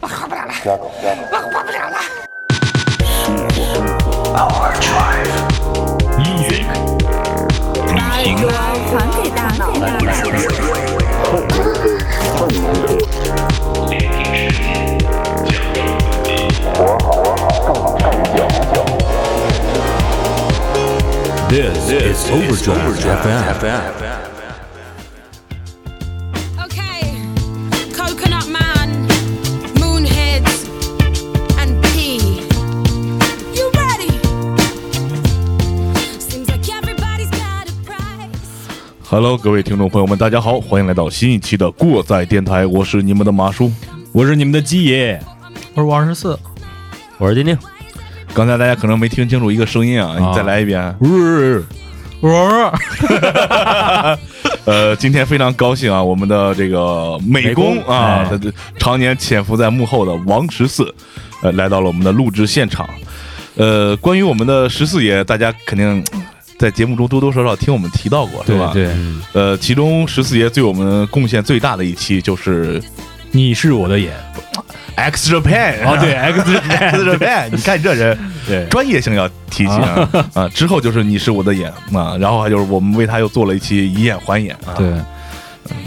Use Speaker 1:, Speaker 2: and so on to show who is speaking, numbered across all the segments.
Speaker 1: 我活不了了，
Speaker 2: 加狗加狗。
Speaker 1: 我活不了了。
Speaker 3: Music. Music.
Speaker 4: 传给大脑，
Speaker 3: This is Overdrive FM.
Speaker 5: Okay, Coconut Man, Moonheads, and P. You ready? Seems like everybody's got a price.
Speaker 6: Hello，各位听众朋友们，大家好，欢迎来到新一期的过载电台，我是你们的马叔。
Speaker 7: 我是你们的鸡爷，
Speaker 8: 我是王十四，
Speaker 7: 我是丁丁。
Speaker 6: 刚才大家可能没听清楚一个声音啊，
Speaker 7: 啊
Speaker 6: 你再来一遍。
Speaker 8: 我是
Speaker 6: 呃，今天非常高兴啊，我们的这个美工
Speaker 7: 美工
Speaker 6: 啊，
Speaker 7: 哎
Speaker 6: 他常年潜伏在幕后的王十四，呃，来到了我们的录制现场。呃，关于我们的十四爷，大家肯定嗯在节目中多多少少听我们提到过，是吧？。
Speaker 7: 对，
Speaker 6: 呃，其中十四爷对我们贡献最大的一期就是
Speaker 7: 你是我的眼
Speaker 6: X Japan
Speaker 7: 哦，对 X
Speaker 6: 啊 X Japan，你看你这人。
Speaker 7: 对
Speaker 6: 专业性要提及啊啊，之后就是你是我的眼啊，然后还就是我们为他又做了一期以眼还眼啊。，
Speaker 7: 对，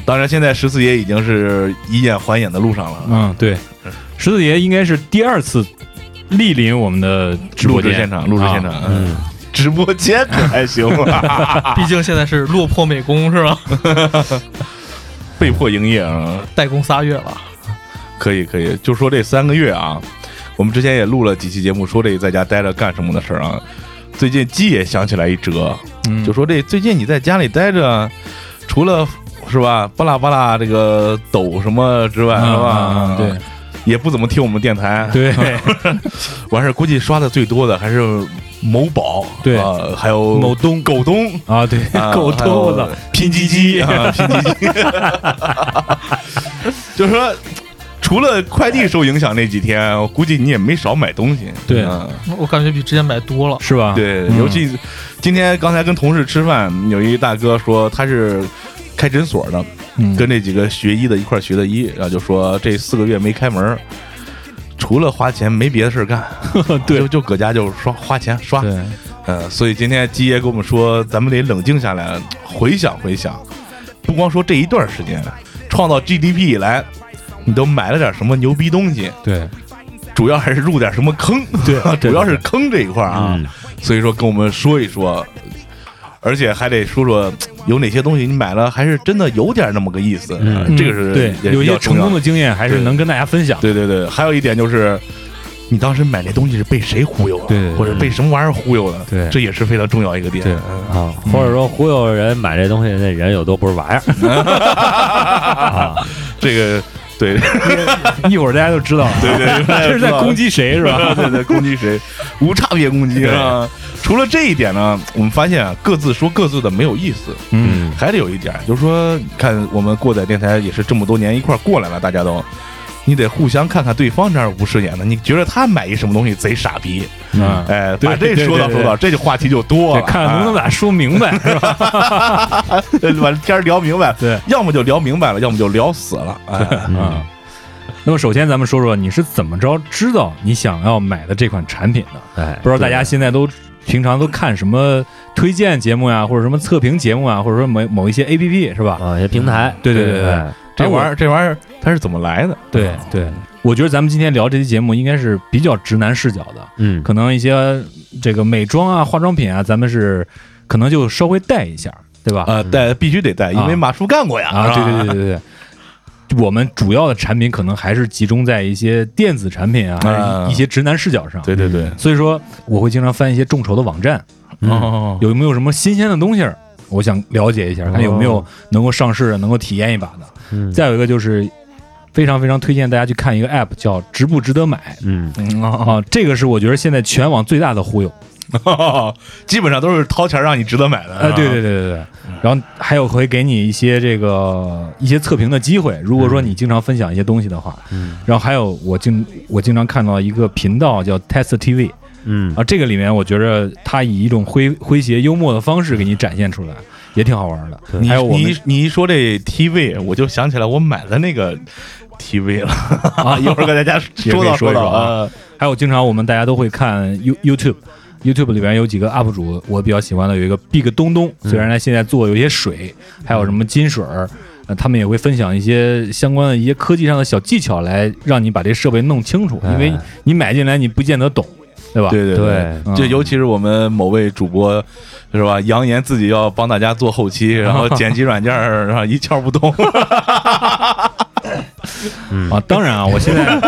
Speaker 6: 当然现在十四爷已经是以眼还眼的路上了。
Speaker 7: 嗯对，石子爷应该是第二次莅临我们的直播
Speaker 6: 录制
Speaker 7: 间
Speaker 6: 现场，录制现场，
Speaker 7: 啊
Speaker 6: 嗯，直播间可还行，啊
Speaker 8: 毕竟现在是落魄美工是吧？
Speaker 6: 被迫营业啊，
Speaker 8: 代工仨月了，
Speaker 6: 可以可以，就说这三个月啊，我们之前也录了几期节目，说这在家待着干什么的事儿啊。最近鸡也想起来一折，
Speaker 7: 嗯
Speaker 6: 就说这最近你在家里待着，除了是吧，巴拉巴拉这个抖什么之外，是吧
Speaker 7: 嗯？嗯
Speaker 6: 也不怎么听我们电台，
Speaker 7: 对对
Speaker 6: 完事儿估计刷的最多的还是某宝，
Speaker 7: 对
Speaker 6: 啊还有
Speaker 7: 某
Speaker 6: 东、狗 东、
Speaker 7: 啊对，
Speaker 6: 啊
Speaker 7: 狗头子，
Speaker 6: 拼鸡鸡、啊、拼鸡鸡， 就是说。除了快递受影响那几天，我估计你也没少买东西。
Speaker 7: 对
Speaker 6: 啊
Speaker 8: 我感觉比之前买多了。
Speaker 7: 是吧？
Speaker 6: 对，
Speaker 7: 嗯
Speaker 6: 尤其今天刚才跟同事吃饭，有一大哥说他是开诊所的，
Speaker 7: 嗯
Speaker 6: 跟这几个学医的一块儿学的医，然后就说这四个月没开门儿，除了花钱没别的事儿干，
Speaker 7: 对
Speaker 6: 就就搁家就刷花钱刷，
Speaker 7: 对，
Speaker 6: 嗯，所以今天鸡爷跟我们说，咱们得冷静下来，回想回想，不光说这一段时间，创造 GDP 以来，你都买了点什么牛逼东西，
Speaker 7: 对
Speaker 6: 主要还是入点什么坑，
Speaker 7: 对
Speaker 6: 主要是坑这一块儿啊，
Speaker 7: 嗯
Speaker 6: 所以说跟我们说一说，而且还得说说有哪些东西你买了还是真的有点那么个意思，
Speaker 7: 嗯
Speaker 6: 啊这个是
Speaker 7: 对
Speaker 6: 也
Speaker 7: 有一
Speaker 6: 比较
Speaker 7: 些成
Speaker 6: 重要
Speaker 7: 功的，经验还是
Speaker 6: 对
Speaker 7: 能跟大家分享。
Speaker 6: 对对对，还有一点就是。你当时买那东西是被谁忽悠了，
Speaker 7: 对对对
Speaker 6: 或者被什么玩意儿忽悠的？
Speaker 7: 对
Speaker 6: 这也是非常重要一个点。
Speaker 7: 对
Speaker 9: 啊，或者说忽悠人买这东西，那人有都不是玩意儿啊。
Speaker 6: 这个对
Speaker 7: 一会儿大家就知道了，
Speaker 6: 对 对，
Speaker 7: 这是在攻击谁是
Speaker 6: 是吧？
Speaker 7: 吧？
Speaker 6: 对对，攻击谁？无差别攻击啊！除了这一点呢，我们发现啊，各自说各自的没有意思。
Speaker 7: 嗯，
Speaker 6: 还得有一点，就是说，你看我们过载电台也是这么多年一块儿过来了，大家都，你得互相看看对方这样无视眼的，你觉得他买一什么东西贼傻逼，
Speaker 7: 嗯
Speaker 6: 哎，
Speaker 7: 对
Speaker 6: 把这
Speaker 7: 对对
Speaker 6: 说道
Speaker 7: 对
Speaker 6: 说道，这就话题就多
Speaker 7: 对啊
Speaker 6: 了，
Speaker 7: 看能不能把它说明 白是吧？
Speaker 6: 能呃把把天儿聊明白，
Speaker 7: 对，
Speaker 6: 要么就聊明白了，要么就聊死了，哎，
Speaker 9: 嗯
Speaker 7: 啊。那么首先咱们说说你是怎么着知道你想要买的这款产品的？
Speaker 9: 哎，
Speaker 7: 不知道大家现在都平常都看什么推荐节目啊呀，或者什么测评节目啊，或者说某某一些 A P P 是吧？
Speaker 9: 啊，也平台，
Speaker 7: 对对对对
Speaker 9: 哎
Speaker 6: 这玩意
Speaker 7: 儿，
Speaker 6: 儿这玩意儿它是怎么来的？
Speaker 7: 对对，我觉得咱们今天聊这期节目应该是比较直男视角的，
Speaker 9: 嗯，
Speaker 7: 可能一些这个美妆啊、化妆品啊，咱们是可能就稍微带一下，对吧？
Speaker 6: 啊，带必须得带，因为
Speaker 7: 啊
Speaker 6: 马叔干过呀，
Speaker 7: 啊，
Speaker 6: 是吧
Speaker 7: 对对对对对，我们主要的产品可能还是集中在一些电子产品啊，还
Speaker 6: 啊
Speaker 7: 是一些直男视角上。
Speaker 6: 对对对，
Speaker 7: 所以说我会经常翻一些众筹的网站，
Speaker 6: 哦，
Speaker 7: 有没有什么新鲜的东西儿？我想了解一下，看有没有能够上市的、能够体验一把的。
Speaker 9: 嗯
Speaker 7: 再有一个就是，非常非常推荐大家去看一个 app，叫“值不值得买
Speaker 9: 嗯”
Speaker 7: 啊，这个是我觉得现在全网最大的忽悠。
Speaker 6: 哦， 基本上都是掏钱让你值得买的
Speaker 7: 啊，对对对对对。然后还有会给你一些这个一些测评的机会，如果说你经常分享一些东西的话。
Speaker 9: 嗯。
Speaker 7: 然后还有我经我经常看到一个频道叫 Test TV
Speaker 9: 嗯
Speaker 7: 啊，这个里面我觉着它以一种诙诙谐幽默的方式给你展现出来，也挺好玩的。
Speaker 6: 你
Speaker 7: 还有我们
Speaker 6: 你你一说这 TV，我就想起来我买的那个 TV 了 啊！一会儿跟大家
Speaker 7: 也
Speaker 6: 说
Speaker 7: 可以
Speaker 6: 到
Speaker 7: 说一
Speaker 6: 到
Speaker 7: 说啊
Speaker 6: 啊，
Speaker 7: 还有经常我们大家都会看 You YouTube。YouTube 里边有几个 UP 主，我比较喜欢的有一个 Big 东东，虽然他现在做有一些水，还有什么金水儿，呃，他们也会分享一些相关的一些科技上的小技巧，来让你把这设备弄清楚，因为
Speaker 9: 哎
Speaker 7: 你买进来你不见得懂，对吧？嗯
Speaker 6: 对对
Speaker 9: 对
Speaker 6: 就尤其是我们某位主播，是吧？扬言自己要帮大家做后 期，然后剪辑软件儿，然后一窍不通。
Speaker 7: 啊，当然啊，我现 在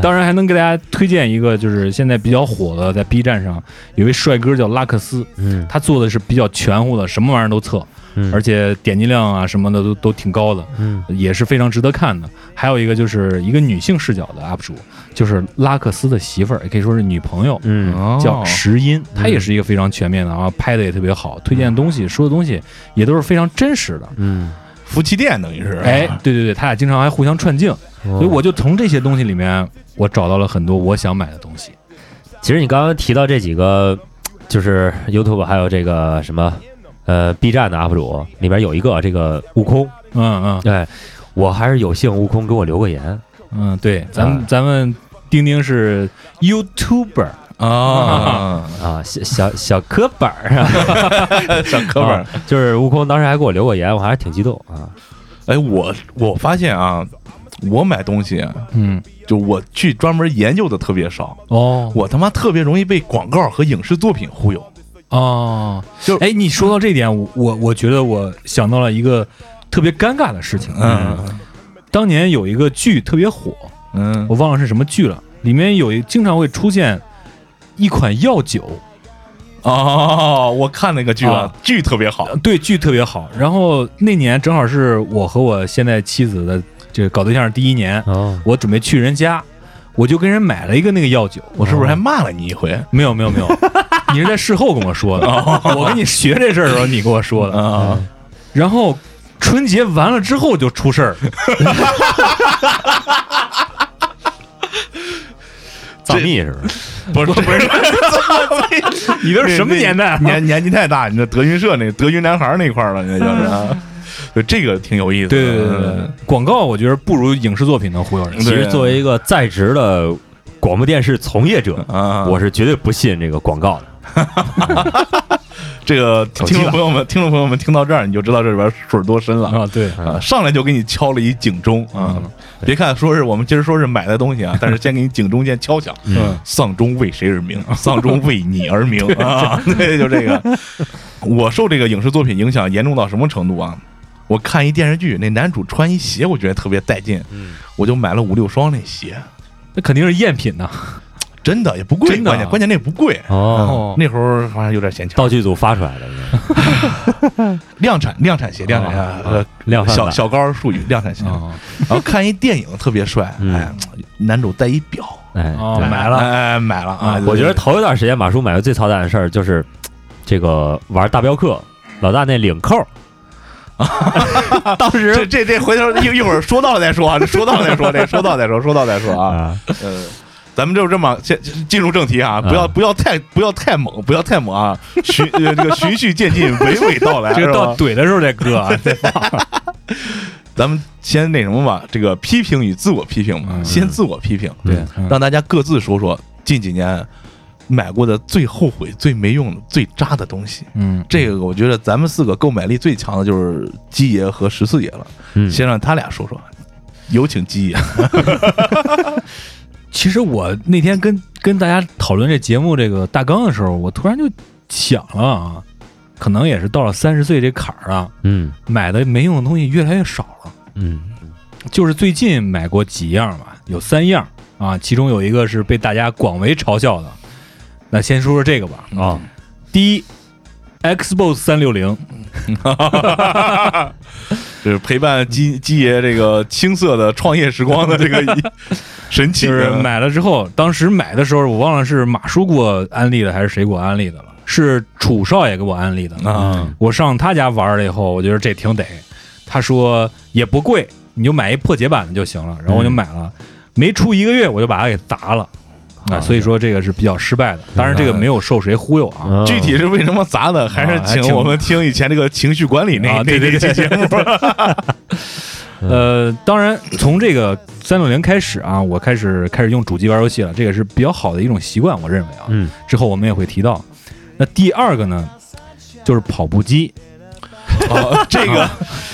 Speaker 7: 当然还能给大家推荐一个，就是现在比较火的，在 B 站上有一位帅哥叫拉克斯，
Speaker 9: 嗯
Speaker 7: 他做的是比较全乎的，什么玩意儿都测，
Speaker 9: 嗯
Speaker 7: 而且点击量啊什么的都都挺高的，
Speaker 9: 嗯
Speaker 7: 也是非常值得看的。还有一个就是一个女性视角的 UP 主，就是拉克斯的媳妇儿，也可以说是女朋友，
Speaker 9: 嗯
Speaker 7: 叫石音，她也是一个非常全面的啊，拍的也特别好，推荐的东西、说的东西也都是非常真实的。
Speaker 9: 嗯，
Speaker 6: 夫妻店等于是，
Speaker 7: 哎，对对对，他俩经常还互相串镜，
Speaker 9: 哦
Speaker 7: 所以我就从这些东西里面，我找到了很多我想买的东西。
Speaker 9: 其实你刚刚提到这几个，就是 YouTube 还有这个什么呃 B 站的 UP 主里边有一个这个悟空，
Speaker 7: 嗯嗯
Speaker 9: 哎，我还是有幸悟空给我留过言，
Speaker 7: 嗯，对，咱们、
Speaker 9: 啊
Speaker 7: 咱们丁丁是 YouTuber，
Speaker 6: 啊，哎
Speaker 9: 啊，小小小科本儿啊，
Speaker 6: 小哥们儿
Speaker 9: 啊，就是悟空当时还给我留过言，我还是挺激动啊。
Speaker 6: 哎，我我发现啊，我买东西啊
Speaker 7: 嗯，
Speaker 6: 就我去专门研究的特别少，
Speaker 7: 哦
Speaker 6: 我他妈特别容易被广告和影视作品忽悠。
Speaker 7: 哦，就哎，你说到这点，我我我觉得我想到了一个特别尴尬的事情。
Speaker 6: 嗯
Speaker 7: 当年有一个剧特别火，
Speaker 6: 嗯
Speaker 7: 我忘了是什么剧了，里面有一经常会出现一款药酒，
Speaker 6: 哦，我看那个剧了
Speaker 7: 啊，
Speaker 6: 剧特别好。
Speaker 7: 对，剧特别好。然后那年正好是我和我现在妻子的这个搞对象的第一年，
Speaker 6: 嗯
Speaker 9: 哦，
Speaker 7: 我准备去人家，我就跟人买了一个那个药酒。哦
Speaker 6: 我是不是还骂了你一回？
Speaker 7: 没有没有没有，你是在事后跟 我说的，我跟你学这事儿的时候你跟我说的。
Speaker 6: 啊，
Speaker 7: 然后春节完了之后就出 事儿，
Speaker 9: 藏秘是吧？
Speaker 6: 不是不是，
Speaker 7: 你都是什么年代啊？
Speaker 6: 年年纪太大，你这德云社那德云男孩那块儿了，那 就是啊。就这个挺有意思的。
Speaker 7: 对对对对对，广告我觉得不如影视作品能忽悠人
Speaker 6: 对。
Speaker 9: 其实作为一个呃在职的广播电视从业者，
Speaker 6: 啊，
Speaker 9: 我是绝对不信这个广告的。
Speaker 6: 这个
Speaker 9: 手
Speaker 6: 听众
Speaker 9: 机了
Speaker 6: 朋友们，听众朋友们听到这儿，你就知道这里边水多深了
Speaker 7: 啊，对，嗯
Speaker 6: 啊！上来就给你敲了一警钟啊！别看说是我们今儿说是买的东 西啊，但是先给你警钟先敲响。
Speaker 7: 嗯，
Speaker 6: 丧钟为谁而鸣？丧钟为你而鸣 啊！对，就这个。我受这个影视作品影响严重到什么程度啊？我看一电视剧，那男主穿一鞋，我觉得特别带劲，
Speaker 7: 嗯
Speaker 6: 我就买了五六双那鞋，
Speaker 7: 那肯定是赝品呐。
Speaker 6: 真的也不贵，
Speaker 7: 真的啊
Speaker 6: 关键关键那不贵。啊
Speaker 9: 哦，
Speaker 7: 哦，
Speaker 6: 那时候好像有点嫌钱，
Speaker 9: 道具组发出来的，
Speaker 6: 量产量产鞋，量产
Speaker 9: 哦
Speaker 6: 呃
Speaker 9: 量贩
Speaker 6: 小
Speaker 9: 版
Speaker 6: 小高术语量产鞋。
Speaker 7: 哦
Speaker 6: 然后看一电影特别帅，
Speaker 9: 嗯
Speaker 6: 哎，男主戴一表，
Speaker 9: 哎，
Speaker 7: 哦
Speaker 9: 对
Speaker 7: 买了
Speaker 6: 哎，买了啊！
Speaker 9: 我觉得头一段时间马叔买过最操蛋的事儿就是这个玩大镖客，老大那领扣， 当
Speaker 6: 这
Speaker 9: 时
Speaker 6: 这这回头一一会儿说到了再说啊， 说到了再说，这说到了再说，说到了再说啊。
Speaker 9: 啊，
Speaker 6: 呃，咱们就这么先进入正题啊，不要不要太不要太猛，不要太猛啊，循 呃这个循序渐进，娓娓道来，
Speaker 7: 这
Speaker 6: 是
Speaker 7: 个到
Speaker 6: 吧？
Speaker 7: 怼的时候再割 啊。
Speaker 6: 咱们先那什么吧，这个批评与自我批评嘛，
Speaker 7: 嗯
Speaker 6: 先自我批评，
Speaker 7: 对
Speaker 6: 嗯
Speaker 7: 嗯
Speaker 6: 让大家各自说说近几年买过的最后悔、最没用的、最渣的东西。
Speaker 7: 嗯，
Speaker 6: 这个我觉得咱们四个购买力最强的就是鸡爷和十四爷了，
Speaker 9: 嗯
Speaker 6: 先让他俩说说，有请鸡爷。
Speaker 7: 其实我那天跟跟大家讨论这节目这个大纲的时候，我突然就想了啊，可能也是到了三十岁这坎儿啊，
Speaker 9: 嗯
Speaker 7: 买的没用的东西越来越少了。
Speaker 9: 嗯
Speaker 7: 就是最近买过几样吧，有三样啊，其中有一个是被大家广为嘲笑的。那先说说这个吧，啊
Speaker 9: 哦，
Speaker 7: 第一，Xbox 三六零，
Speaker 6: 就是陪伴鸡鸡爷这个青涩的创业时光的这 个一神奇，嗯
Speaker 7: 就是买了之后，当时买的时候我忘了是马叔给我安利的还是谁给我安利的了，是楚少爷给我安利的
Speaker 6: 啊，
Speaker 7: 我上他家玩了以后，我觉得这挺得。他说也不贵，你就买一破解版的就行了。然后我就买了，没出一个月我就把它给砸了，啊，所以说这个是比较失败的。当然，这个没有受谁忽悠啊。
Speaker 9: 嗯
Speaker 6: 具体是为什么砸的，还
Speaker 7: 啊还
Speaker 6: 是
Speaker 7: 请
Speaker 6: 请我们听以前这个情绪管理那
Speaker 7: 啊
Speaker 6: 那
Speaker 7: 对对
Speaker 6: 那期节
Speaker 7: 对
Speaker 6: 目。
Speaker 7: 呃，当然，从这个三六零开始啊，我开始开始用主机玩游戏了，这个是比较好的一种习惯，我认为啊。
Speaker 9: 嗯，
Speaker 7: 之后我们也会提到。那第二个呢，就是跑步机。
Speaker 6: 哦，这 个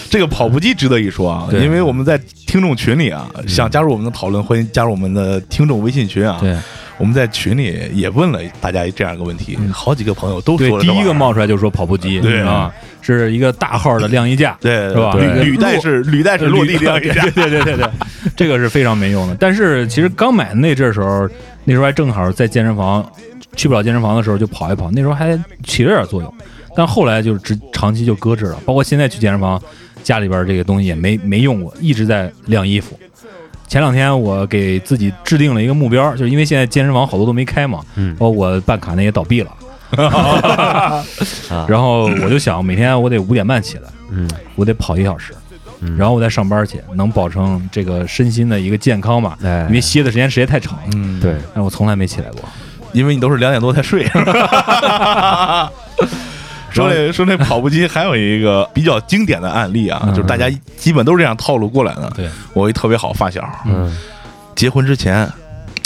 Speaker 6: 这个跑步机值得一说啊，
Speaker 7: 对
Speaker 6: 因为我们在听众群里啊，想加入我们的讨论，欢迎加入我们的听众微信群啊。
Speaker 7: 对
Speaker 6: 我们在群里也问了大家这样一个问题，
Speaker 7: 嗯
Speaker 6: 好几个朋友都
Speaker 7: 对
Speaker 6: 说，了
Speaker 7: 第
Speaker 6: 这玩意
Speaker 7: 一
Speaker 6: 儿
Speaker 7: 个冒出来就说跑步机，
Speaker 6: 对
Speaker 7: 啊，是一个大号的晾衣架，
Speaker 6: 对
Speaker 7: 是吧
Speaker 6: 对
Speaker 7: 那个
Speaker 6: 履履带是履带是落地晾一下
Speaker 7: 对，对对对对，这个是非常没用的。但是其实刚买的那阵儿时候，那时候还正好在健身房，去不了健身房的时候就跑一跑，那时候还起了点作用。但后来就是直长期就搁置了，包括现在去健身房，家里边儿这个东西也没没用过，一直在晾衣服。前两天我给自己制定了一个目标，就是因为现在健身房好多都没开嘛，
Speaker 9: 嗯
Speaker 7: 包括我办卡那也倒闭 了，
Speaker 9: 啊
Speaker 7: 然后我就想每天我得五点半起来，
Speaker 9: 嗯
Speaker 7: 我得跑一小时，
Speaker 9: 嗯
Speaker 7: 然后我再上班去，能保证这个身心的一个健康吧？
Speaker 9: 哎
Speaker 7: 因为歇的时间实在太长了。
Speaker 6: 嗯，
Speaker 9: 对，
Speaker 7: 但我从来没起来过。
Speaker 6: 因为你都是两点多才 睡。 说那说那跑步机还有一个比较经典的案例啊，
Speaker 7: 嗯
Speaker 6: 就是大家基本都是这样套路过来的。
Speaker 7: 对，
Speaker 6: 我一特别好发小，
Speaker 9: 嗯
Speaker 6: 结婚之前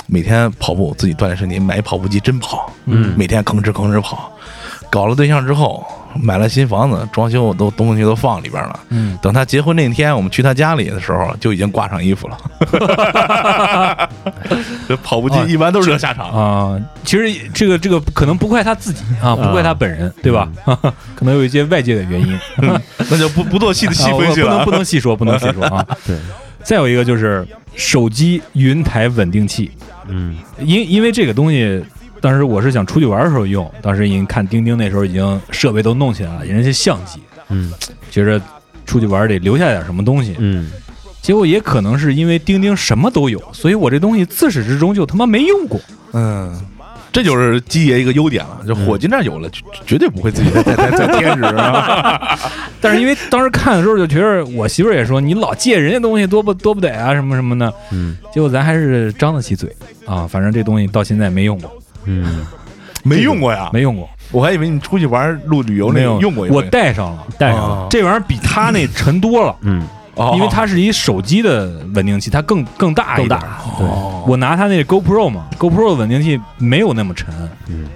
Speaker 6: 每天跑步，自己锻炼身体，买一跑步机真跑，
Speaker 9: 嗯
Speaker 6: 每天吭哧吭哧跑。搞了对象之后，买了新房子，装修都东西都放里边了。
Speaker 7: 嗯，
Speaker 6: 等他结婚那天，我们去他家里的时候，就已经挂上衣服了。 这跑
Speaker 7: 哦
Speaker 6: 步机一般都是热下场，
Speaker 7: 啊、其实这个这个可能不怪他自己啊，不怪他本人，对吧？ 可能有一些外界的原因，
Speaker 6: 那就不不做细细
Speaker 7: 啊我
Speaker 6: 分析
Speaker 7: 不能
Speaker 6: 了
Speaker 7: 不。能细说，不能细说啊。
Speaker 9: 对，
Speaker 7: 再有一个就是手机云台稳定器，
Speaker 9: 嗯
Speaker 7: 因因为这个东西，当时我是想出去玩的时候用，当时已经看钉钉那时候已经设备都弄起来了，人家是相机，
Speaker 9: 嗯
Speaker 7: 觉着出去玩得留下点什么东西。
Speaker 9: 嗯
Speaker 7: 结果也可能是因为钉钉什么都有，所以我这东西自始至终就他妈没用过。
Speaker 6: 嗯，这就是基爷一个优点了，
Speaker 7: 嗯
Speaker 6: 就火鸡那儿有了，绝绝对不会自己再再再再添置 啊。
Speaker 7: 但是因为当时看的时候就觉着，我媳妇儿也说你老借人家东西多不多不得啊什么什么的。
Speaker 9: 嗯
Speaker 7: 结果咱还是张得起嘴啊，反正这东西到现在没用过，
Speaker 9: 嗯，
Speaker 6: 没用过呀，
Speaker 7: 没用过，
Speaker 6: 我还以为你出去玩路旅游那
Speaker 7: 没
Speaker 6: 个
Speaker 7: 有
Speaker 6: 用过一回。
Speaker 7: 我带啊上了，
Speaker 9: 带上了，
Speaker 6: 哦
Speaker 7: 这玩意儿比他那沉多了。
Speaker 9: 嗯
Speaker 6: 哦
Speaker 7: 因为它是一手机的稳定器，它更更大哦一点
Speaker 9: 更大
Speaker 7: 对我拿它那 GoPro 嘛，GoPro 的稳定器没有那么沉，
Speaker 9: 嗯，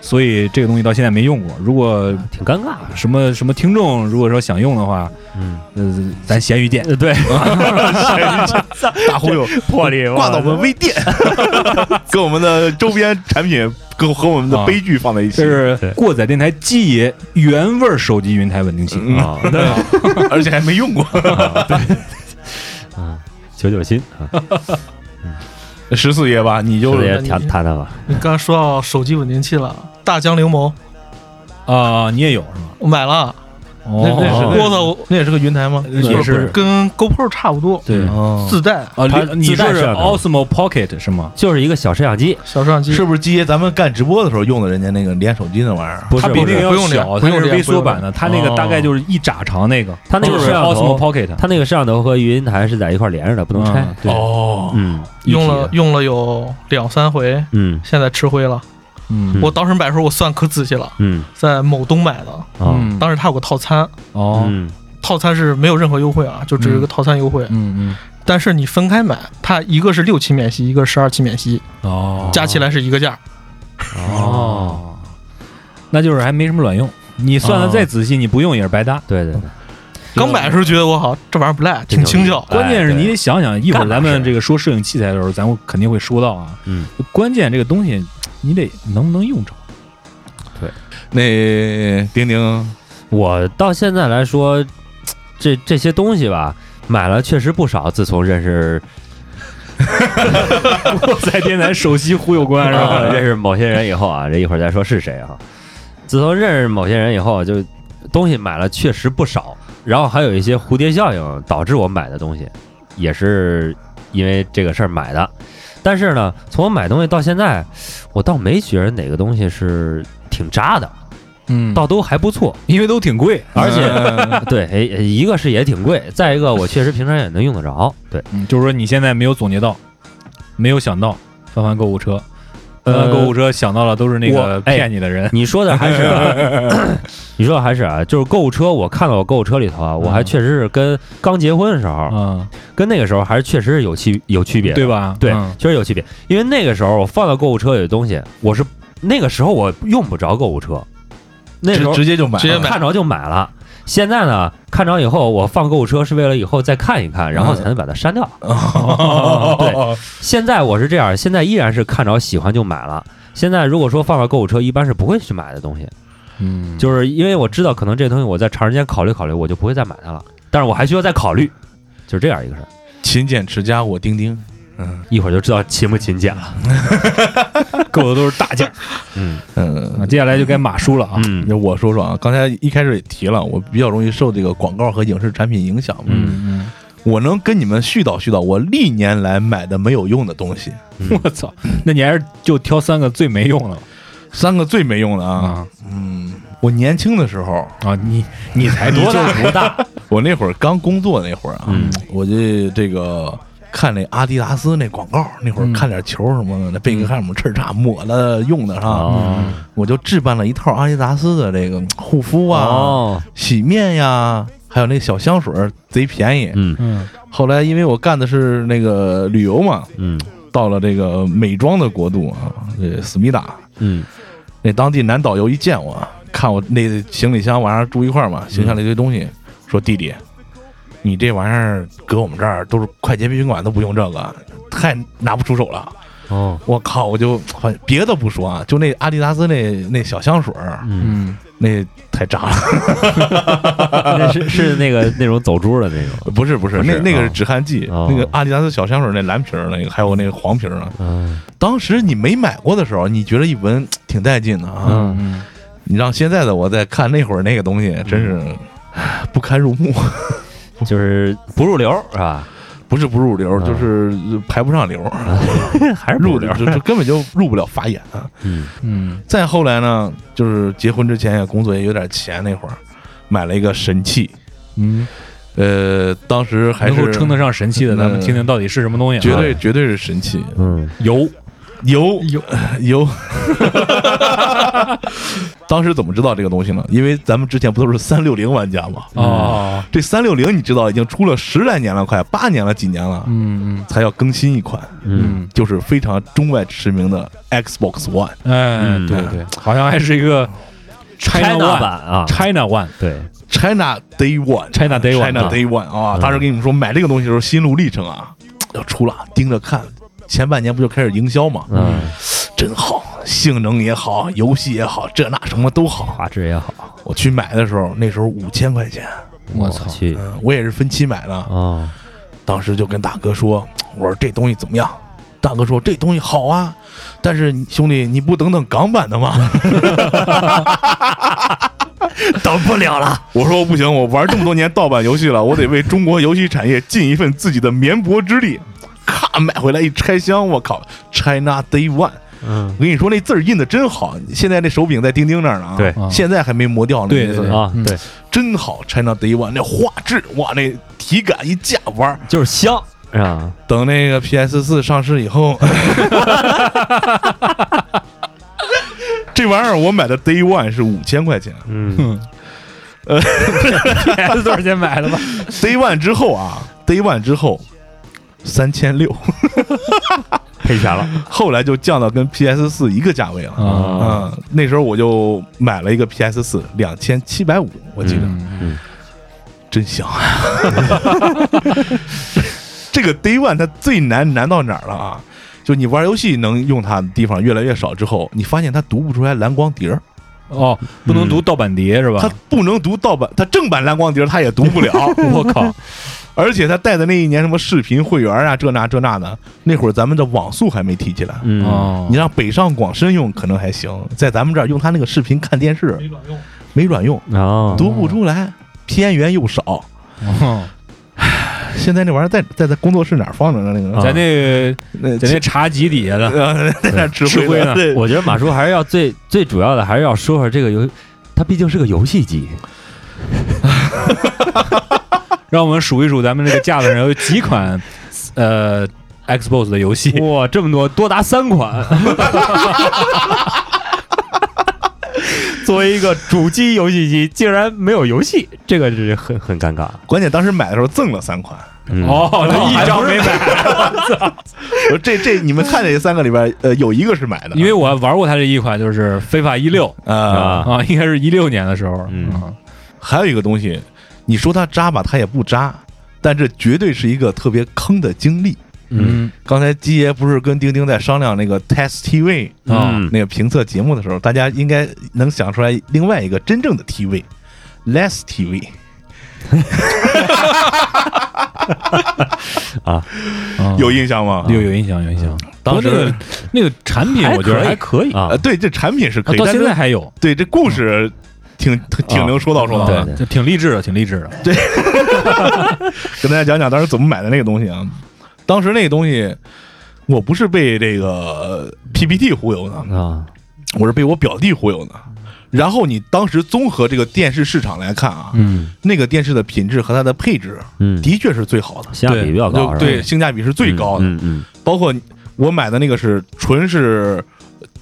Speaker 7: 所以这个东西到现在没用过。如果
Speaker 9: 挺尴尬的，
Speaker 7: 什么什么听众如果说想用的话，
Speaker 9: 嗯，
Speaker 7: 呃，咱闲鱼见。 对，
Speaker 6: 大忽悠，
Speaker 9: 魄力
Speaker 6: 挂到我们微店， 跟我们的周边产品跟和我们的悲剧放在一起
Speaker 7: 这，是
Speaker 9: 对
Speaker 7: 过载电台基爷原味儿手机云台稳定器。
Speaker 6: 嗯
Speaker 9: 啊，对
Speaker 6: 而且还没用过。
Speaker 9: 啊，九九新啊，
Speaker 6: 十四爷吧，你
Speaker 9: 这
Speaker 6: 就
Speaker 9: 个也
Speaker 6: 是
Speaker 9: 谈谈谈吧，
Speaker 8: 你刚才说到手机稳定器了，大疆柠檬
Speaker 7: 啊、你也有是吗？
Speaker 8: 我买了，
Speaker 7: 哦
Speaker 8: 那那
Speaker 9: 哦
Speaker 8: 是我操，那也是个嗯云台吗？
Speaker 7: 也是
Speaker 8: 跟 GoPro 差不多，
Speaker 7: 对啊
Speaker 6: 哦
Speaker 8: 自带，
Speaker 9: 它
Speaker 7: 你你
Speaker 9: 自带
Speaker 7: 说是
Speaker 9: 摄像头
Speaker 7: Osmo Pocket 是吗？
Speaker 9: 就是一个小摄像机，
Speaker 8: 小摄像机
Speaker 6: 是不是基爷？咱们干直播的时候用的人家那个连手机那玩意儿，啊
Speaker 9: 不
Speaker 7: 它
Speaker 9: 是
Speaker 7: 比
Speaker 9: 不
Speaker 7: 那个
Speaker 9: 是，
Speaker 8: 不
Speaker 7: 要
Speaker 8: 用这样
Speaker 7: 小，
Speaker 8: 不
Speaker 7: 它
Speaker 8: 用
Speaker 7: 是
Speaker 8: 这样
Speaker 7: 微缩版的，
Speaker 8: 不用这
Speaker 7: 它
Speaker 8: 样
Speaker 7: 那个大概就是一拃长那个，
Speaker 9: 它那个
Speaker 7: 就是
Speaker 9: 摄像头
Speaker 7: Osmo Pocket，
Speaker 9: 它那个摄像头和云台是在一块儿连着的，不能拆，
Speaker 7: 嗯对
Speaker 6: 哦，
Speaker 9: 嗯
Speaker 8: 用了用了有两三回，
Speaker 9: 嗯
Speaker 8: 现在吃灰了。
Speaker 7: 嗯
Speaker 8: 我当时买的时候我算可仔细了，
Speaker 9: 嗯
Speaker 8: 在某东买的，
Speaker 9: 啊
Speaker 7: 嗯
Speaker 8: 当时它有个套餐，
Speaker 7: 哦
Speaker 9: 嗯
Speaker 8: 套餐是没有任何优惠啊，就只有一个套餐优惠。
Speaker 7: 嗯
Speaker 8: 但是你分开买，它一个是六期免息，一个是十二期免息，
Speaker 7: 嗯哦
Speaker 8: 加起来是一个价。
Speaker 9: 哦，，
Speaker 7: 那就是还没什么卵用。你算的
Speaker 9: 哦
Speaker 7: 再仔细，你不用也是白搭。
Speaker 9: 对对对，
Speaker 8: 刚买的时候觉得我好，这玩意儿不赖，哦挺轻巧。
Speaker 9: 哎
Speaker 7: 关键是你得想想，一会儿
Speaker 9: 干嘛
Speaker 7: 咱们
Speaker 9: 是
Speaker 7: 这个说摄影器材的时候，咱们肯定会说到啊。
Speaker 9: 嗯，
Speaker 7: 关键这个东西你得能不能用 着。
Speaker 6: 那丁丁
Speaker 9: 我到现在来说，这这些东西吧，买了确实不少。自从认识
Speaker 7: 我在电台首席忽悠官是
Speaker 9: 啊
Speaker 7: 吧？
Speaker 9: 认识某些人以后啊， 这一会儿再说是谁啊。自从认识某些人以后，啊就东西买了确实不少，然后还有一些蝴蝶效应导致我买的东西，也是因为这个事儿买的。但是呢，从我买东西到现在，我倒没觉得哪个东西是挺渣的，
Speaker 7: 嗯
Speaker 9: 倒都还不错。
Speaker 7: 因为都挺贵，
Speaker 9: 而且
Speaker 6: 且
Speaker 9: 对，哎一个是也挺贵，再一个我确实平常也能用得着。对，
Speaker 7: 嗯就是说你现在没有总结到，没有想到翻翻购物车，刚刚
Speaker 9: 呃
Speaker 7: 购物车想到了都是那个
Speaker 9: 我哎
Speaker 7: 骗你的 人，
Speaker 9: 你说的还是、啊， 你说的还是啊，就是购物车，我看到我购物车里头啊，我还
Speaker 7: 嗯
Speaker 9: 确实是跟刚结婚的时候，
Speaker 7: 嗯，
Speaker 9: 跟那个时候还是确实是有区有区哦别的，
Speaker 7: 对吧？
Speaker 9: 对
Speaker 7: 嗯，
Speaker 9: 确实有区别。因为那个时候我放到购物车里的东西，我是那个时候我用不着购物车，那时
Speaker 6: 直
Speaker 9: 候
Speaker 6: 直接就买了，
Speaker 8: 直接 买
Speaker 9: 看着就买了。现在呢，看着以后我放购物车是为了以后再看一看，
Speaker 7: 嗯
Speaker 9: 然后才能把它 删掉。哦
Speaker 7: 哦
Speaker 9: 对现在我是这样，现在依然是看着喜欢就买了。现在如果说放到购物车，一般是不会去买的东西，
Speaker 7: 嗯，
Speaker 9: 就是因为我知道可能这东西我再长时间考虑考虑，我就不会再买它了。但是我还需要再考虑，就是这样一个事儿。
Speaker 6: 勤俭持家，我丁丁。嗯
Speaker 9: 一会儿就知道勤不勤俭了。
Speaker 7: 购的都是大件 儿。
Speaker 9: 嗯
Speaker 7: 啊
Speaker 6: 嗯，
Speaker 7: 接下来就该马叔了啊，
Speaker 9: 嗯
Speaker 6: 那我说说啊，刚才一开始也提了，我比较容易受这个广告和影视产品影响嘛。
Speaker 7: 嗯
Speaker 6: 我能跟你们絮叨絮叨我历年来买的没有用的东西，
Speaker 7: 嗯，我操，那你还是就挑三个最没用的吧
Speaker 6: 三个最没用的啊。
Speaker 7: 啊
Speaker 6: 嗯，我年轻的时候，
Speaker 7: 啊！你你才多大？
Speaker 9: 不大，
Speaker 6: 我那会儿刚工作那会儿啊，
Speaker 9: 嗯
Speaker 6: 我就这个看那阿迪达斯那广告，那
Speaker 9: 嗯
Speaker 6: 会儿看点球什么的，那贝克汉姆叱咤抹的用的哈，
Speaker 9: 哦
Speaker 6: 我就置办了一套阿迪达斯的这个护肤啊、
Speaker 9: 哦，
Speaker 6: 洗面呀，还有那小香水儿，贼便宜。
Speaker 9: 嗯
Speaker 7: 嗯
Speaker 6: 后来因为我干的是那个旅游嘛，
Speaker 9: 嗯
Speaker 6: 到了这个美妆的国度啊，这思密达
Speaker 9: 嗯
Speaker 6: 那当地男导游一见我，看我那行李箱晚上住一块儿
Speaker 9: 嗯
Speaker 6: 嘛，行李箱里一堆东西，说弟弟，你这玩意儿搁我们这儿都是快捷宾馆都不用这个，太拿不出手了。
Speaker 9: 哦
Speaker 6: 我靠，我就好像别的不说啊，就那阿迪达斯那那小香水儿，
Speaker 9: 嗯，
Speaker 7: 嗯，
Speaker 6: 那太渣了。
Speaker 9: 那是是那个那种走珠的那种，
Speaker 6: 不是不是，
Speaker 9: 不是
Speaker 6: 那那个
Speaker 9: 啊
Speaker 6: 是止汗剂，
Speaker 9: 哦
Speaker 6: 那个阿迪达斯小香水那蓝瓶儿那个，还有那个黄瓶儿呢。
Speaker 9: 嗯
Speaker 6: 当时你没买过的时候，你觉得一闻挺带劲的啊。
Speaker 7: 嗯
Speaker 6: 你让现在的我再看那会儿那个东西，真是唉不堪入目，
Speaker 9: 就是不入流是吧？
Speaker 6: 不是不入流，
Speaker 9: 嗯
Speaker 6: 就是排不上流，
Speaker 9: 还是不
Speaker 6: 入
Speaker 9: 入流？
Speaker 6: 就就根本就入不了法眼啊。
Speaker 9: 嗯
Speaker 7: 嗯
Speaker 6: 再后来呢，就是结婚之前也工作也有点钱，那会儿买了一个神器，
Speaker 7: 嗯，
Speaker 6: 呃，当时还
Speaker 7: 能够
Speaker 6: 是
Speaker 7: 称得上神器的，咱们
Speaker 6: 嗯
Speaker 7: 听听到底是什么东西啊？
Speaker 6: 绝对绝对是神器，
Speaker 9: 嗯
Speaker 7: 油
Speaker 6: 油
Speaker 8: 有
Speaker 6: 油。当时怎么知道这个东西呢？因为咱们之前不都是三六零玩家吗？
Speaker 7: 哦，
Speaker 6: 这三六零你知道已经出了十来年了，快八年了，几年了，
Speaker 7: 嗯
Speaker 6: 才要更新一款，
Speaker 9: 嗯
Speaker 7: 嗯
Speaker 6: 就是非常中外驰名的 Xbox One。
Speaker 7: 嗯，哎，
Speaker 9: 嗯
Speaker 7: 对对，好像还是一个
Speaker 9: ，China
Speaker 7: One
Speaker 9: 版啊，
Speaker 7: China One，
Speaker 9: 对，
Speaker 6: China Day One。
Speaker 7: China Day One
Speaker 6: China
Speaker 7: 啊
Speaker 6: Day One 啊！
Speaker 9: 嗯
Speaker 6: 当时跟你们说买这个东西的时候心路历程啊，要出了盯着看。前半年不就开始营销嘛，
Speaker 9: 嗯，
Speaker 6: 真好，性能也好，游戏也好，这那什么都好。
Speaker 9: 画质也好，
Speaker 6: 我去买的时候，那时候五千块钱，
Speaker 7: 我操
Speaker 9: 去
Speaker 6: 嗯，我也是分期买的。
Speaker 9: 哦，
Speaker 6: 当时就跟大哥说，我说这东西怎么样？大哥说这东西好啊，但是你兄弟你不等等港版的吗？
Speaker 9: 等不了了，
Speaker 6: 我说不行，我玩这么多年盗版游戏了，我得为中国游戏产业尽一份自己的绵薄之力。咔，买回来一拆箱，我靠，China Day One，
Speaker 9: 嗯
Speaker 6: 我跟你说那字儿印的真好，现在那手柄在钉钉那儿呢啊，
Speaker 9: 对
Speaker 6: 现在还没磨掉呢，
Speaker 7: 对
Speaker 6: 那字儿
Speaker 7: 对对
Speaker 9: 啊
Speaker 7: 嗯，
Speaker 9: 对，
Speaker 6: 真好，China Day One 那画质，哇，那体感一架玩儿，
Speaker 9: 就是 香是吧？
Speaker 6: 等那个 PS 四上市以后， 这玩意儿我买的 Day One 是五千块钱
Speaker 9: 嗯
Speaker 7: ，PS 多少钱买 的吧？
Speaker 6: ，Day One 之后啊，Day One 之后三千 六，
Speaker 9: 赔钱了
Speaker 6: 后来就降到跟 PS 四一个价位了。
Speaker 7: 啊，
Speaker 6: 嗯，那时候我就买了一个 PS 四，两千七百五，我记得、
Speaker 7: 嗯
Speaker 6: 真香 啊！这个 Day One 它最难难到哪儿了啊？就你玩游戏能用它的地方越来越少之后，你发现它读不出来蓝光碟儿。
Speaker 7: 哦，不能
Speaker 6: 嗯
Speaker 7: 读盗版碟是
Speaker 6: 他
Speaker 7: 吧？。
Speaker 6: 不能读盗版，他正版蓝光碟儿他也读不 了
Speaker 7: 我靠，
Speaker 6: 而且他带的那一年什么视频会员啊，这那这那的，那会儿咱们的网速还没提起来。
Speaker 9: 嗯
Speaker 7: 哦
Speaker 6: 你让北上广深用可能还行，在咱们这儿用他那个视频看电视没卵用，
Speaker 9: 哦，
Speaker 6: 读不出来，偏源又少。
Speaker 7: 哦
Speaker 6: 现在那玩意儿在在在工作室哪儿放着呢？那个
Speaker 7: 在那
Speaker 6: 那
Speaker 7: 啊在那茶几底下的，
Speaker 6: 啊呃在那儿吃
Speaker 7: 吃
Speaker 6: 灰
Speaker 7: 灰
Speaker 6: 呢
Speaker 7: 呢
Speaker 6: 对
Speaker 9: 我觉得马叔还是要最最主要的，还是要说说这个游，它毕竟是个游戏机，
Speaker 7: 让我们数一数咱们这个架子上有几款，呃 Xbox 的游戏，
Speaker 9: 哇，这么多，多达三款。 作为一个主机游戏机，竟然没有游戏，这个是很很尴尬。
Speaker 6: 关键当时买的时候赠了三款，
Speaker 9: 哦，
Speaker 7: 哦，那一张没买，
Speaker 6: 我说这这你们看这三个里边，呃，有一个是买的，
Speaker 7: 因为我玩过它这一款，就是《非法一六》
Speaker 6: 啊，
Speaker 7: 啊，应该是一六年的时候，
Speaker 9: 嗯
Speaker 7: 啊
Speaker 6: 还有一个东西，你说它渣吧，它也不渣，但这绝对是一个特别坑的经历。
Speaker 7: 嗯
Speaker 6: 刚才基爷不是跟丁丁在商量那个 Test TV
Speaker 7: 啊
Speaker 9: 嗯
Speaker 6: 那个评测节目的时候，大家应该能想出来另外一个真正的 TV，Less TV
Speaker 7: 啊
Speaker 6: 有印象吗？
Speaker 7: 有有印象有印象，
Speaker 6: 当时
Speaker 7: 不过那个那个产品我觉得还可以，啊
Speaker 9: 啊
Speaker 6: 呃，对，这产品是可以，
Speaker 7: 啊到
Speaker 6: 但
Speaker 7: 现
Speaker 6: 是
Speaker 7: 在还有，
Speaker 6: 对这故事挺挺挺能说道说道的。
Speaker 9: 啊对
Speaker 7: 对，挺励志的，挺励志的，
Speaker 6: 跟大家讲讲当时怎么买的那个东西啊。当时那个东西，我不是被这个呃 PPT 忽悠的，
Speaker 9: 啊，
Speaker 6: 我是被我表弟忽悠的。然后你当时综合这个电视市场来看啊，
Speaker 9: 嗯
Speaker 6: 那个电视的品质和它的配置
Speaker 9: 嗯，
Speaker 6: 的确是最好的，
Speaker 9: 性价比比较高，
Speaker 6: 就是
Speaker 9: 吧
Speaker 6: 对，性价比是最高的。
Speaker 9: 嗯嗯
Speaker 6: 包括我买的那个是纯是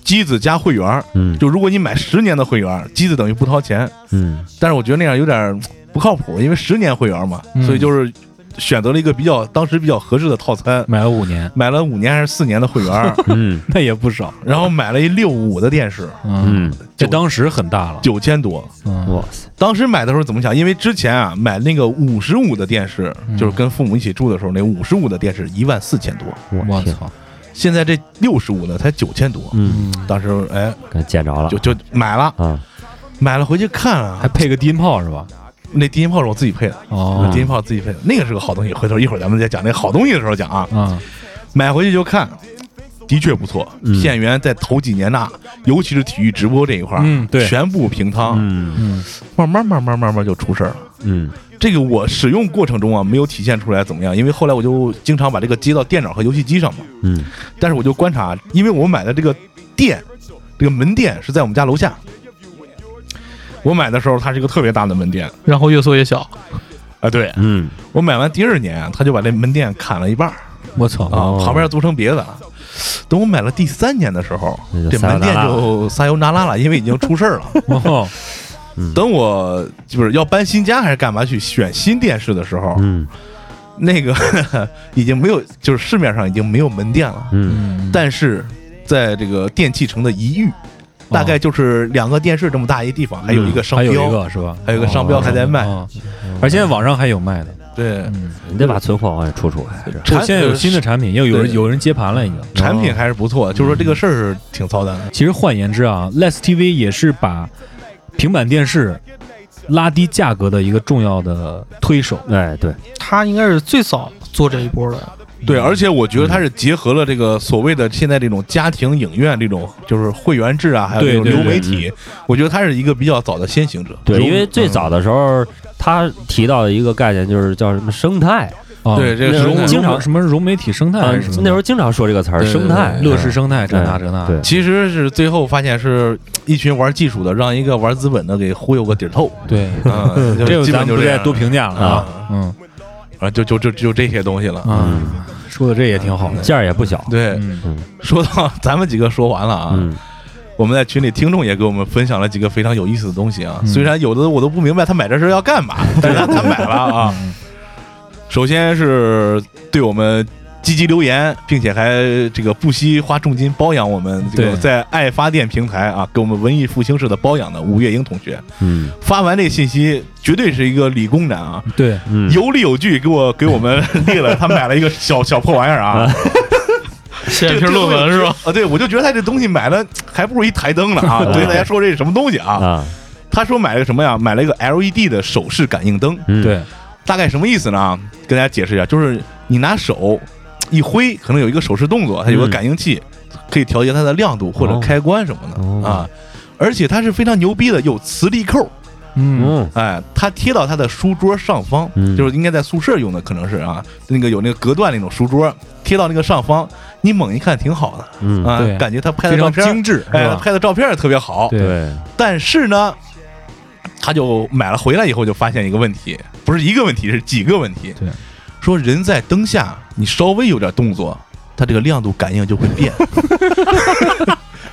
Speaker 6: 机子加会员儿，
Speaker 9: 嗯
Speaker 6: 就如果你买十年的会员儿，机子等于不掏钱。
Speaker 9: 嗯
Speaker 6: 但是我觉得那样有点儿不靠谱，因为十年会员嘛，
Speaker 7: 嗯
Speaker 6: 所以就是选择了一个比较当时比较合适的套餐，
Speaker 7: 买了五年，
Speaker 6: 买了五年还是四年的会员 儿，
Speaker 9: 嗯
Speaker 7: 那也不少，
Speaker 6: 然后买了一六五的电视，
Speaker 7: 嗯，
Speaker 9: 嗯，
Speaker 7: 这当时很大了，
Speaker 6: 九千多。
Speaker 7: 嗯
Speaker 9: 哇塞，
Speaker 6: 当时买的时候怎么想？因为之前啊买那个五十五的电视，
Speaker 7: 嗯
Speaker 6: 就是跟父母一起住的时候，那五十五的电视一万四千多，
Speaker 7: 我
Speaker 9: 我天，
Speaker 7: 操，
Speaker 6: 现在这六十五的才九千多。
Speaker 9: 嗯，
Speaker 7: 嗯，
Speaker 6: 当时哎，
Speaker 9: 给捡着了
Speaker 6: 就就买了，
Speaker 9: 啊，
Speaker 6: 买了回去看啊，
Speaker 7: 还配个低音炮是吧？
Speaker 6: 那低音炮是我自己配的，
Speaker 7: 哦
Speaker 9: 嗯
Speaker 6: 低音炮自己配的，那个是个好东西。回头一会儿咱们再讲那个好东西的时候讲啊。
Speaker 7: 啊，
Speaker 6: 买回去就看，的确不错。
Speaker 9: 嗯
Speaker 6: 片源在头几年呐，尤其是体育直播这一块儿，
Speaker 7: 嗯对
Speaker 6: 全部平仓，
Speaker 9: 嗯
Speaker 7: 嗯
Speaker 6: 慢慢慢慢慢慢就出事儿了。
Speaker 9: 嗯
Speaker 6: 这个我使用过程中啊，没有体现出来怎么样，因为后来我就经常把这个接到电脑和游戏机上嘛。
Speaker 9: 嗯
Speaker 6: 但是我就观察，因为我买的这个店，这个门店是在我们家楼下。我买的时候，它是一个特别大的门店
Speaker 8: 然后越缩越小，
Speaker 6: 啊。对
Speaker 9: 嗯，
Speaker 6: 我买完第二年啊，他就把这门店砍了一半儿
Speaker 7: 我操，
Speaker 6: 啊，
Speaker 9: 哦
Speaker 6: 旁边租成别的了。等我买了第三年的时候
Speaker 9: 那就，
Speaker 6: 这
Speaker 9: 撒
Speaker 6: 门
Speaker 9: 由那
Speaker 6: 店
Speaker 9: 拉了
Speaker 6: 就哦撒由那拉了，因为已经出事儿了。
Speaker 7: 哦，
Speaker 6: 等我就是要搬新家还是干嘛去选新电视的时候，
Speaker 9: 嗯
Speaker 6: 那个 已经没有，就是市面上已经没有门店了。
Speaker 9: 嗯
Speaker 7: 嗯
Speaker 6: 但是在这个电器城的一域，
Speaker 7: 哦
Speaker 6: 大概就是两个电视这么大一地方，还有一个商
Speaker 7: 还有一
Speaker 6: 标。
Speaker 7: 个是吧？
Speaker 6: 还有一个商标还在卖
Speaker 7: 哦，而现在网上还有卖的。
Speaker 6: 对，
Speaker 7: 嗯，
Speaker 9: 你得把存货往外出出还是，
Speaker 7: 我现在有新的产品，又有人
Speaker 6: 对
Speaker 7: 有人接盘了已经。嗯
Speaker 6: 产品还是不错，就是说这个事儿是挺操蛋的。
Speaker 7: 其实换言之啊，Less TV 也是把平板电视拉低价格的一个重要的推手。
Speaker 9: 哎对，
Speaker 8: 他应该是最早做这一波的。
Speaker 7: 嗯
Speaker 6: 对，而且我觉得它是结合了这个所谓的现在这种家庭影院这种就是会员制啊，还有这种
Speaker 7: 对
Speaker 6: 流
Speaker 7: 对
Speaker 6: 媒
Speaker 9: 对
Speaker 6: 体，我觉得它是一个比较早的先行者。
Speaker 9: 对，
Speaker 6: 流
Speaker 9: 因为最早的时候，他提到的一个概念就是叫什么生态
Speaker 7: 啊
Speaker 6: 对这个
Speaker 9: 那
Speaker 6: 是
Speaker 9: 时候
Speaker 7: 融
Speaker 9: 经
Speaker 7: 经
Speaker 9: 常
Speaker 7: 常什么融媒体生态
Speaker 9: 啊
Speaker 7: 还是什，么的？
Speaker 9: 那时候经常说这个词儿，
Speaker 6: 对对
Speaker 9: 生态，嗯哎
Speaker 6: 对
Speaker 7: 乐视生态这那这那，
Speaker 9: 对，
Speaker 6: 其实是最后发现是一群玩技术的，让一个玩资本的给忽悠个底儿透。
Speaker 7: 对，
Speaker 6: 嗯，就
Speaker 7: 这个
Speaker 6: 基本
Speaker 7: 咱
Speaker 6: 就
Speaker 7: 们不
Speaker 6: 这
Speaker 7: 再
Speaker 6: 样
Speaker 7: 多评价了啊。嗯
Speaker 6: 啊，就就就就这些东西了。
Speaker 7: 啊，
Speaker 9: 嗯
Speaker 7: 说的这也挺好的。
Speaker 9: 价儿也不小，
Speaker 6: 对，
Speaker 7: 嗯
Speaker 6: 说到咱们几个说完了啊，
Speaker 9: 嗯
Speaker 6: 我们在群里听众也给我们分享了几个非常有意思的东西啊。
Speaker 7: 嗯
Speaker 6: 虽然有的我都不明白他买这是要干嘛，但是他他买了啊。
Speaker 7: 嗯
Speaker 6: 首先是对我们积极留言，并且还这个不惜花重金包养我们这个
Speaker 7: 对
Speaker 6: 在爱发电平台啊，给我们文艺复兴式的包养的吴月英同学，
Speaker 9: 嗯
Speaker 6: 发完这信息绝对是一个理工男啊，
Speaker 7: 对，
Speaker 9: 嗯，
Speaker 6: 有理有据，给我给我们列了，他买了一个小小破玩意儿啊，
Speaker 8: 写
Speaker 6: 这
Speaker 8: 一篇论文是吧？？
Speaker 6: 啊，对，我就觉得他这东西买了还不如一台灯呢 啊！对大家说这是什么东西啊？
Speaker 9: 啊，
Speaker 6: 他说买了个什么呀？买了一个 LED 的手势感应灯，
Speaker 9: 嗯，
Speaker 7: 对，
Speaker 6: 大概什么意思呢？啊跟大家解释一下，就是你拿手一挥，可能有一个手势动作，它有个
Speaker 9: 嗯
Speaker 6: 感应器，可以调节它的亮度或者
Speaker 9: 哦
Speaker 6: 开关什么
Speaker 9: 哦
Speaker 6: 的啊。而且它是非常牛逼的，有磁力扣，
Speaker 7: 嗯
Speaker 9: 嗯
Speaker 6: 哎，它贴到他的书桌上方，
Speaker 9: 嗯
Speaker 6: 就是应该在宿舍用的，可能是啊，那个有那个隔断那种书桌，贴到那个上方，你猛一看挺好的
Speaker 9: 嗯，
Speaker 6: 啊
Speaker 7: 对，
Speaker 6: 感觉他拍的
Speaker 7: 非
Speaker 6: 照
Speaker 7: 常
Speaker 6: 片儿，
Speaker 7: 精致，
Speaker 6: 哎
Speaker 7: 是，吧
Speaker 6: 拍的照片也特别好。
Speaker 7: 对
Speaker 9: 对，
Speaker 6: 但是呢，他就买了回来以后就发现一个问题，不是一个问题，是几个问题。
Speaker 7: 对，
Speaker 6: 说人在灯下，你稍微有点动作，它这个亮度感应就会 变。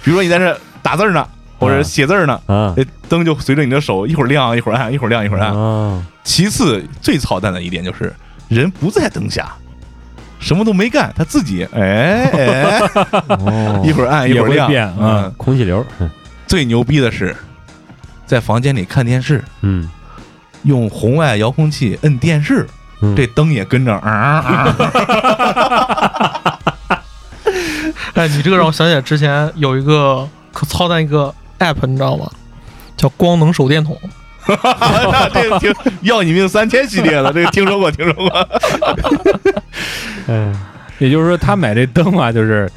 Speaker 6: 比如说你在这打字儿呢，或者写字儿呢，
Speaker 9: 啊
Speaker 6: 这灯就随着你的手一会儿亮一会儿暗，一会儿亮一会儿暗。
Speaker 9: 啊，
Speaker 6: 其次，最操蛋的一点就是人不在灯下，什么都没干，他自己哎哎，一会儿暗一会儿
Speaker 7: 也
Speaker 6: 亮
Speaker 7: 会变，嗯
Speaker 6: 嗯，
Speaker 9: 空气流，
Speaker 6: 最牛逼的是，在房间里看电视，
Speaker 9: 嗯，
Speaker 6: 用红外遥控器摁电视，
Speaker 9: 嗯
Speaker 6: 这灯也跟着啊啊，
Speaker 8: 哎，你这个让我想起来之前有一个可操蛋一个 app，你知道吗？叫光能手电筒，
Speaker 6: 那这个听要你命三千系列的，这个听说过，听说过。
Speaker 9: 哎，
Speaker 7: 也就是说，他买这灯啊，就是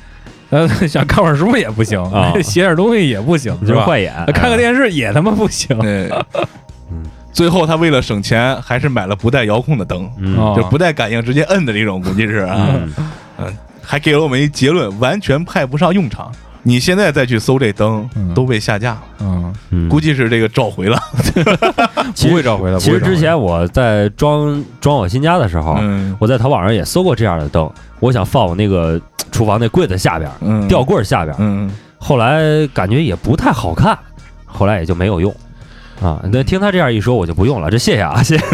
Speaker 7: 呃 想看会儿书也不行
Speaker 9: 啊，
Speaker 7: 写点东西也不行，
Speaker 9: 就是是
Speaker 7: 吧？
Speaker 9: 坏眼，啊
Speaker 7: 看个电视也他妈不行，
Speaker 6: 对
Speaker 9: 嗯
Speaker 6: 最后他为了省钱，还是买了不带遥控的灯，
Speaker 9: 嗯，
Speaker 7: 哦
Speaker 6: 就不带感应，直接摁的这种，估计是啊。
Speaker 9: 嗯，
Speaker 6: 还给了我们一结论，完全派不上用场。你现在再去搜这灯
Speaker 7: 嗯，
Speaker 6: 都被下架了，
Speaker 7: 嗯，
Speaker 9: 嗯
Speaker 6: 估计是这个召回了。
Speaker 9: 其
Speaker 7: 不会
Speaker 9: 实
Speaker 7: 召
Speaker 6: 呃
Speaker 7: 回的。
Speaker 9: 其
Speaker 7: 不会
Speaker 9: 实
Speaker 7: 召回
Speaker 9: 之前我在装装我新家的时候，
Speaker 6: 嗯
Speaker 9: 我在淘宝上也搜过这样的灯，我想放我那个厨房那柜子下边儿，
Speaker 6: 嗯，
Speaker 9: 吊柜儿下边儿，
Speaker 6: 嗯，
Speaker 9: 后来感觉也不太好看，后来也就没有用。啊，那听他这样一说，我就不用了。这谢谢啊，谢谢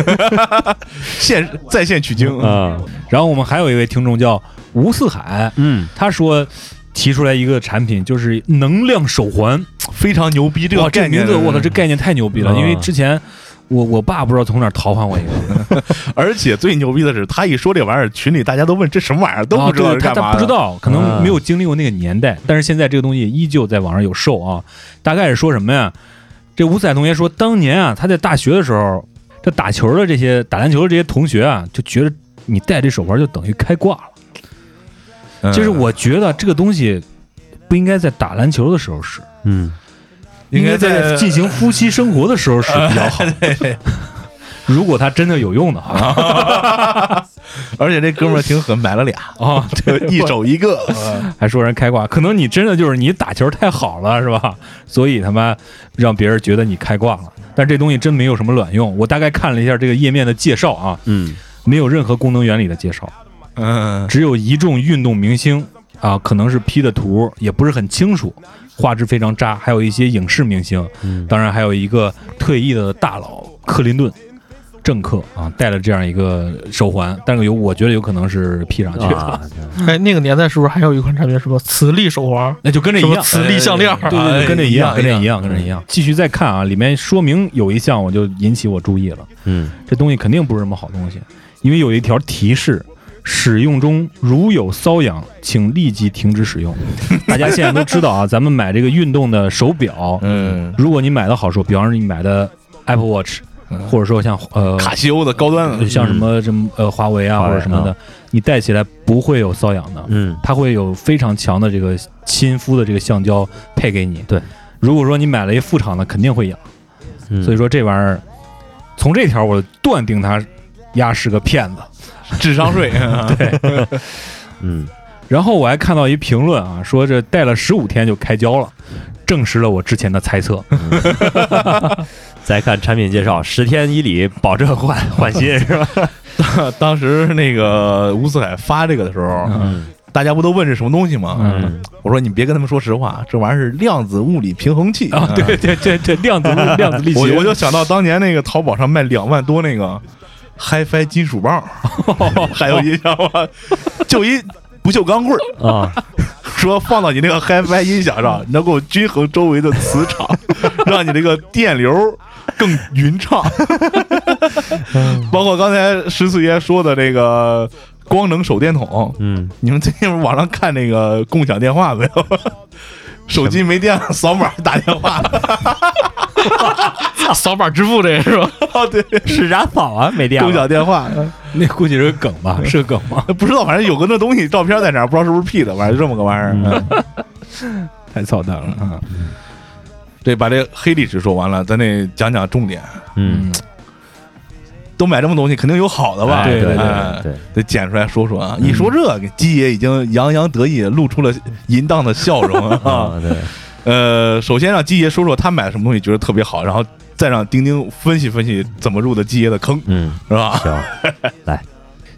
Speaker 6: 现在线取经，
Speaker 7: 嗯
Speaker 9: 啊，
Speaker 7: 然后我们还有一位听众叫吴四海，
Speaker 9: 嗯，
Speaker 7: 他说提出来一个产品，就是能量手环。
Speaker 6: 非常牛逼这
Speaker 7: 哇，
Speaker 6: 个
Speaker 7: 这
Speaker 6: 概
Speaker 7: 名
Speaker 6: 念。
Speaker 7: 字，我操，这概念太牛逼了！
Speaker 9: 嗯
Speaker 7: 因为之前我我爸不知道从哪儿淘换我一个，
Speaker 6: 而且最牛逼的是，他一说这玩意儿，群里大家都问这什么玩意儿，都不知道
Speaker 7: 啊
Speaker 6: 是
Speaker 7: 对
Speaker 6: 干
Speaker 7: 他
Speaker 6: 嘛的。
Speaker 7: 他
Speaker 6: 嗯
Speaker 7: 不知道，可能没有经历过那个年代。但是现在这个东西依旧在网上有售啊。大概是说什么呀？这吴彩同学说，当年啊，他在大学的时候，这打球的这些打篮球的这些同学啊，就觉得你戴这手环就等于开挂了。
Speaker 6: 嗯，
Speaker 7: 就是我觉得这个东西不应该在打篮球的时候使，
Speaker 9: 嗯，
Speaker 6: 应该
Speaker 7: 在
Speaker 6: 在
Speaker 7: 进行夫妻生活的时候使比较 好。 如果它真的有用的话。
Speaker 6: 而且这哥们儿挺狠，买了 俩，
Speaker 7: 啊，
Speaker 6: 就一手一 个。
Speaker 7: 还说人开挂，可能你真的就是你打球太好了，是吧？ 所以他妈让别人觉得你开挂了。但这东西真没有什么卵用。我大概看了一下这个页面的介绍啊，
Speaker 9: 嗯，
Speaker 7: 没有任何功能原理的介绍，
Speaker 6: 嗯，
Speaker 7: 只有一众运动明星啊，可能是 P 的图，也不是很清楚，画质非常渣，还有一些影视明星，
Speaker 9: 嗯
Speaker 7: 当然还有一个退役的大佬克林顿。政客啊，戴了这样一个手环，但是有我觉得有可能是 P 上去的，
Speaker 9: 啊，
Speaker 8: 哎，那个年代是不是还有一款产品什么磁力手环？
Speaker 7: 那就跟这一
Speaker 8: 什么
Speaker 7: 样，
Speaker 8: 磁力项链儿？
Speaker 7: 对对
Speaker 6: 哎
Speaker 7: 对，跟这一样，
Speaker 6: 一样
Speaker 7: 跟这一
Speaker 6: 一
Speaker 7: 样，
Speaker 6: 样
Speaker 7: 跟这一样。继续再看啊，里面说明有一项我就引起我注意了，
Speaker 9: 嗯
Speaker 7: 这东西肯定不是什么好东西，因为有一条提示：使用中如有瘙痒，请立即停止使用。大家现在都知道啊，咱们买这个运动的手表，
Speaker 6: 嗯，
Speaker 7: 如果你买的好处，比方说你买的 Apple Watch，或者说像呃。
Speaker 6: 卡西欧的高端的，
Speaker 7: 像什么什么呃华为啊
Speaker 9: 华
Speaker 7: 或
Speaker 9: 为
Speaker 7: 者什么的，你戴起来不会有瘙痒的，
Speaker 9: 嗯
Speaker 7: 它会有非常强的这个亲肤的这个橡胶配给你。
Speaker 9: 对，
Speaker 7: 如果说你买了一副厂的，肯定会痒。
Speaker 9: 嗯，
Speaker 7: 所以说这玩意儿，从这条我断定他丫是个骗子。
Speaker 6: 智商 税。
Speaker 9: 嗯
Speaker 7: 然后我还看到一评论啊，说这戴了十五天就开胶了，证实了我之前的猜 测。
Speaker 9: 再看产品介绍，十天以里保证换换新是吧？
Speaker 6: 当时那个吴四海发这个的时候，
Speaker 9: 嗯
Speaker 6: 大家不都问是什么东西吗？
Speaker 9: 嗯
Speaker 6: 我说你别跟他们说实话，这玩意儿是量子物理平衡器
Speaker 7: 啊，对对对对，量子力量子力
Speaker 6: 嗯
Speaker 7: 学，
Speaker 6: 我我就想到当年那个淘宝上卖两万多那个 HiFi 金属 棒，还有印象吗？ 就一不锈钢棍儿，
Speaker 9: 啊，
Speaker 6: 说放到你那个 HiFi 音响上，能够均衡周围的磁 场，让你这个电流更匀畅。包括刚才十四爷说的这个光能手电筒，
Speaker 9: 嗯，
Speaker 6: 你们最近网上看那个共享电话没有？手机没电了，扫码打电话。
Speaker 8: 扫码支付这个是吧？
Speaker 6: 哦，对，
Speaker 9: 是啥草啊？没电
Speaker 6: 共享电话，
Speaker 7: 那估计是个梗吧？是个梗吗？
Speaker 6: 不知道，反正有个那东西，照片在哪儿，不知道是不是 P 的，反正就这么个玩意儿。嗯
Speaker 7: 太操蛋了啊！
Speaker 6: 对，把这黑历史说完了，咱得讲讲重点。
Speaker 9: 嗯，
Speaker 6: 都买这么东西，肯定有好的吧？
Speaker 9: 哎对
Speaker 6: 哎
Speaker 9: 对对，
Speaker 6: 得捡出来说说啊！一说这，鸡爷已经洋洋得意，露出了淫荡的笑容啊。
Speaker 9: 啊对，
Speaker 6: 呃，首先让鸡爷说说他买了什么东西觉得特别好，然后再让丁丁分析分析怎么入的鸡爷的坑，
Speaker 9: 嗯，
Speaker 6: 是吧？
Speaker 9: 行，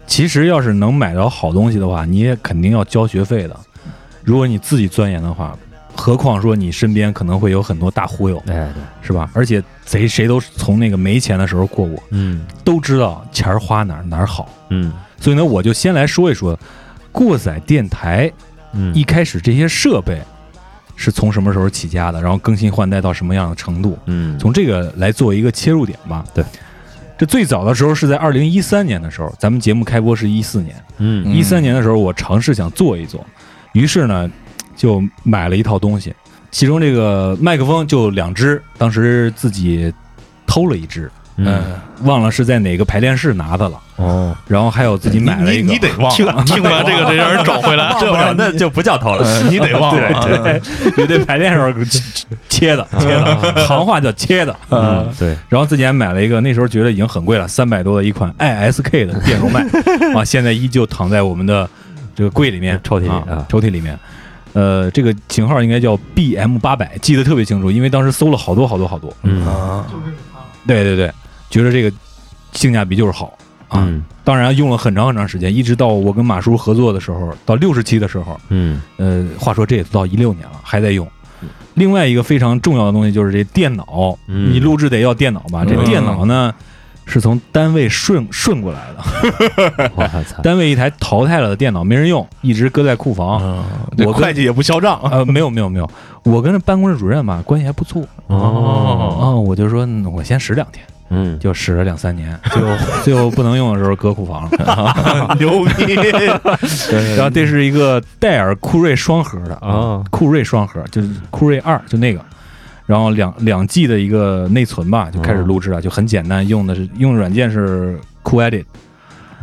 Speaker 7: 其实要是能买着好东西的话，你也肯定要交学费的。如果你自己钻研的话，何况说你身边可能会有很多大忽悠，
Speaker 9: 哎对，
Speaker 7: 是吧？而且贼谁都是从那个没钱的时候过过，
Speaker 9: 嗯
Speaker 7: 都知道钱儿花哪儿哪儿好。
Speaker 9: 嗯
Speaker 7: 所以呢，我就先来说一说过载电台
Speaker 9: 嗯
Speaker 7: 一开始这些设备是从什么时候起家的，然后更新换代到什么样的程度，
Speaker 9: 嗯
Speaker 7: 从这个来做一个切入点吧。
Speaker 9: 对，
Speaker 7: 这最早的时候是在二零一三年的时候，咱们节目开播是一四年，
Speaker 9: 嗯
Speaker 7: 一三年的时候我尝试想做一做，于是呢就买了一套东西，其中这个麦克风就两只，当时自己偷了一只，呃
Speaker 9: 嗯
Speaker 7: 忘了是在哪个排练室拿的了，
Speaker 9: 哦，
Speaker 7: 然后还有自己买了
Speaker 6: 你
Speaker 7: 一个
Speaker 6: 你得忘
Speaker 8: 听
Speaker 6: 了，
Speaker 8: 听完这个得让人找 回来，
Speaker 9: 啊这玩意儿那就不叫偷了，
Speaker 7: 呃
Speaker 6: 你得忘了，
Speaker 9: 对
Speaker 6: 对
Speaker 7: 乐队排练时候切切 的，切的，
Speaker 9: 啊
Speaker 7: 行话叫切的。
Speaker 9: 嗯对，
Speaker 7: 然后自己还买了一个，那时候觉得已经很贵了，三百多的一款 ISK 的电 容麦啊，现在依旧躺在我们的这个柜里面、
Speaker 9: 抽屉里
Speaker 7: 啊
Speaker 9: 啊、
Speaker 7: 抽屉里面。呃，这个型号应该叫 BM 八百，记得特别清楚，因为当时搜了好多好多好多。
Speaker 9: 嗯
Speaker 6: 啊，
Speaker 7: 对对对，觉得这个性价比就是好啊。
Speaker 9: 嗯
Speaker 7: 当然用了很长很长时间，一直到我跟马叔合作的时候，到六十期的时候，
Speaker 9: 嗯
Speaker 7: 呃，话说这也到一六年了，还在用。另外一个非常重要的东西就是这电脑，
Speaker 9: 嗯
Speaker 7: 你录制得要电脑吧？这
Speaker 6: 嗯
Speaker 7: 电脑呢是从单位顺顺过来的，
Speaker 9: 嗯我操，
Speaker 7: 单位一台淘汰了的电脑没人用，一直搁在库
Speaker 9: 嗯
Speaker 7: 房。
Speaker 6: 这
Speaker 7: 我跟
Speaker 6: 会计也不嚣张 啊，
Speaker 7: 呃，没有没有没有，我跟办公室主任嘛关系还不错
Speaker 9: 哦，
Speaker 7: 啊、我就说嗯我先使两天，
Speaker 9: 嗯
Speaker 7: 就使了两三年， 最后最后不能用的时候搁库房 了。
Speaker 6: 牛逼，
Speaker 7: 然后这是一个戴尔酷睿双核的啊
Speaker 9: 哦
Speaker 7: 酷睿双核，就是酷睿二，就那个，然后两两 G 的一个内存吧，就开始录制了，就很简单，用的是用的软件是 Coedit，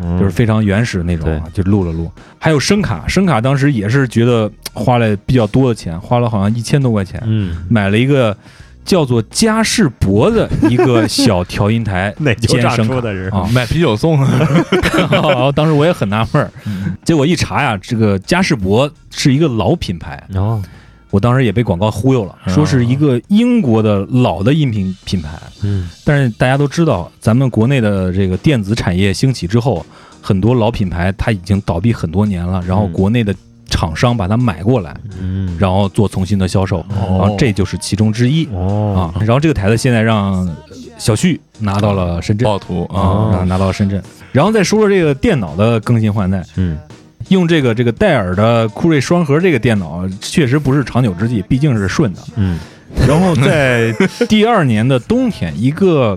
Speaker 9: 嗯
Speaker 7: 就是非常原始那种啊，就录了录。还有声卡，声卡当时也是觉得花了比较多的钱，花了好像一千多块钱，
Speaker 9: 嗯
Speaker 7: 买了一个叫做嘉士伯的一个小调音 台
Speaker 9: 那
Speaker 7: 兼声卡。
Speaker 9: 的是
Speaker 7: 啊，
Speaker 6: 买啤酒送的，
Speaker 7: 然后当时我也很纳闷儿，
Speaker 9: 嗯
Speaker 7: 结果一查呀，这个嘉士伯是一个老品牌，
Speaker 9: 哦，
Speaker 7: 我当时也被广告忽悠了，说是一个英国的老的音频品牌，
Speaker 9: 嗯
Speaker 7: 但是大家都知道，咱们国内的这个电子产业兴起之后，很多老品牌它已经倒闭很多年了，然后
Speaker 9: 嗯
Speaker 7: 国内的厂商把它买过来，
Speaker 9: 嗯，
Speaker 7: 然后做重新的销售，然后这就是其中之一
Speaker 9: 哦
Speaker 7: 啊。然后这个台子现在让小旭拿到
Speaker 9: 哦
Speaker 7: 了深圳
Speaker 6: 暴徒
Speaker 7: 啊
Speaker 6: 啊，，
Speaker 7: 拿拿到了深圳。然后再说说这个电脑的更新换代，
Speaker 9: 嗯
Speaker 7: 用这个这个戴尔的酷睿双核这个电脑，确实不是长久之计，毕竟是顺的。
Speaker 9: 嗯
Speaker 7: 然后在第二年的冬天，一个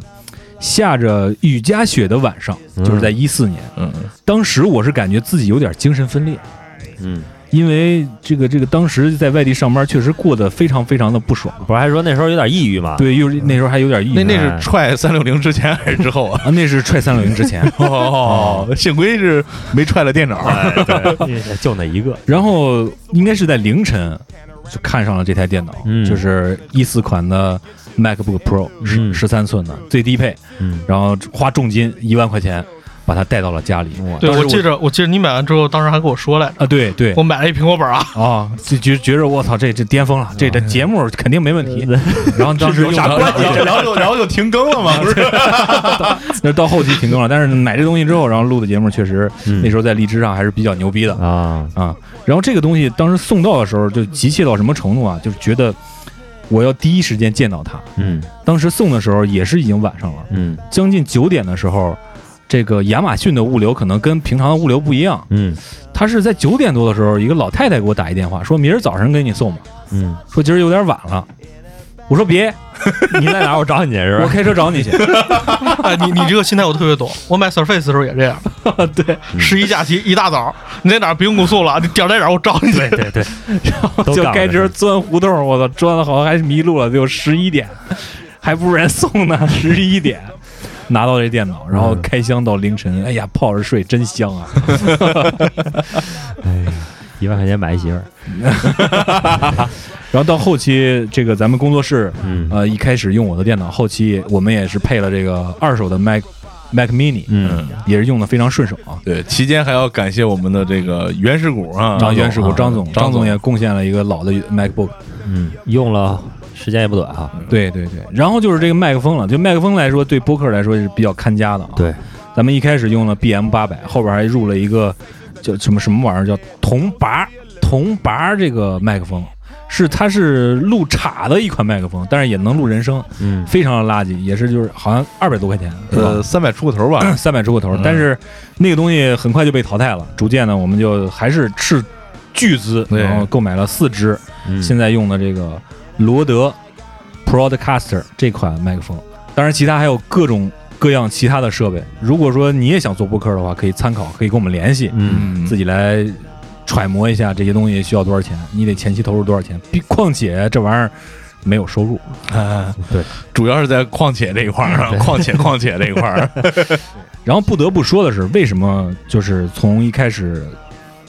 Speaker 7: 下着雨夹雪的晚上，就是在一四年，
Speaker 6: 嗯，
Speaker 7: 当时我是感觉自己有点精神分裂，
Speaker 9: 嗯，
Speaker 7: 因为这个这个当时在外地上班，确实过得非常非常的不爽。嗯
Speaker 9: 不是还说那时候有点抑郁嘛？
Speaker 7: 对，又是那时候还有点抑郁，
Speaker 6: 那那是踹三六零之前还是之后啊？
Speaker 7: 啊，那是踹三六零之前。
Speaker 6: 哦，幸亏是没踹了电脑，
Speaker 9: 哎对， 就那一个，
Speaker 7: 然后应该是在凌晨就看上了这台电脑，
Speaker 9: 嗯
Speaker 7: 就是一四款的 MacBook Pro 十
Speaker 9: 嗯
Speaker 7: 十三寸的最低配，
Speaker 9: 嗯
Speaker 7: 然后花重金一万块钱把它带到了家里。
Speaker 8: 对，
Speaker 7: 当
Speaker 8: 我
Speaker 7: 时
Speaker 8: 记着，我记着你买完之后，当时还跟我说来着，
Speaker 7: 啊，对对
Speaker 8: 我买了一苹果本啊，
Speaker 7: 啊，就觉觉着我操，这这巅峰
Speaker 6: 啊
Speaker 7: 了，这这节目肯定没问题。 然后当时
Speaker 6: 有啥
Speaker 7: 用
Speaker 6: 关系？然后就然后就停更了嘛，不是？
Speaker 7: 那到后期停更了，但是买这东西之后，然后录的节目确实
Speaker 9: 嗯
Speaker 7: 那时候在荔枝上还是比较牛逼的。
Speaker 9: 啊，
Speaker 7: 啊。然后这个东西当时送到的时候，就急切到什么程度啊？就是觉得我要第一时间见到它。
Speaker 9: 嗯
Speaker 7: 当时送的时候也是已经晚上了，
Speaker 9: 嗯
Speaker 7: 将近九点的时候，这个亚马逊的物流可能跟平常的物流不一样，
Speaker 9: 嗯
Speaker 7: 它是在九点多的时候，一个老太太给我打一电话，说明儿早上给你送吧，
Speaker 9: 嗯，
Speaker 7: 说今儿有点晚了。我说别，
Speaker 9: 你在哪儿？我找你去是
Speaker 7: 我
Speaker 9: 吧？
Speaker 7: 开车找你去。
Speaker 8: 哎，你你这个心态我特别懂。我买 Surface 的时候也这样。对，十一假期一大早，你在哪儿不用给我送了，你点儿在哪儿我找你。
Speaker 9: 对对对， 都
Speaker 7: 就
Speaker 9: 干了
Speaker 7: 开
Speaker 9: 这
Speaker 7: 车钻胡同，我操，钻的好像还迷路了，就十一点， 还不如人送呢， 十一点。拿到这电脑，
Speaker 9: 嗯
Speaker 7: 然后开箱到凌晨，哎呀，泡着睡真香 啊！
Speaker 9: 一万块钱买一媳妇儿，
Speaker 7: 然后到后期，这个咱们工作室，
Speaker 9: 嗯
Speaker 7: 呃，一开始用我的电脑，后期我们也是配了这个二手的 Mac Mac Mini，
Speaker 9: 嗯
Speaker 7: 也是用的非常顺手 啊。
Speaker 6: 对，期间还要感谢我们的这个原始股啊，
Speaker 7: 张原始股
Speaker 6: 啊
Speaker 7: 张总，
Speaker 6: 张
Speaker 7: 总
Speaker 6: 也
Speaker 7: 也贡献了一个老的 MacBook，
Speaker 9: 嗯，用了时间也不短哈，
Speaker 7: 对对对。然后就是这个麦克风了，就麦克风来说，对播客来说是比较看家的啊。
Speaker 9: 对，
Speaker 7: 咱们一开始用了 BM 八百，后边还入了一个叫什么什么玩意儿，叫铜拔铜拔这个麦克风，是它是录叉的一款麦克风，但是也能录人声，
Speaker 9: 嗯，
Speaker 7: 非常的垃圾，也是就是好像二百多块钱，是吧
Speaker 6: 呃，三百出个 头吧，
Speaker 7: 三百出个头儿
Speaker 6: 嗯，
Speaker 7: 但是那个东西很快就被淘汰了。逐渐呢，我们就还是斥巨资，
Speaker 6: 对
Speaker 7: 然后购买了四支，
Speaker 9: 嗯
Speaker 7: 现在用的这个罗德 Broadcaster 这款麦克风。当然，其他还有各种各样其他的设备。如果说你也想做播客的话，可以参考，可以跟我们联系，
Speaker 9: 嗯
Speaker 6: 嗯，
Speaker 7: 自己来揣摩一下这些东西需要多少钱，你得前期投入多少钱。并况且这玩意儿没有收入，
Speaker 6: 啊，
Speaker 9: 对，
Speaker 6: 主要是在况且这一块儿啊，况且况且这一块 儿，
Speaker 7: 然后不得不说的是，为什么就是从一开始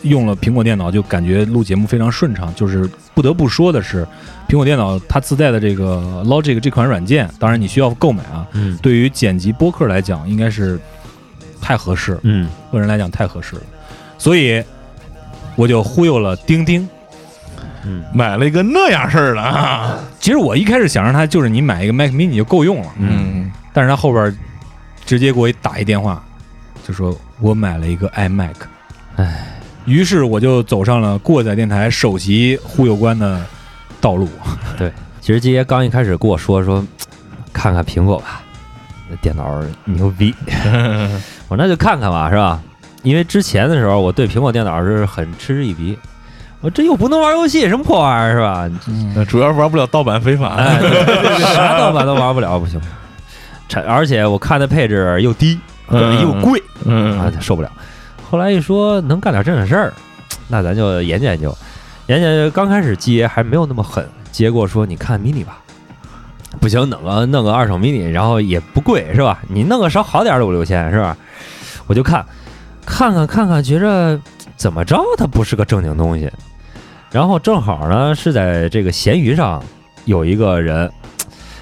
Speaker 7: 用了苹果电脑就感觉录节目非常顺畅？就是不得不说的是，苹果电脑它自带的这个 Logic 这款软件，当然你需要购买啊。
Speaker 9: 嗯
Speaker 7: 对于剪辑播客来讲，应该是太合适了，
Speaker 9: 嗯
Speaker 7: 个人来讲太合适了，所以我就忽悠了钉钉。
Speaker 9: 嗯
Speaker 6: 买了一个那样式儿的啊，
Speaker 7: 其实我一开始想让它就是你买一个 Mac Mini 就够用了，
Speaker 6: 嗯，
Speaker 7: 但是他后边直接给我打一电话，就说我买了一个 iMac，
Speaker 9: 唉，
Speaker 7: 于是我就走上了过载电台首席忽悠官的道路。
Speaker 9: 其实季爷刚一开始跟我说说，看看苹果吧，那电脑牛逼。我那就看看吧，是吧？因为之前的时候，我对苹果电脑是很嗤之以鼻。我这又不能玩游戏，什么破玩意儿是吧？
Speaker 6: 呃主要是玩不了盗版非法，
Speaker 9: 哎，对对对啥盗版都玩不了，不行。产而且我看的配置又低，
Speaker 6: 嗯
Speaker 9: 又贵，啊
Speaker 6: 嗯，，
Speaker 9: 受不了。后来一说能干点正经事儿，那咱就研究研究。研究研究刚开始季爷还没有那么狠，结果说你看 mini 吧，不行，弄个弄个二手 mini，然后也不贵是吧？你弄个稍好点儿的五六千是吧？我就看，看看看看，觉着怎么着它不是个正经东西。然后正好呢是在这个闲鱼上有一个人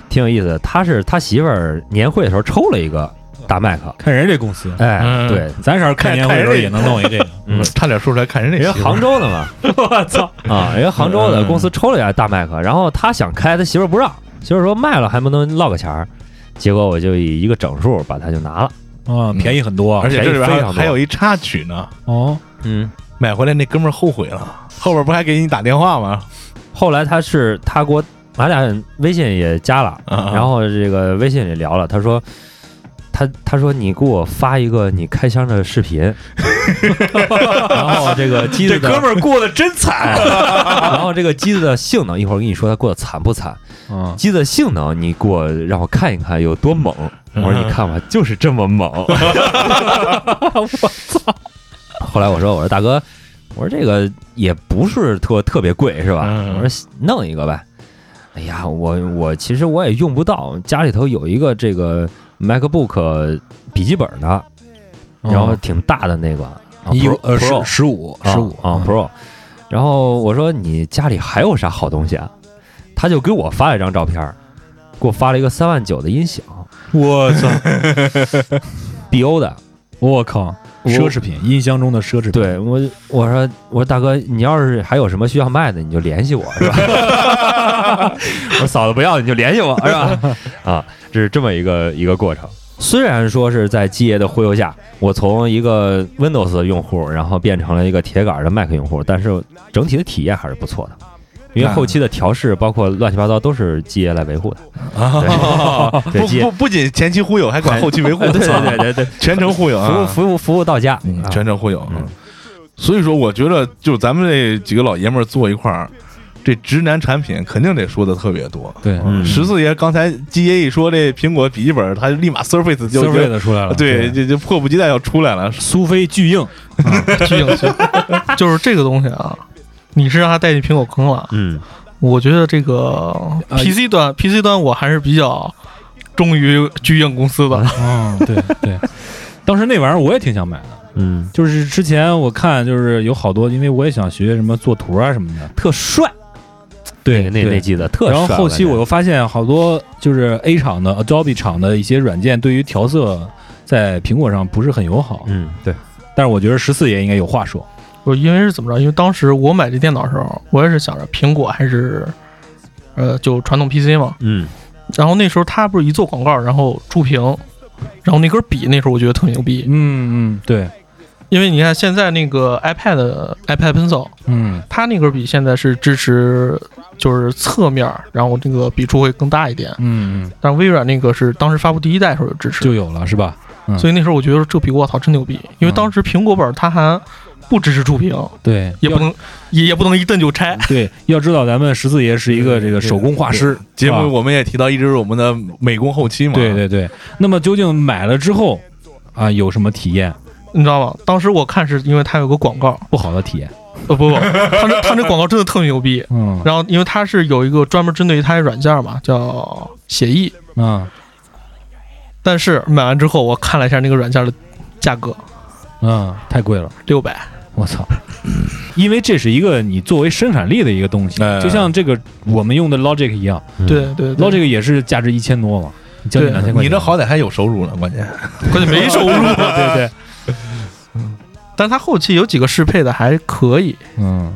Speaker 9: 挺有意思的，他是他媳妇儿年会的时候抽了一个大麦克，
Speaker 7: 看人这公司，
Speaker 9: 哎，
Speaker 6: 嗯
Speaker 9: 对，
Speaker 7: 咱啥时候开年会的时候也能弄一这个？
Speaker 9: 嗯
Speaker 6: 差点说出来看人那
Speaker 9: 人
Speaker 6: 媳
Speaker 9: 家
Speaker 6: 妇儿
Speaker 9: 杭州的嘛，我操啊！人家杭州的公司抽了一架大麦克，然后他想开，他媳妇儿不让，媳妇儿说卖了还不能落个钱儿，结果我就以一个整数把它就拿了。
Speaker 7: 啊，便宜很多，
Speaker 6: 而且这里边
Speaker 9: 便宜
Speaker 6: 还
Speaker 9: 非常多
Speaker 6: 还有一插曲呢，
Speaker 7: 哦，
Speaker 9: 嗯，
Speaker 6: 买回来那哥们儿后悔了，后边不还给你打电话吗？
Speaker 9: 后来他是他给我俺俩微信也加了，
Speaker 6: 啊
Speaker 9: 然后这个微信里聊了，他说。他他说你给我发一个你开箱的视频，然后这个机子的
Speaker 7: 儿过得真惨。
Speaker 9: 然后这个机子的性能，一会儿我跟你说它过得惨不惨。
Speaker 7: 嗯，
Speaker 9: 机子性能，你给我让我看一看有多猛。我说
Speaker 6: 嗯
Speaker 9: 你看吧，就是这 么猛。我操！后来我说我说大哥，我说这个也不是特特别贵是吧？
Speaker 6: 嗯
Speaker 9: 我说弄一个呗。哎呀，我我其实我也用不到，家里头有一个这个 MacBook 笔记本呢，然后挺大的那个，啊
Speaker 7: 哦一
Speaker 9: Pro-
Speaker 7: 呃
Speaker 9: Pro
Speaker 7: 十十五
Speaker 9: 啊
Speaker 7: 十五嗯
Speaker 9: 啊 Pro。然后我说你家里还有啥好东西啊？他就给我发了一张照片儿，给我发了一个三万九的音响
Speaker 7: 我 操，
Speaker 9: ，BO 的。
Speaker 7: 我靠，
Speaker 9: 我
Speaker 7: 奢侈 品，音箱中的奢侈品。
Speaker 9: 对我我说我说大哥，你要是还有什么需要卖的，你就联系我，是吧？我说嫂子不要你就联系我，是吧？啊，这是这么一个一个过程。虽然说是在基爷的忽悠下，我从一个 Windows 的用户，然后变成了一个铁杆的 Mac 用户，但是整体的体验还是不错的，因为后期的调试，包括乱七八糟，都是基爷来 维护的。对 对，
Speaker 6: 不
Speaker 9: 基爷
Speaker 6: 不，不仅前期忽悠，还管后期维护，啊
Speaker 9: 对对对对对，
Speaker 6: 全程忽悠
Speaker 9: 服务
Speaker 6: 啊，
Speaker 9: 服务服务到家，
Speaker 6: 嗯
Speaker 9: 啊
Speaker 6: 全程忽悠啊
Speaker 9: 嗯。
Speaker 6: 所以说，我觉得就咱们这几个老爷们儿坐一块儿，这直男产品肯定得说的特别多。
Speaker 7: 对
Speaker 9: 嗯
Speaker 6: 十四爷刚才基爷一说这苹果笔记本，他立马 Surface 就
Speaker 7: 消费的出来了，
Speaker 9: 啊
Speaker 6: 对，就就迫不及待要出来了。
Speaker 7: 苏菲巨硬，
Speaker 8: 巨硬气，就是这个东西啊，你是让他带进苹果坑了。
Speaker 9: 嗯
Speaker 8: 我觉得这个 PC 端、PC 端我还是比较忠于巨硬公司的。
Speaker 7: 嗯，对对， 当时那玩意儿我也挺想买的，
Speaker 9: 嗯，
Speaker 7: 就是之前我看就是有好多，因为我也想学什么做图啊什么的，
Speaker 9: 特帅，
Speaker 7: 对
Speaker 9: 那那。机子特
Speaker 7: 对
Speaker 9: 帅。
Speaker 7: 然后后期
Speaker 9: 感觉
Speaker 7: 我又发现好多就是 A 厂的 Adobe 厂的一些软件对于调色在苹果上不是很友好，
Speaker 9: 嗯，对，
Speaker 7: 但是我觉得十四也应该有话说，
Speaker 8: 我因为是怎么着？因为当时我买这电脑的时候，我也是想着苹果还是呃就传统 PC 嘛。
Speaker 9: 嗯
Speaker 8: 然后那时候他不是一做广告，然后触屏然后那根笔那时候我觉得特牛逼，
Speaker 7: 嗯嗯，对，
Speaker 8: 因为你看现在那个 iPad iPad Pencil，
Speaker 7: 嗯
Speaker 8: 它那根笔现在是支持就是侧面，然后这个笔触会更大一点。
Speaker 7: 嗯，嗯，
Speaker 8: 但微软那个是当时发布第一代时候就支持，
Speaker 7: 就有了是吧？
Speaker 8: 所以那时候我觉得这笔我操真牛逼，因为当时苹果本它还不支持触屏，
Speaker 7: 对，
Speaker 8: 也不
Speaker 7: 要
Speaker 8: 能也也不能一蹬就拆。
Speaker 7: 对，要知道咱们十四爷是一个这个手工画师，
Speaker 6: 节目
Speaker 7: 是吧
Speaker 6: 我们也提到，一直是我们的美工后期嘛。
Speaker 7: 对对对。那么究竟买了之后啊，有什么体验？
Speaker 8: 你知道吗？当时我看是因为它有个广告，
Speaker 7: 不好的体验？
Speaker 8: 呃不不，它这它这广告真的特别牛逼。
Speaker 7: 嗯
Speaker 8: 然后因为它是有一个专门针对于它的软件嘛，叫写意。
Speaker 7: 啊
Speaker 8: 但是买完之后我看了一下那个软件的价格，
Speaker 7: 啊，太贵了，
Speaker 8: 六百。
Speaker 7: 我操！因为这是一个你作为生产力的一个东西，
Speaker 6: 哎
Speaker 7: 就像这个我们用的 Logic 一样
Speaker 9: 嗯
Speaker 8: 对对对
Speaker 7: 嗯，Logic 也是价值一千多嘛，将近
Speaker 8: 对
Speaker 7: 两千块
Speaker 6: 你
Speaker 7: 钱。
Speaker 6: 这好歹还有收入呢，关键。
Speaker 8: 关键没收 入。
Speaker 7: 对对，
Speaker 8: 但它后期有几个适配的还可以，
Speaker 7: 嗯，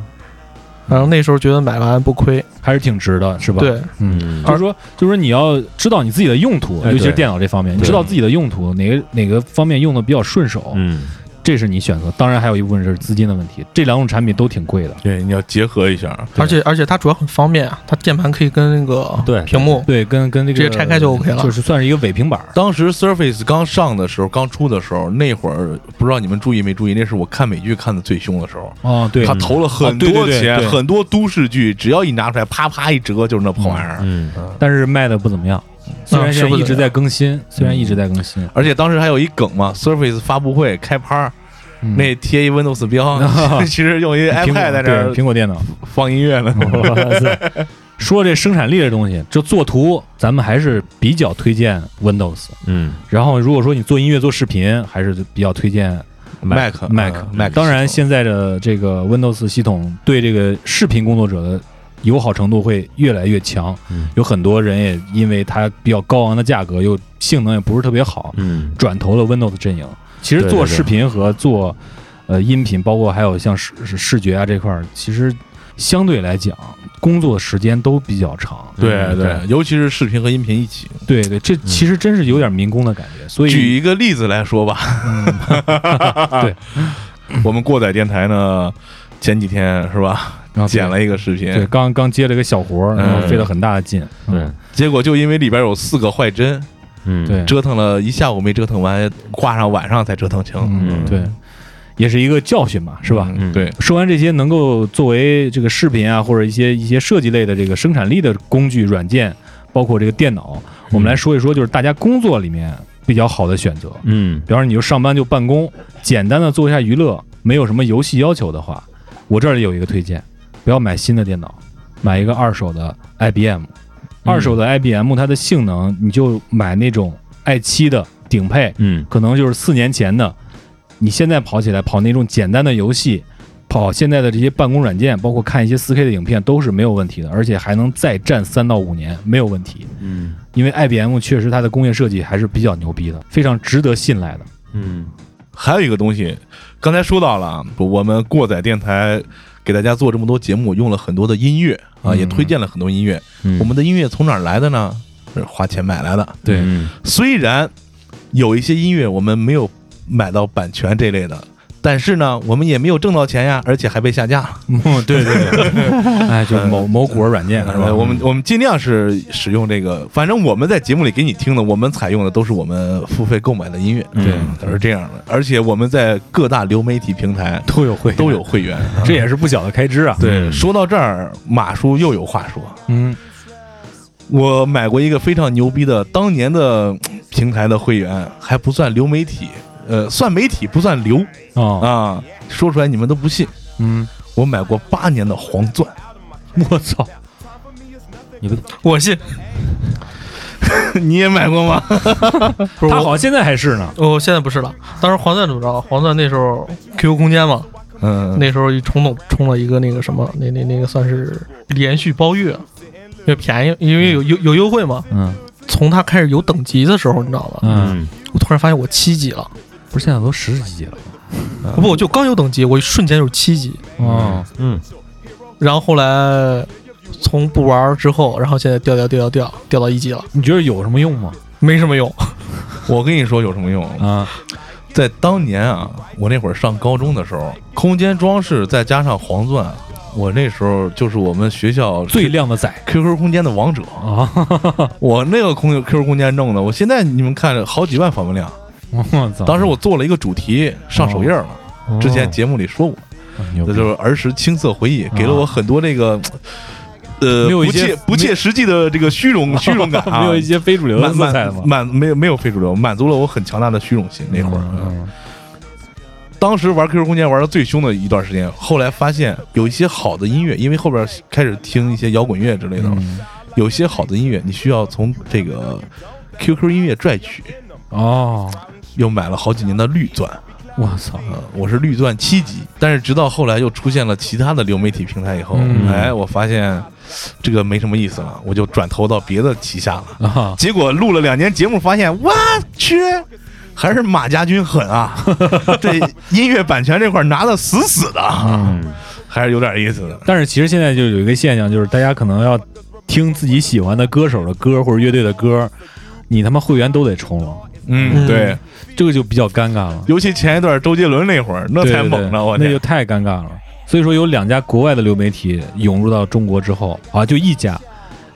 Speaker 8: 然后那时候觉得买完不亏。
Speaker 7: 还是挺值的，是吧？，
Speaker 8: 对，
Speaker 7: 嗯。
Speaker 9: 嗯
Speaker 7: 就是说，就是说你要知道你自己的用途，
Speaker 9: 哎
Speaker 7: 尤其是
Speaker 9: 对
Speaker 7: 电脑这方面，你
Speaker 9: 对
Speaker 7: 知道自己的用途，哪个哪个方面用的比较顺手，
Speaker 9: 嗯，
Speaker 7: 这是你选择。当然还有一部分是资金的问题，这两种产品都挺贵的。
Speaker 6: 对，你要结合一下。
Speaker 7: 对
Speaker 8: 而且而且它主要很方便啊，它键盘可以跟那
Speaker 9: 对
Speaker 8: 个屏幕，
Speaker 7: 对，跟跟这个
Speaker 8: 直接拆开就 OK 了
Speaker 7: 就是算是一个伪平板儿。
Speaker 6: 当时 Surface 刚上的时候，刚出的时候，那会儿不知道你们注意没注意，那是我看美剧看的最凶的时候。
Speaker 7: 哦，对，
Speaker 6: 他投了很
Speaker 7: 哦对
Speaker 6: 多
Speaker 7: 对对
Speaker 6: 钱，
Speaker 7: 对
Speaker 6: 很多都市剧，只要一拿出来，啪啪一折就是那破玩意儿。
Speaker 9: 嗯
Speaker 7: 但是卖的不怎么样。虽然
Speaker 8: 嗯啊是嗯
Speaker 7: 现在
Speaker 8: 不
Speaker 7: 一
Speaker 8: 怎
Speaker 7: 直
Speaker 8: 么
Speaker 7: 在更新，虽然一直在更新，
Speaker 6: 而且当时还有一梗嘛，Surface 发布会开拍儿，
Speaker 7: 嗯啊
Speaker 6: 那贴一 Windows 标， 其实用一 iPad
Speaker 7: 苹果
Speaker 6: 在
Speaker 7: 对
Speaker 6: 那儿
Speaker 7: 苹果嗯电 脑。
Speaker 6: 放音乐呢。
Speaker 7: 哇塞说这生产力的东西，这做图咱们还是比较推荐 Windows。
Speaker 9: 嗯，
Speaker 7: 然后如果说你做音乐、做视频，还是比较推荐
Speaker 6: Mac 呃
Speaker 7: Mac
Speaker 6: Mac，
Speaker 7: 当然，
Speaker 6: 系
Speaker 7: 现在的这个 Windows 系统对这个视频工作者的友好程度会越来越强。
Speaker 9: 嗯
Speaker 7: 有很多人也因为它比较高昂的价格，又性能也不是特别好，
Speaker 9: 嗯，
Speaker 7: 转投了 Windows 阵营。其实
Speaker 9: 对对
Speaker 7: 做
Speaker 9: 对
Speaker 7: 视频和做呃音频，包括还有像视视视觉啊这块儿，其实相对来讲，工作时间都比较长。
Speaker 6: 统对嗯对，尤其是视频和音频一起。
Speaker 7: 对对，这其实真是有点民工的感觉。所
Speaker 6: 举
Speaker 7: 以，嗯
Speaker 6: 一个例子来说吧，
Speaker 7: 对，嗯
Speaker 6: 我们过载电台呢，前几天是吧，
Speaker 7: 然后
Speaker 6: 剪了一个视
Speaker 7: 啊 对，
Speaker 6: 频，
Speaker 7: 刚刚接了一个小活儿，然后
Speaker 6: 嗯
Speaker 7: 费了很大的劲。
Speaker 9: 对
Speaker 7: 嗯，
Speaker 6: 结果就因为里边有四个坏针，
Speaker 9: 嗯
Speaker 7: 对，
Speaker 6: 折腾了一下午没折腾完，挂上晚上才折腾清。
Speaker 7: 嗯，
Speaker 9: 嗯
Speaker 7: 对，也是一个教训吧，是吧？
Speaker 6: 嗯对，
Speaker 7: 说完这些能够作为这个视频啊，或者一些一些设计类的这个生产力的工具、软件，包括这个电脑，我们来说一说，就是大家工作里面比较好的选择。
Speaker 9: 嗯
Speaker 7: 比方说，你就上班就办公，简单的做一下娱乐，没有什么游戏要求的话，我这里有一个推荐，不要买新的电脑，买一个二手的 IBM。二手的 IBM 它的性能，你就买那种 i 7的顶配，
Speaker 9: 嗯
Speaker 7: 可能就是四年前的，你现在跑起来跑那种简单的游戏，跑现在的这些办公软件，包括看一些 4K 的影片都是没有问题的，而且还能再战三到五年没有问题，
Speaker 9: 嗯
Speaker 7: 因为 IBM 确实它的工业设计还是比较牛逼的，非常值得信赖的。
Speaker 9: 嗯
Speaker 6: 还有一个东西，刚才说到了啊，我们过载电台给大家做这么多节目，用了很多的音乐啊，
Speaker 7: 嗯
Speaker 6: 也推荐了很多音乐。
Speaker 9: 嗯
Speaker 6: 我们的音乐从哪儿来的呢？是花钱买来的。
Speaker 7: 对
Speaker 9: 嗯
Speaker 6: 虽然有一些音乐我们没有买到版权这类的，但是呢，我们也没有挣到钱呀，而且还被下架了，
Speaker 7: 嗯，对对对，哎，就某某果软
Speaker 9: 嗯
Speaker 7: 件是 吧？
Speaker 6: 哎我们我们尽量是使用这个，反正我们在节目里给你听的，我们采用的都是我们付费购买的音乐，
Speaker 7: 对
Speaker 9: 嗯
Speaker 6: 都是这样的。而且我们在各大流媒体平台
Speaker 7: 都有会
Speaker 6: 都有，会员。
Speaker 7: 这也是不小的开支啊。
Speaker 6: 对，说到这儿，马叔又有话说。
Speaker 7: 嗯，
Speaker 6: 我买过一个非常牛逼的当年的嗯平台的会员，还不算流媒体，呃，算媒体不算流
Speaker 7: 哦，
Speaker 6: 啊。说出来你们都不信，
Speaker 7: 嗯，
Speaker 6: 我买过八年的黄钻，
Speaker 7: 我操，
Speaker 8: 我信，
Speaker 6: 你也买过吗？
Speaker 8: 不是
Speaker 7: 他好
Speaker 8: 我，
Speaker 7: 像现在还是呢。
Speaker 8: 我现在不是了。当时黄钻怎么着？黄钻那时候 QQ 空间嘛，
Speaker 6: 嗯，
Speaker 8: 那时候一冲动冲了一个那个什么，那那那个算是连续包月，因为便宜，因为有有有优惠嘛。
Speaker 7: 嗯
Speaker 8: 从它开始有等级的时候，你知道吧？
Speaker 7: 嗯，
Speaker 8: 我突然发现我七级了，
Speaker 7: 不是现在都十几级了吗？
Speaker 8: 不，我就刚有等级，我一瞬间就是七级。
Speaker 7: 哦，
Speaker 9: 嗯
Speaker 8: 然后后来从不玩儿之后，然后现在掉掉掉掉掉掉到一级了，
Speaker 7: 你觉得有什么用吗？
Speaker 8: 没什么用。
Speaker 6: 我跟你说有什么用？
Speaker 7: 啊，
Speaker 6: 在当年啊，我那会儿上高中的时候，空间装饰再加上黄钻，我那时候就是我们学校
Speaker 7: 最靓的仔
Speaker 6: QQ 空间的王者。
Speaker 7: 啊，
Speaker 6: 我那个空 QQ 空间弄的，我现在你们看着好几万访问量。
Speaker 7: 我
Speaker 9: 嗯
Speaker 7: 操！
Speaker 6: 当时我做了一个主题上首页了，
Speaker 7: 哦
Speaker 6: 之前节目里说过，
Speaker 9: 嗯
Speaker 7: 牛
Speaker 6: 这
Speaker 7: 逼
Speaker 6: 就是儿时青涩回忆，给了我很多这个。呃，
Speaker 7: 啊没有一
Speaker 6: 不
Speaker 7: 些
Speaker 6: 切不切实际的这个虚 荣虚荣感啊，
Speaker 7: 没有一些非主流的
Speaker 6: 满
Speaker 7: 色彩的吗
Speaker 6: 满？满没有没有非主流，满足了我很强大的虚荣心。那会儿，
Speaker 7: 嗯
Speaker 6: 当时玩 QQ 空间玩的最凶的一段时间，后来发现有一些好的音乐，因为后边开始听一些摇滚乐之类的，
Speaker 7: 嗯
Speaker 6: 有一些好的音乐你需要从这个 QQ 音乐拽取，
Speaker 7: 哦，
Speaker 6: 又买了好几年的绿钻。
Speaker 7: 我操！
Speaker 6: 呃，我是绿钻七级，但是直到后来又出现了其他的流媒体平台以后，
Speaker 7: 嗯
Speaker 6: 哎，我发现这个没什么意思了，我就转投到别的旗下了。
Speaker 7: 啊，
Speaker 6: 结果录了两年节目，发现我去，还是马家军狠啊！ 这音乐版权这块儿拿的死死的啊，
Speaker 9: 嗯，
Speaker 6: 还是有点意思的。
Speaker 7: 但是其实现在就有一个现象，就是大家可能要听自己喜欢的歌手的歌或者乐队的歌，你他妈会员都得充了，
Speaker 6: 嗯，
Speaker 8: 嗯
Speaker 6: 对，
Speaker 7: 这个就比较尴尬了。
Speaker 6: 尤其前一段周杰伦那会儿，那
Speaker 7: 对
Speaker 6: 才
Speaker 7: 对
Speaker 6: 猛
Speaker 7: 对
Speaker 6: 呢，我
Speaker 7: 那就
Speaker 6: 天！
Speaker 7: 太尴尬了。所以说，有两家国外的流媒体涌入到中国之后啊，就一家，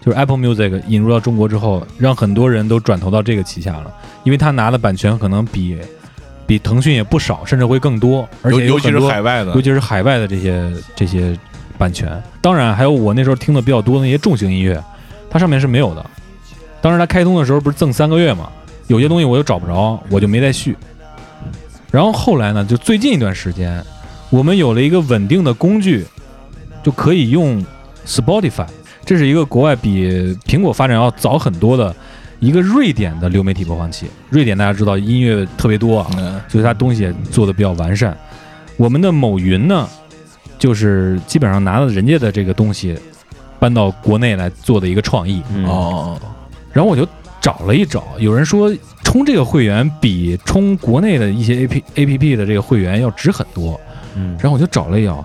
Speaker 7: 就是 Apple Music 引入到中国之后，让很多人都转投到这个旗下了，因为他拿的版权可能比比腾讯也不少，甚至会更多，而
Speaker 6: 尤
Speaker 7: 且有
Speaker 6: 尤其
Speaker 7: 很
Speaker 6: 是
Speaker 7: 多，
Speaker 6: 海外的
Speaker 7: 尤，其是海外的这些这些版权。当然，还有我那时候听的比较多的那些重型音乐，它上面是没有的。当时它开通的时候不是赠三个月嘛，有些东西我又找不着，我就没再续。然后后来呢，就最近一段时间，我们有了一个稳定的工具，就可以用 Spotify。这是一个国外比苹果发展要早很多的一个瑞典的流媒体播放器。瑞典大家知道音乐特别多啊，
Speaker 6: 嗯
Speaker 7: 所以它东西也做的比较完善。我们的某云呢，就是基本上拿了人家的这个东西搬到国内来做的一个创意。
Speaker 9: 嗯
Speaker 6: 哦，
Speaker 7: 然后我就找了一找，有人说充这个会员比充国内的一些 A P A P P 的这个会员要值很多。
Speaker 9: 嗯
Speaker 7: 然后我就找了一找，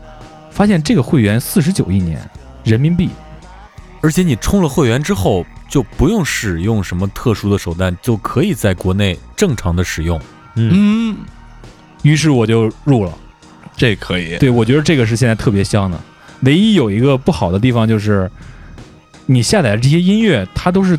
Speaker 7: 发现这个会员四十九一年人民币。
Speaker 1: 而且你充了会员之后，就不用使用什么特殊的手段，就可以在国内正常的使用。
Speaker 6: 嗯，
Speaker 7: 于是我就入了。
Speaker 6: 这可以，
Speaker 7: 对，我觉得这个是现在特别香的。唯一有一个不好的地方就是，你下载的这些音乐它都是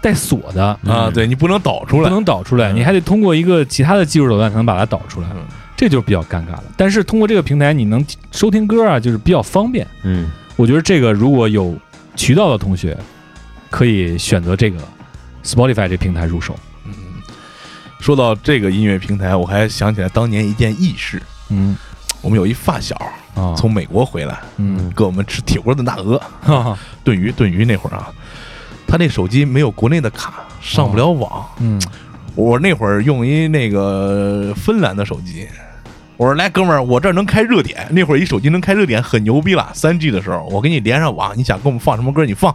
Speaker 7: 带锁的，
Speaker 6: 啊，对你不能导出
Speaker 7: 嗯不
Speaker 6: 来，
Speaker 7: 能导出来，你还得通过一个其他的技术手段才能把它导出来
Speaker 6: 嗯，
Speaker 7: 这就是比较尴尬的。但是通过这个平台，你能收听歌啊，就是比较方便。
Speaker 9: 嗯，
Speaker 7: 我觉得这个如果有渠道的同学，可以选择这个 Spotify 这平台入手。
Speaker 6: 说到这个音乐平台，我还想起来当年一件轶事，
Speaker 7: 嗯
Speaker 6: 我们有一发小
Speaker 7: 啊，
Speaker 6: 从美国回来，
Speaker 7: 嗯
Speaker 6: 给我们吃铁锅炖大鹅。
Speaker 7: 哈哈
Speaker 6: 炖鱼炖鱼那会儿啊，他那手机没有国内的卡，上不了网。
Speaker 7: 嗯
Speaker 6: 我那会儿用一那个芬兰的手机，我说来哎哥们儿，我这儿能开热点。那会儿一手机能开热点很牛逼了，三 G 的时候，我给你连上网，你想给我们放什么歌你放。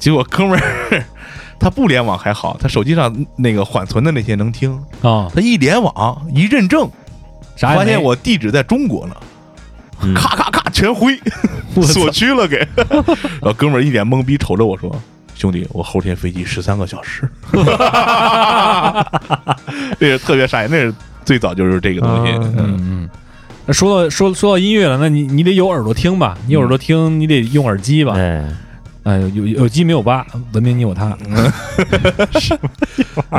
Speaker 6: 结果哥们儿 他不联网还好，他手机上那个缓存的那些能听，
Speaker 7: 啊，
Speaker 6: 他一联网一认证，
Speaker 7: 啥也
Speaker 6: 发现
Speaker 7: 没
Speaker 6: 我地址在中国呢
Speaker 9: 嗯，
Speaker 6: 咔咔咔全灰。
Speaker 7: 我操
Speaker 6: 锁区了给。然后哥们儿一脸懵逼瞅着我说：“兄弟，我后天飞机十三个小 时。” 那是特别傻眼，那是最早就是这个东西。嗯，
Speaker 7: 嗯，嗯，那说到说说到音乐了，那你你得有耳朵听吧？你有耳朵听，你得用耳机吧？
Speaker 9: 哎，
Speaker 7: 哎，有有有鸡没有吧？文明你有他，嗯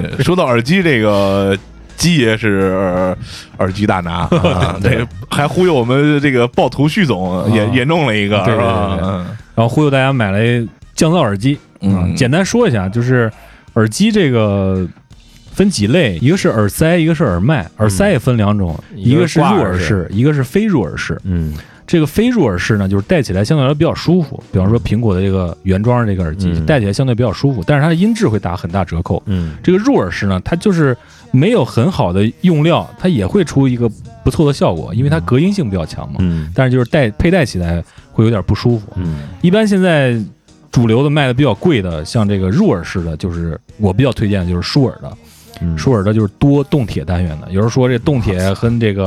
Speaker 6: 对说到耳机这个。鸡爷是耳耳机大 拿，啊对，还忽悠我们这个暴徒旭总也
Speaker 7: 啊
Speaker 6: 也弄了一个，
Speaker 7: 对
Speaker 6: 是吧
Speaker 7: 对对？然后忽悠大家买了一降噪耳机。啊
Speaker 6: 嗯，
Speaker 7: 简单说一下，就是耳机这个分几类，一个是耳塞，一个是耳麦。耳塞也分两种，一
Speaker 9: 嗯一
Speaker 7: 个
Speaker 9: 个
Speaker 7: 是
Speaker 9: 是
Speaker 7: 入
Speaker 9: 挂
Speaker 7: 耳
Speaker 9: 耳式
Speaker 7: 式，一个是非入耳式。
Speaker 9: 嗯
Speaker 7: 这个非入耳式呢，就是戴起来相对来说比较舒服。比方说苹果的这个原装的这个耳机，
Speaker 9: 嗯
Speaker 7: 戴起来相对比较舒服，但是它的音质会打很大折扣。
Speaker 9: 嗯
Speaker 7: 这个入耳式呢，它就是没有很好的用料，它也会出一个不错的效果，因为它隔音性比较强嘛。
Speaker 9: 嗯
Speaker 7: 但是就是戴佩戴起来会有点不舒服。
Speaker 9: 嗯
Speaker 7: 一般现在主流的卖的比较贵的，像这个入耳式的，就是我比较推荐的就是舒尔的，
Speaker 9: 嗯，
Speaker 7: 舒尔的就是多动铁单元的。有人说这动铁跟这个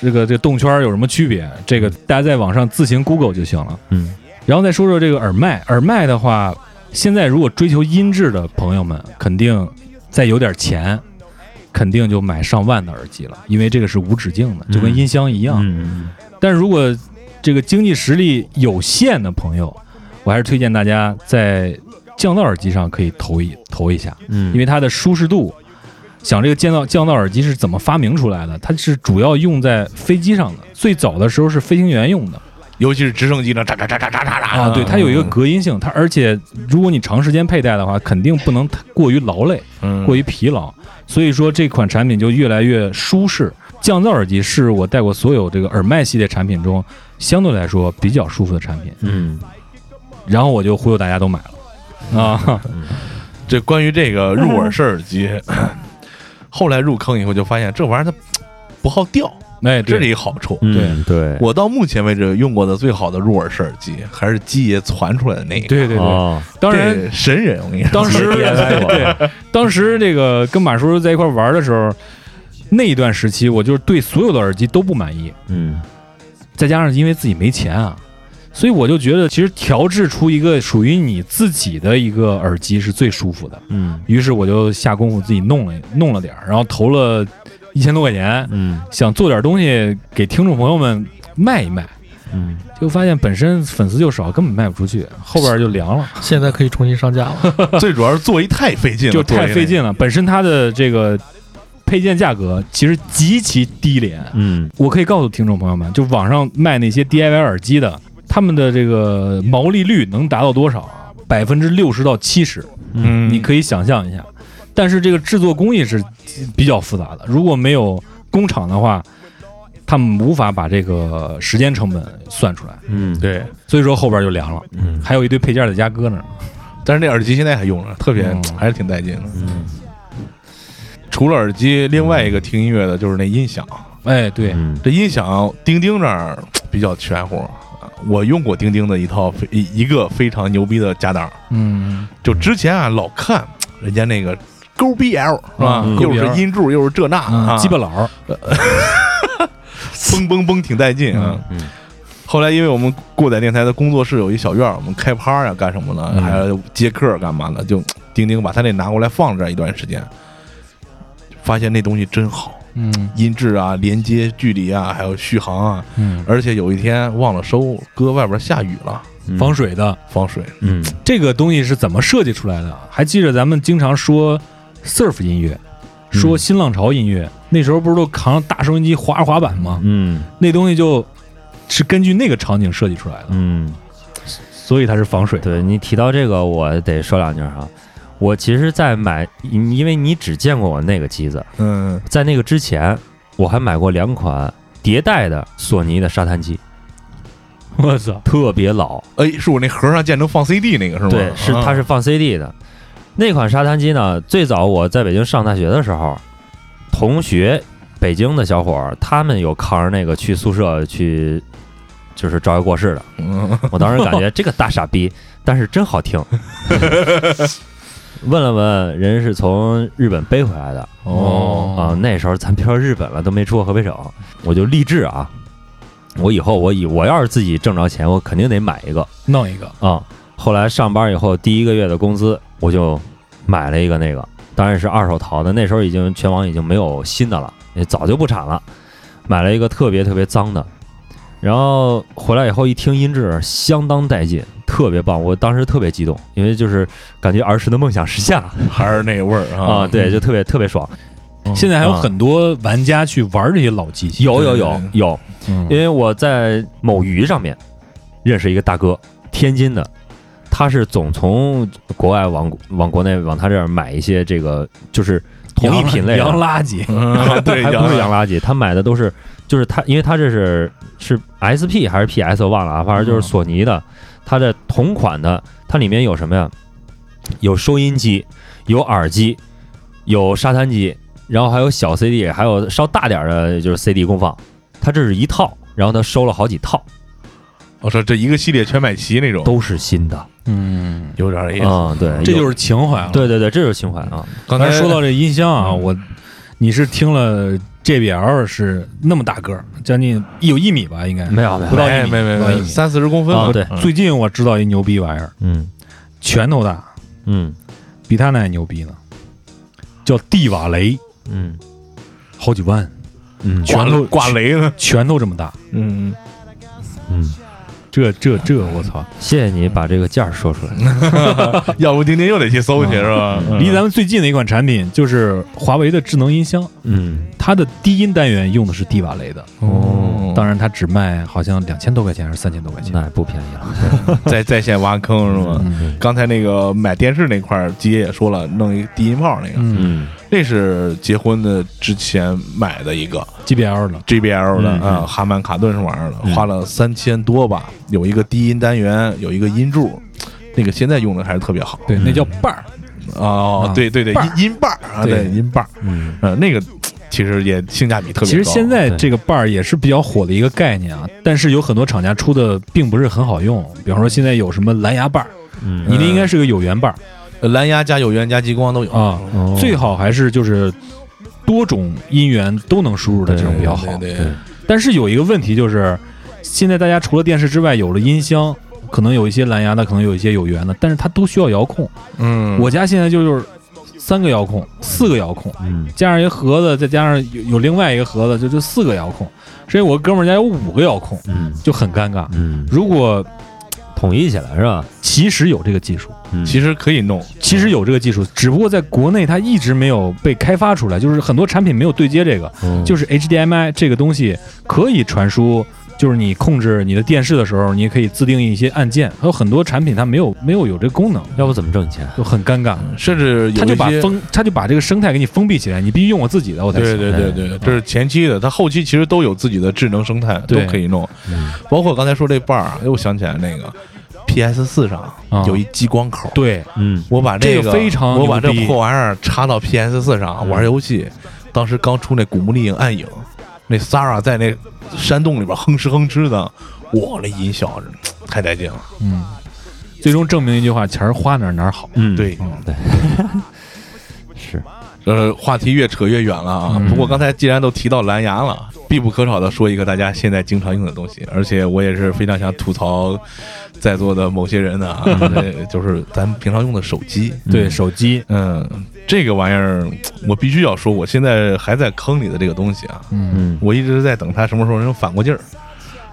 Speaker 7: 这个这个动圈儿有什么区别？这个大家在网上自行 Google 就行了。
Speaker 9: 嗯
Speaker 7: 然后再说说这个耳麦，耳麦的话，现在如果追求音质的朋友们，肯定再有点钱，肯定就买上万的耳机了，因为这个是无止境的，就跟
Speaker 1: 嗯
Speaker 7: 音箱一样。
Speaker 1: 嗯，
Speaker 7: 但是如果这个经济实力有限的朋友，我还是推荐大家在降噪耳机上可以投一投一下，
Speaker 1: 嗯
Speaker 7: 因为它的舒适度。想这个降噪降噪耳机是怎么发明出来的？它是主要用在飞机上的，最早的时候是飞行员用的
Speaker 6: 尤其是直升机呢，喳喳喳喳喳喳喳
Speaker 7: 啊。对，它有
Speaker 6: 嗯
Speaker 7: 一个隔音性，它而且如果你长时间佩戴的话，肯定不能太过于劳累。过
Speaker 6: 过
Speaker 7: 于疲劳，所以说这款产品就越来越舒适。降噪耳机是我戴过所有这个耳麦系列产品中相对来说比较舒服的产品，
Speaker 1: 嗯，
Speaker 7: 然后我就忽悠大家都买了啊，
Speaker 6: 这关于这个入耳式耳机， 后来入坑以后就发现这玩意儿它不好掉，
Speaker 7: 哎，
Speaker 6: 这
Speaker 7: 对
Speaker 6: 是一好处。
Speaker 1: 对，
Speaker 9: 嗯对，
Speaker 6: 我到目前为止用过的最好的入耳式耳机，还是基爷传出来的那个。
Speaker 7: 对对对，
Speaker 9: 哦，
Speaker 7: 当然
Speaker 6: 这神人，我跟你说，
Speaker 7: 当时
Speaker 9: DIY 过
Speaker 7: 对，当时这个跟马叔叔在一块玩的时候，那一段时期我就是对所有的耳机都不满意，
Speaker 9: 嗯，
Speaker 7: 再加上因为自己没钱啊，所以我就觉得其实调制出一个属于你自己的一个耳机是最舒服的。
Speaker 1: 嗯
Speaker 7: 于是我就下功夫自己弄了弄了点儿，然后投了一千多块钱，
Speaker 1: 嗯
Speaker 7: 想做点东西给听众朋友们卖一卖。
Speaker 1: 嗯，
Speaker 7: 就发现本身粉丝就少，根本卖不出去，后边就凉了，
Speaker 8: 现在可以重新上架 了。
Speaker 6: 最主要是座椅太费劲了，
Speaker 7: 就太费
Speaker 6: 了。
Speaker 7: 劲了。本身它的这个配件价格其实极其低廉，
Speaker 1: 嗯
Speaker 7: 我可以告诉听众朋友们，就网上卖那些 DIY 耳机的，他们的这个毛利率能达到多少啊？百分之六十到七十，
Speaker 6: 嗯，
Speaker 7: 你可以想象一下。但是这个制作工艺是比较复杂的，如果没有工厂的话，他们无法把这个时间成本算出来，
Speaker 1: 嗯，对，
Speaker 6: 对，
Speaker 7: 所以说后边就凉了。
Speaker 1: 嗯
Speaker 7: 还有一堆配件在家搁那儿。
Speaker 6: 但是那耳机现在还用着，特别
Speaker 7: 嗯
Speaker 6: 还是挺带劲的。
Speaker 1: 嗯
Speaker 6: 除了耳机，另外一个听音乐的就是那音响。
Speaker 7: 哎，对，
Speaker 1: 嗯
Speaker 6: 这音响钉钉这儿比较全乎，啊我用过钉钉的一套非一一个非常牛逼的夹档，
Speaker 7: 嗯，
Speaker 6: 就之前啊老看人家那个勾 BL 是吧，
Speaker 7: 嗯
Speaker 6: 又
Speaker 7: 勾 BL
Speaker 6: 是音柱又是这那啊，
Speaker 7: 嗯鸡巴佬儿，
Speaker 6: 嘣嘣嘣挺带劲啊。
Speaker 1: 嗯嗯
Speaker 6: 后来因为我们过载电台的工作室有一小院儿，我们开趴呀、干什么的，
Speaker 7: 嗯
Speaker 6: 还有接客干嘛的，就钉钉把他那拿过来放这儿一段时间，发现那东西真好，
Speaker 7: 嗯
Speaker 6: 音质啊、连接距离啊，还有续航啊，
Speaker 7: 嗯，
Speaker 6: 而且有一天忘了收，搁外边下雨了，
Speaker 1: 嗯
Speaker 7: 防水的
Speaker 6: 防水。
Speaker 1: 嗯
Speaker 7: 这个东西是怎么设计出来的？还记着咱们经常说 surf 音乐，说
Speaker 1: 嗯
Speaker 7: 新浪潮音乐，那时候不是都扛着大收音机滑着滑板吗？
Speaker 1: 嗯
Speaker 7: 那东西就是根据那个场景设计出来的，
Speaker 1: 嗯
Speaker 7: 所以它是防水的。
Speaker 9: 对你提到这个，我得说两句哈。我其实，在买，因因为你只见过我那个机子，
Speaker 6: 嗯，
Speaker 9: 在那个之前，我还买过两款迭代的索尼的沙滩机，
Speaker 7: 我操，
Speaker 9: 特别老，
Speaker 6: 哎，是我那盒上见成放 CD 那个是吗？
Speaker 9: 对，是
Speaker 6: 啊
Speaker 9: 它是放 CD 的。那款沙滩机呢，最早我在北京上大学的时候，同学北京的小伙儿，他们有扛着那个去宿舍去，就是照顾过世的。
Speaker 6: 嗯
Speaker 9: 我当时感 觉这个大傻逼，但是真好听。问了问，人是从日本背回来的
Speaker 7: 哦
Speaker 9: 啊、那时候咱别说日本了，都没出过河北省，我就立志啊，我以后我以我要是自己挣着钱，我肯定得买一个。
Speaker 7: 弄一个，
Speaker 9: 啊、后来上班以后，第一个月的工资我就买了一个那个，当然是二手淘的，那时候已经全网已经没有新的了，也早就不产了，买了一个特别特别脏的，然后回来以后一听音质相当带劲，特别棒，我当时特别激动，因为就是感觉儿时的梦想实现了
Speaker 6: 还是那味儿
Speaker 9: 啊、
Speaker 6: 啊。
Speaker 9: 对，就特别特别爽，
Speaker 7: 现在还有
Speaker 9: 啊
Speaker 7: 很多玩家去玩这些老机器，
Speaker 9: 有有有有，
Speaker 7: 嗯
Speaker 9: 因为我在某鱼上面认识一个大哥，天津的，他是总从国外往往国内往他这儿买一些这个就是 同一品类的
Speaker 7: 洋垃圾，
Speaker 6: 嗯 对，
Speaker 9: 还不是洋
Speaker 6: 了。
Speaker 9: 垃圾，他买的都是就是他，因为他这是是 SP 还是 PS 我忘了啊，
Speaker 7: 嗯
Speaker 9: 反正就是索尼的，它的同款的，它里面有什么呀？有收音机，有耳机，有沙滩机，然后还有小 CD，还有稍大点儿的，就是 CD 功放，它这是一套，然后他收了好几套，
Speaker 6: 我哦说这一个系列全买齐那种，
Speaker 9: 都是新的，
Speaker 7: 嗯，
Speaker 6: 有点意思。
Speaker 9: 嗯，对，
Speaker 7: 这就是是情怀了。，
Speaker 9: 对对对，这就是情怀啊，
Speaker 6: 刚
Speaker 7: 刚
Speaker 6: 才
Speaker 7: 才说到这音箱啊，
Speaker 6: 嗯
Speaker 7: 我你是听了 JBL 是那么大个儿，将近有一米吧，应该
Speaker 9: 没有没
Speaker 7: 不
Speaker 9: 有，
Speaker 7: 到
Speaker 6: 哎
Speaker 7: 一米，
Speaker 6: 没没
Speaker 7: 不到一
Speaker 6: 没
Speaker 7: 米。
Speaker 6: 三四十公分
Speaker 9: 啊
Speaker 6: 吧
Speaker 9: 对
Speaker 6: 嗯
Speaker 7: 最近我知道一牛逼玩意儿，
Speaker 9: 嗯
Speaker 7: 拳头大，
Speaker 9: 嗯，
Speaker 7: 比他那还牛逼呢。叫蒂瓦雷，
Speaker 1: 嗯
Speaker 7: 好几万，
Speaker 1: 嗯
Speaker 7: 全都
Speaker 6: 挂雷呢，
Speaker 7: 拳头这么大，
Speaker 6: 嗯，
Speaker 1: 嗯，
Speaker 7: 这这这，我操，
Speaker 9: 谢谢你把这个价儿 说出来。
Speaker 6: 要不钉钉又得去搜去是吧？嗯
Speaker 7: 离咱们最近的一款产品就是华为的智能音箱，
Speaker 1: 嗯，
Speaker 7: 它的低音单元用的是蒂瓦雷的，
Speaker 6: 哦
Speaker 7: 当然它只卖好像两千多块钱还是三千多块钱
Speaker 9: 那，也不便宜了，
Speaker 6: 在在线挖坑是吧？
Speaker 7: 嗯
Speaker 6: 刚才那个买电视那块儿，吉爷也说了，弄一个低音炮那个，
Speaker 7: 嗯
Speaker 9: 嗯，
Speaker 6: 那是结婚的之前买的一个
Speaker 7: ，GBL 的，
Speaker 6: JBL 的
Speaker 7: 嗯
Speaker 6: 啊，哈曼卡顿是玩意儿的，花了三千多吧，有一个低音单元，有一个音柱，那个现在用的还是特别好。
Speaker 7: 对，那叫伴儿，
Speaker 6: 哦
Speaker 7: 啊，
Speaker 6: 对对对，
Speaker 7: 伴
Speaker 6: 音
Speaker 7: 儿
Speaker 6: 音伴儿啊，
Speaker 7: 对
Speaker 6: 对音伴儿，
Speaker 1: 嗯，
Speaker 6: 呃，那个其实也性价比特别高。
Speaker 7: 其实现在
Speaker 9: 对
Speaker 7: 这个伴儿也是比较火的一个概念啊，但是有很多厂家出的并不是很好用，比方说现在有什么蓝牙伴儿，
Speaker 9: 嗯
Speaker 7: 你那应该是个有源伴儿
Speaker 6: 呃蓝牙加有源加极光都有
Speaker 7: 啊，
Speaker 9: 哦
Speaker 7: 最好还是就是多种音源都能输入的这种比较好。
Speaker 6: 对
Speaker 9: 对
Speaker 6: 对，
Speaker 7: 但是有一个问题就是，现在大家除了电视之外，有了音箱，可能有一些蓝牙的，可能有一些有源的，但是它都需要遥控。
Speaker 6: 嗯
Speaker 7: 我家现在就是三个遥控，四个遥控，
Speaker 9: 嗯
Speaker 7: 加上一个盒子，再加上有有另外一个盒子，就就四个遥控。所以我哥们儿家有五个遥控，
Speaker 9: 嗯
Speaker 7: 就很尴尬。
Speaker 9: 嗯，
Speaker 7: 如果
Speaker 9: 统一起来是吧？
Speaker 7: 其实有这个技术，
Speaker 9: 嗯
Speaker 6: 其实可以弄，
Speaker 7: 其实有这个技术，只不过在国内它一直没有被开发出来，就是很多产品没有对接这个。
Speaker 9: 哦
Speaker 7: 就是是 HDMI 这个东西可以传输，就是你控制你的电视的时候，你也可以自定义一些按键，还有很多产品它没有没有有这功能，
Speaker 9: 要不怎么挣钱？
Speaker 7: 就很尴尬。
Speaker 6: 甚至有
Speaker 7: 它
Speaker 6: 一
Speaker 7: 就
Speaker 6: 些
Speaker 7: 把封，它就把这个生态给你封闭起来，你必须用我自己的我才行。
Speaker 6: 对对对
Speaker 7: 哎
Speaker 6: 对，这是前期的，它后期其实都有自己的智能生态，都
Speaker 7: 对
Speaker 6: 可以弄
Speaker 9: 嗯。
Speaker 6: 包括刚才说这伴儿，哎，我想起来那个 PS 四上
Speaker 7: 啊
Speaker 6: 有一激光口，
Speaker 7: 对
Speaker 9: 嗯
Speaker 6: 我把
Speaker 7: 这
Speaker 6: 这
Speaker 7: 个非常
Speaker 6: 我把这
Speaker 7: 牛逼嗯
Speaker 6: 破玩意儿插到 PS 四上玩游戏。当时刚出那《古墓丽影：暗影》，那 Sara 在那山洞里边哼哧哼哧的，哇，那音效真太带劲了。
Speaker 7: 嗯，最终证明一句话：钱儿花哪儿哪儿好。
Speaker 9: 嗯，
Speaker 6: 对，
Speaker 9: 是
Speaker 6: 呃，话题越扯越远了啊。
Speaker 7: 嗯
Speaker 6: 不过刚才既然都提到蓝牙了，必不可少的说一个大家现在经常用的东西，而且我也是非常想吐槽在座的某些人的
Speaker 7: 嗯
Speaker 6: 啊，对就是咱们平常用的手机。
Speaker 7: 对手机，
Speaker 6: 嗯，这个玩意儿我必须要说，我现在还在坑里的这个东西啊，
Speaker 7: 嗯，
Speaker 9: 嗯
Speaker 6: 我一直在等它什么时候能反过劲儿。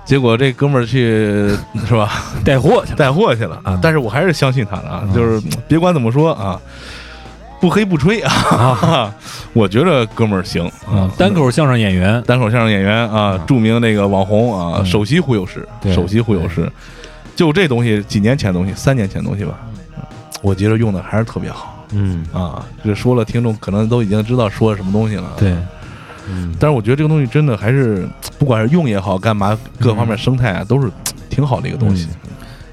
Speaker 6: 结果这哥们儿去是吧？
Speaker 7: 嗯带货去了。
Speaker 6: 带货去了啊
Speaker 7: 嗯！
Speaker 6: 但是我还是相信他的啊，就是嗯别管怎么说啊，不黑不吹啊， 我觉得哥们儿行
Speaker 7: 嗯
Speaker 6: 啊，
Speaker 7: 单口相声演员，
Speaker 6: 单口相声演员啊，著名那个网红啊，
Speaker 7: 嗯
Speaker 6: 首席忽悠师，
Speaker 7: 对
Speaker 6: 首席忽悠师，就这东西几年前的东西，三年前的东西吧，
Speaker 7: 嗯
Speaker 6: 我觉得用的还是特别好
Speaker 9: 嗯
Speaker 6: 啊。这说了，听众可能都已经知道说什么东西了，
Speaker 7: 对，
Speaker 9: 嗯
Speaker 6: 但是我觉得这个东西真的还是，不管是用也好，干嘛各方面生态啊，都是挺好的一个东西。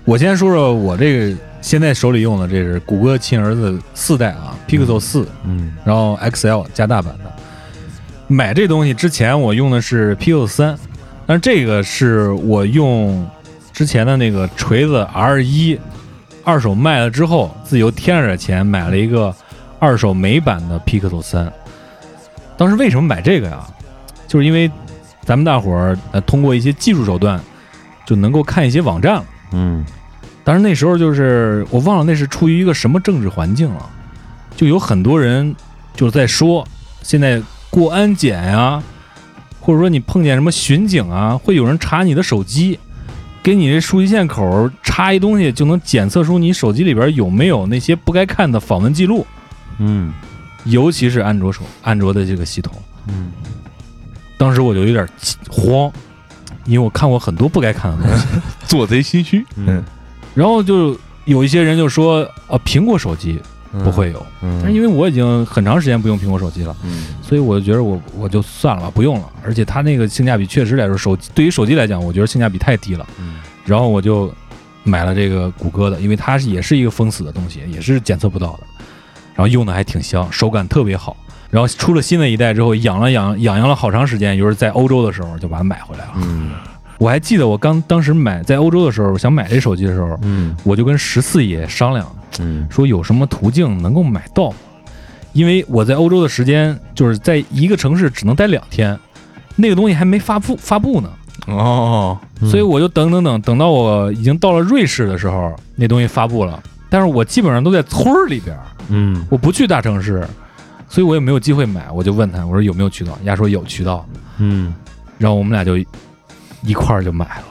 Speaker 7: 我先说说我这个现在手里用的，这是谷歌亲儿子四代啊，Pixel 四，
Speaker 9: 嗯
Speaker 7: 然后 XL 加大版的。买这东西之前，我用的是 Pixel 三，但是这个是我用之前的那个锤子 R 一二手卖了之后，自己又添了点钱买了一个二手美版的 Pixel 三。当时为什么买这个呀？就是因为咱们大伙儿呃通过一些技术手段就能够看一些网站了。
Speaker 9: 嗯
Speaker 7: 当时那时候就是我忘了那是出于一个什么政治环境了，就有很多人就是在说，现在过安检呀、或者说你碰见什么巡警啊，会有人查你的手机，给你这数据线口插一东西，就能检测出你手机里边有没有那些不该看的访问记录，
Speaker 9: 嗯
Speaker 7: 尤其是安卓手安卓的这个系统。
Speaker 9: 嗯
Speaker 7: 当时我就有点气慌，因为我看过很多不该看的东西。
Speaker 6: 做贼心虚，
Speaker 9: 嗯，
Speaker 7: 然后就有一些人就说啊，苹果手机不会有，
Speaker 9: 嗯，
Speaker 7: 但是因为我已经很长时间不用苹果手机了，
Speaker 9: 嗯
Speaker 7: 所以我觉得我我就算了吧，不用了。而且它那个性价比确实来说，手机对于手机来讲，我觉得性价比太低了。
Speaker 9: 嗯
Speaker 7: 然后我就买了这个谷歌的，因为它是也是一个封死的东西，也是检测不到的。然后用的还挺香，手感特别好。然后出了新的一代之后，养了养养养了好长时间，就是在欧洲的时候就把它买回来了。
Speaker 9: 嗯
Speaker 7: 我还记得我刚当时买在欧洲的时候，我想买这手机的时候，
Speaker 9: 嗯
Speaker 7: 我就跟十四爷商量，
Speaker 9: 嗯
Speaker 7: 说有什么途径能够买到吗？因为我在欧洲的时间就是在一个城市只能待两天，那个东西还没发布发布呢，
Speaker 6: 哦，
Speaker 9: 嗯
Speaker 7: 所以我就等等等等到我已经到了瑞士的时候，那东西发布了。但是我基本上都在村儿里边儿，
Speaker 9: 嗯
Speaker 7: 我不去大城市，所以我也没有机会买，我就问他，我说有没有渠道？人家说有渠道，
Speaker 9: 嗯，
Speaker 7: 然后我们俩就一块儿就买了。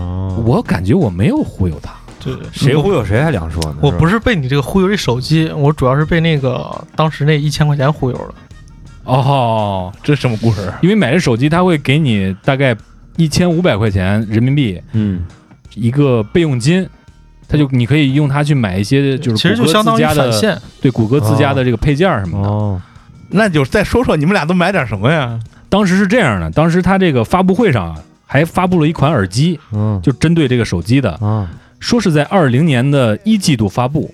Speaker 9: 哦，
Speaker 7: 我感觉我没有忽悠他，
Speaker 8: 对，
Speaker 9: 谁忽悠谁还两说呢？
Speaker 8: 我不
Speaker 9: 是
Speaker 8: 是被你这个忽悠这手机，我主要是被那个当时那一千块钱忽悠了。
Speaker 7: 哦，
Speaker 6: 这什么故事？
Speaker 7: 因为买这手机，他会给你大概一千五百块钱人民币
Speaker 9: 吧，嗯，
Speaker 7: 一个备用金，他就你可以用它去买一些就是
Speaker 8: 其实
Speaker 7: 谷
Speaker 8: 就
Speaker 7: 歌
Speaker 8: 相当
Speaker 7: 自
Speaker 8: 于
Speaker 7: 家
Speaker 8: 返
Speaker 7: 的
Speaker 8: 现，
Speaker 7: 对谷歌自家的这个配件儿什么的。
Speaker 9: 哦，
Speaker 6: 那就再说说你们俩都买点什么呀？
Speaker 7: 当时是这样的，当时他这个发布会上啊，还发布了一款耳机，
Speaker 9: 嗯，
Speaker 7: 就针对这个手机的，
Speaker 9: 啊，
Speaker 7: 说是在二零年的一季度发布，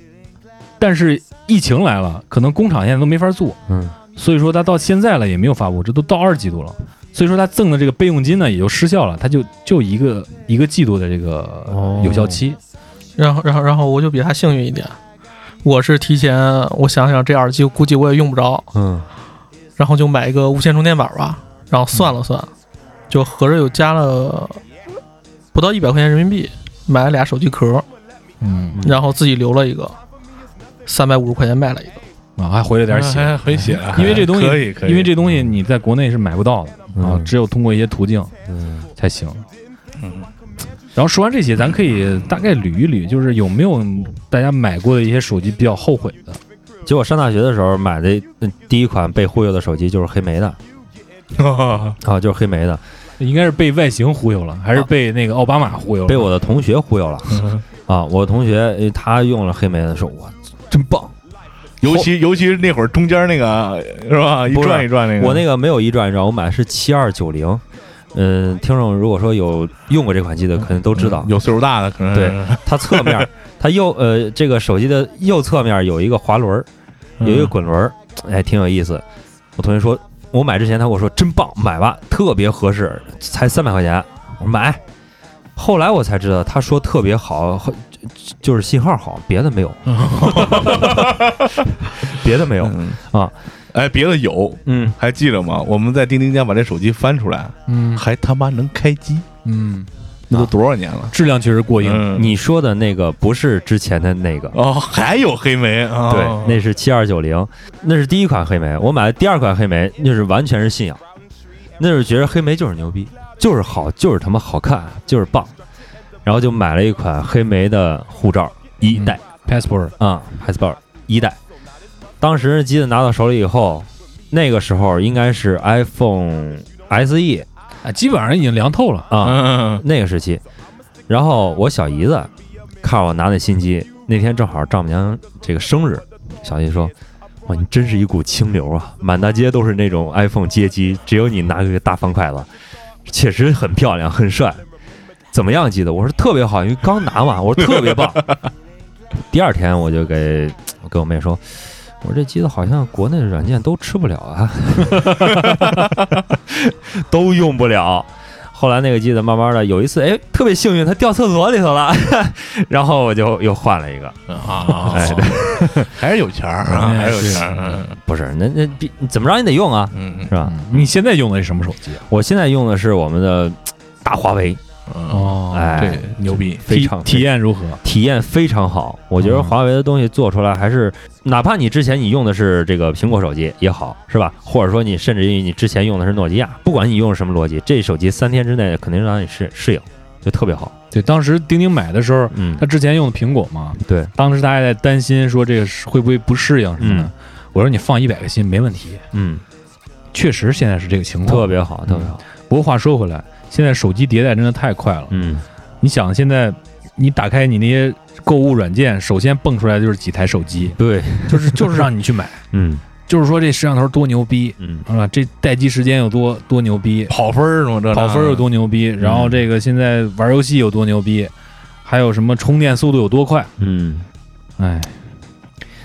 Speaker 7: 但是疫情来了，可能工厂现在都没法做，
Speaker 9: 嗯，
Speaker 7: 所以说他到现在了也没有发布，这都到二季度了，所以说他赠的这个备用金呢也就失效了，他就就一个一个季度的这个
Speaker 9: 哦
Speaker 7: 有效期，
Speaker 8: 然后然后然后我就比他幸运一点，我是提前我想想这耳机估计我也用不着，
Speaker 9: 嗯，
Speaker 8: 然后就买一个无线充电板吧，然后算了算，就合着又加了不到一百块钱人民币，买了俩手机壳，
Speaker 7: 嗯
Speaker 8: 然后自己留了一个，三百五十块钱卖了一个。
Speaker 7: 啊还回了点血，
Speaker 6: 还回血
Speaker 8: 啊
Speaker 6: 了
Speaker 7: 因为这东西
Speaker 6: 可以可以，
Speaker 7: 因为 这东西你在国内是买不到的啊，
Speaker 9: 嗯
Speaker 7: 只有通过一些途径
Speaker 9: 嗯
Speaker 7: 才行。
Speaker 6: 嗯
Speaker 7: 然后说完这些，咱可以大概捋一捋，就是有没有大家买过的一些手机比较后悔的？
Speaker 9: 结果上大学的时候买的呃第一款被忽悠的手机就是黑莓的，
Speaker 6: 嗯
Speaker 9: 啊，就是黑莓的，
Speaker 7: 应该是被外形忽悠了，还是被那个奥巴马忽悠了？
Speaker 9: 被我的同学忽悠了
Speaker 6: 嗯
Speaker 9: 啊！我同学呃他用了黑莓的，说哇，真棒！
Speaker 6: 尤其 尤其是那会儿中间那个是吧，一
Speaker 9: 不是
Speaker 6: 转一转那个，
Speaker 9: 我那个没有一转一转，我买的是七二九零。嗯，听众如果说有用过这款机的，肯定都知道，
Speaker 6: 嗯有岁数大的可能
Speaker 9: 对它侧 面儿，它右呃这个手机的右侧面有一个滑轮儿，
Speaker 7: 嗯
Speaker 9: 有一个滚轮儿，哎，挺有意思。我同学说，我买之前他跟我说真棒，买吧，特别合适，才三百块钱，我说买。后来我才知道，他说特别好，后就就就是信号好，别的 没有，别的没有。
Speaker 6: 嗯
Speaker 9: 啊，
Speaker 6: 哎，别的有，
Speaker 9: 嗯，
Speaker 6: 还记得吗？我们在钉钉家把这手机翻出来，
Speaker 7: 嗯
Speaker 6: 还他妈能开机，
Speaker 7: 嗯，
Speaker 6: 那都多少年了？
Speaker 7: 质量确实过硬。
Speaker 6: 嗯
Speaker 9: 你说的那个不是之前的那个，
Speaker 6: 哦，还有黑莓啊？
Speaker 9: 对，
Speaker 6: 那
Speaker 9: 那是七二九零，那是第一款黑莓。我买的第二款黑莓，那是完全是信仰，那是觉得黑莓就是牛逼，就是好，就是他妈好看，就是棒。然后就买了一款黑莓的护照一代
Speaker 7: Passport
Speaker 6: 嗯
Speaker 9: 啊 p a s p o r 一代。当时机子拿到手里以后，那个时候应该是 iPhone SE
Speaker 7: 啊，基本上已经凉透了。
Speaker 9: 啊，
Speaker 6: 嗯，
Speaker 9: 那个时期。然后我小姨子看我拿那新机，那天正好丈母娘这个生日，小姨说：“哇，你真是一股清流啊！满大街都是那种 iPhone 街机，只有你拿个大方块子，确实很漂亮，很帅。怎么样，机子？”我说特别好，因为刚拿嘛，我说特别棒。 第二天我就给我跟我妹说。我说这机子好像国内的软件都吃不了啊， 都用不了。后来那个机子慢慢的有一次，哎，特别幸运，它掉厕所里头了， 然后我就又换了一个。
Speaker 6: 啊
Speaker 9: 哎，
Speaker 6: 还是有钱儿啊，
Speaker 7: 哎
Speaker 6: 还是有
Speaker 7: 是
Speaker 6: 钱儿，
Speaker 9: 不是，那那必怎么着也得用啊，
Speaker 6: 嗯
Speaker 9: 是吧？
Speaker 7: 你现在用的是什么手机啊？
Speaker 9: 我现在用的是我们的大华为，
Speaker 6: 嗯，
Speaker 7: 哦
Speaker 9: 哎，
Speaker 6: 对，牛逼，
Speaker 9: 非
Speaker 7: 体
Speaker 9: 常
Speaker 7: 体验如何？
Speaker 9: 体验非常好。我觉得
Speaker 7: 嗯
Speaker 9: 华为的东西做出来还是，哪怕你之前你用的是这个苹果手机也好，是吧？或者说你甚至于你之前用的是诺基亚，不管你用什么逻辑，这手机三天之内肯定让你适适应，就特别好。
Speaker 7: 对，当时钉钉买的时候，
Speaker 9: 嗯
Speaker 7: 他，之前用的苹果嘛，
Speaker 9: 对，
Speaker 7: 当时他还在担心说这个是会不会不适应什么的。
Speaker 9: 嗯
Speaker 7: 我说你放一百个心没问题，
Speaker 9: 嗯，
Speaker 7: 确实现在是这个情况
Speaker 9: 特。别好，特别好。
Speaker 7: 不过话说回来，现在手机迭代真的太快了。
Speaker 9: 嗯，
Speaker 7: 你想，现在你打开你那些购物软件，首先蹦出来就是几台手机，
Speaker 9: 对，
Speaker 7: 就是就是让你去 买，
Speaker 9: 嗯
Speaker 7: 就是说这摄像头多牛逼
Speaker 9: 嗯
Speaker 7: 啊，这待机时间有多多牛逼，
Speaker 6: 跑分儿什么这
Speaker 7: 跑分有多牛逼，然后这个现在玩游戏有多牛逼，还有什么充电速度有多快，
Speaker 9: 嗯，
Speaker 7: 哎，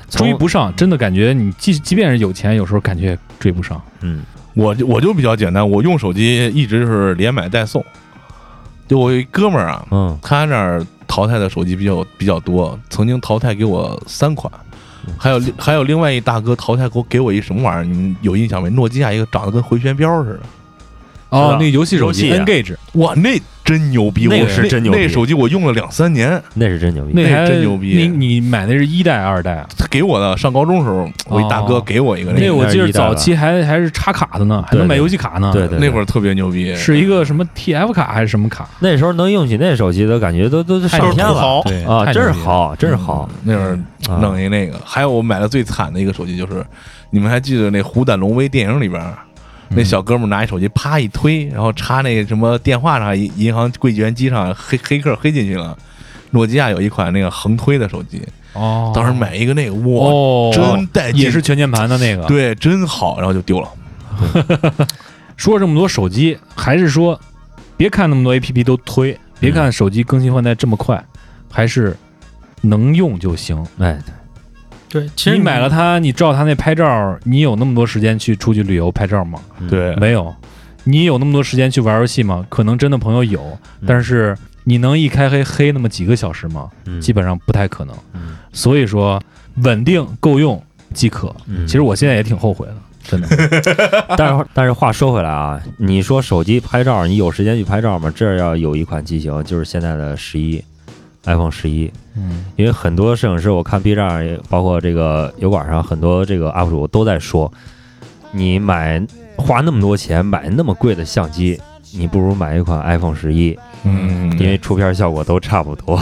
Speaker 9: 从
Speaker 7: 追不上，真的感觉你即即便是有钱，有时候感觉也追不上。
Speaker 9: 嗯
Speaker 6: 我就我就比较简单，我用手机一直就是连买带送。就我有一哥们儿啊，
Speaker 9: 嗯
Speaker 6: 他那儿淘汰的手机比较比较多，曾经淘汰给我三款，还有还有另外一大哥淘汰给我给我一什么玩意儿，你们有印象没？诺基亚一个长得跟回旋镖似的，
Speaker 9: 知
Speaker 7: 哦
Speaker 9: 道，
Speaker 7: 那游戏手机
Speaker 9: 游戏啊
Speaker 7: Engage
Speaker 6: 哇，那真牛逼！
Speaker 9: 那个
Speaker 6: 我
Speaker 9: 是真牛逼
Speaker 6: 那手机我用了两三年，
Speaker 9: 那是真牛逼。
Speaker 6: 那
Speaker 7: 还
Speaker 6: 真牛逼
Speaker 7: 你你买的是一代二代啊？
Speaker 6: 他给我的。上高中时候，我一大哥
Speaker 7: 哦
Speaker 6: 给我一个
Speaker 7: 那
Speaker 6: 那个，
Speaker 7: 我记
Speaker 9: 应该是
Speaker 7: 得
Speaker 9: 一代吧
Speaker 7: 早期还还是插卡的呢，还能买
Speaker 9: 对对
Speaker 7: 游戏卡呢。
Speaker 9: 对对，
Speaker 6: 那会
Speaker 9: 儿
Speaker 6: 儿特别牛逼，
Speaker 7: 是一个什么 TF 卡还是什么卡？
Speaker 9: 那时候能用起那手机的感觉都都都
Speaker 7: 太
Speaker 9: 上天
Speaker 7: 牛逼
Speaker 9: 了
Speaker 7: 对
Speaker 9: 啊，
Speaker 7: 太
Speaker 9: 真是
Speaker 7: 牛逼了嗯
Speaker 9: 好，真是好。
Speaker 6: 嗯那会儿
Speaker 9: 啊
Speaker 6: 弄一那个。还有我买的最惨的一个手机就是，你们还记得那《虎胆龙威》电影里边儿，
Speaker 9: 嗯
Speaker 6: 那小哥们儿拿一手机啪一推，然后插那什么电话上、银银行柜员机上，黑黑客黑进去了。诺基亚有一款那个横推的手机，
Speaker 7: 哦，
Speaker 6: 当时买一个那个，哇，
Speaker 7: 哦，
Speaker 6: 真带劲，
Speaker 7: 也是全键盘的那个。
Speaker 6: 对，真好，然后就丢了。
Speaker 7: 说这么多手机，还是说别看那么多 APP 都推，别看手机更新换代这么快，还是能用就行。
Speaker 9: 哎，
Speaker 8: 对，其实
Speaker 7: 你买了它，你照它那拍照，你有那么多时间去出去旅游拍照吗？
Speaker 6: 对，
Speaker 7: 没有。你有那么多时间去玩游戏吗？可能真的朋友有，但是你能一开黑黑那么几个小时吗？
Speaker 9: 嗯
Speaker 7: 基本上不太可能。
Speaker 9: 嗯
Speaker 7: 所以说，稳定够用即可。
Speaker 9: 嗯
Speaker 7: 其 实我现在也挺后悔的，真的。
Speaker 9: 但是但是话说回来啊，你说手机拍照，你有时间去拍照吗？这要有一款机型，就是现在的十一，iPhone 十一，
Speaker 7: 嗯，
Speaker 9: 因为很多摄影师，我看 B 站，也包括这个油管上很多这个 UP 主都在说，你买花那么多钱买那么贵的相机，你不如买一款 iPhone 十一，
Speaker 6: 嗯，
Speaker 9: 因为出片效果都差不多。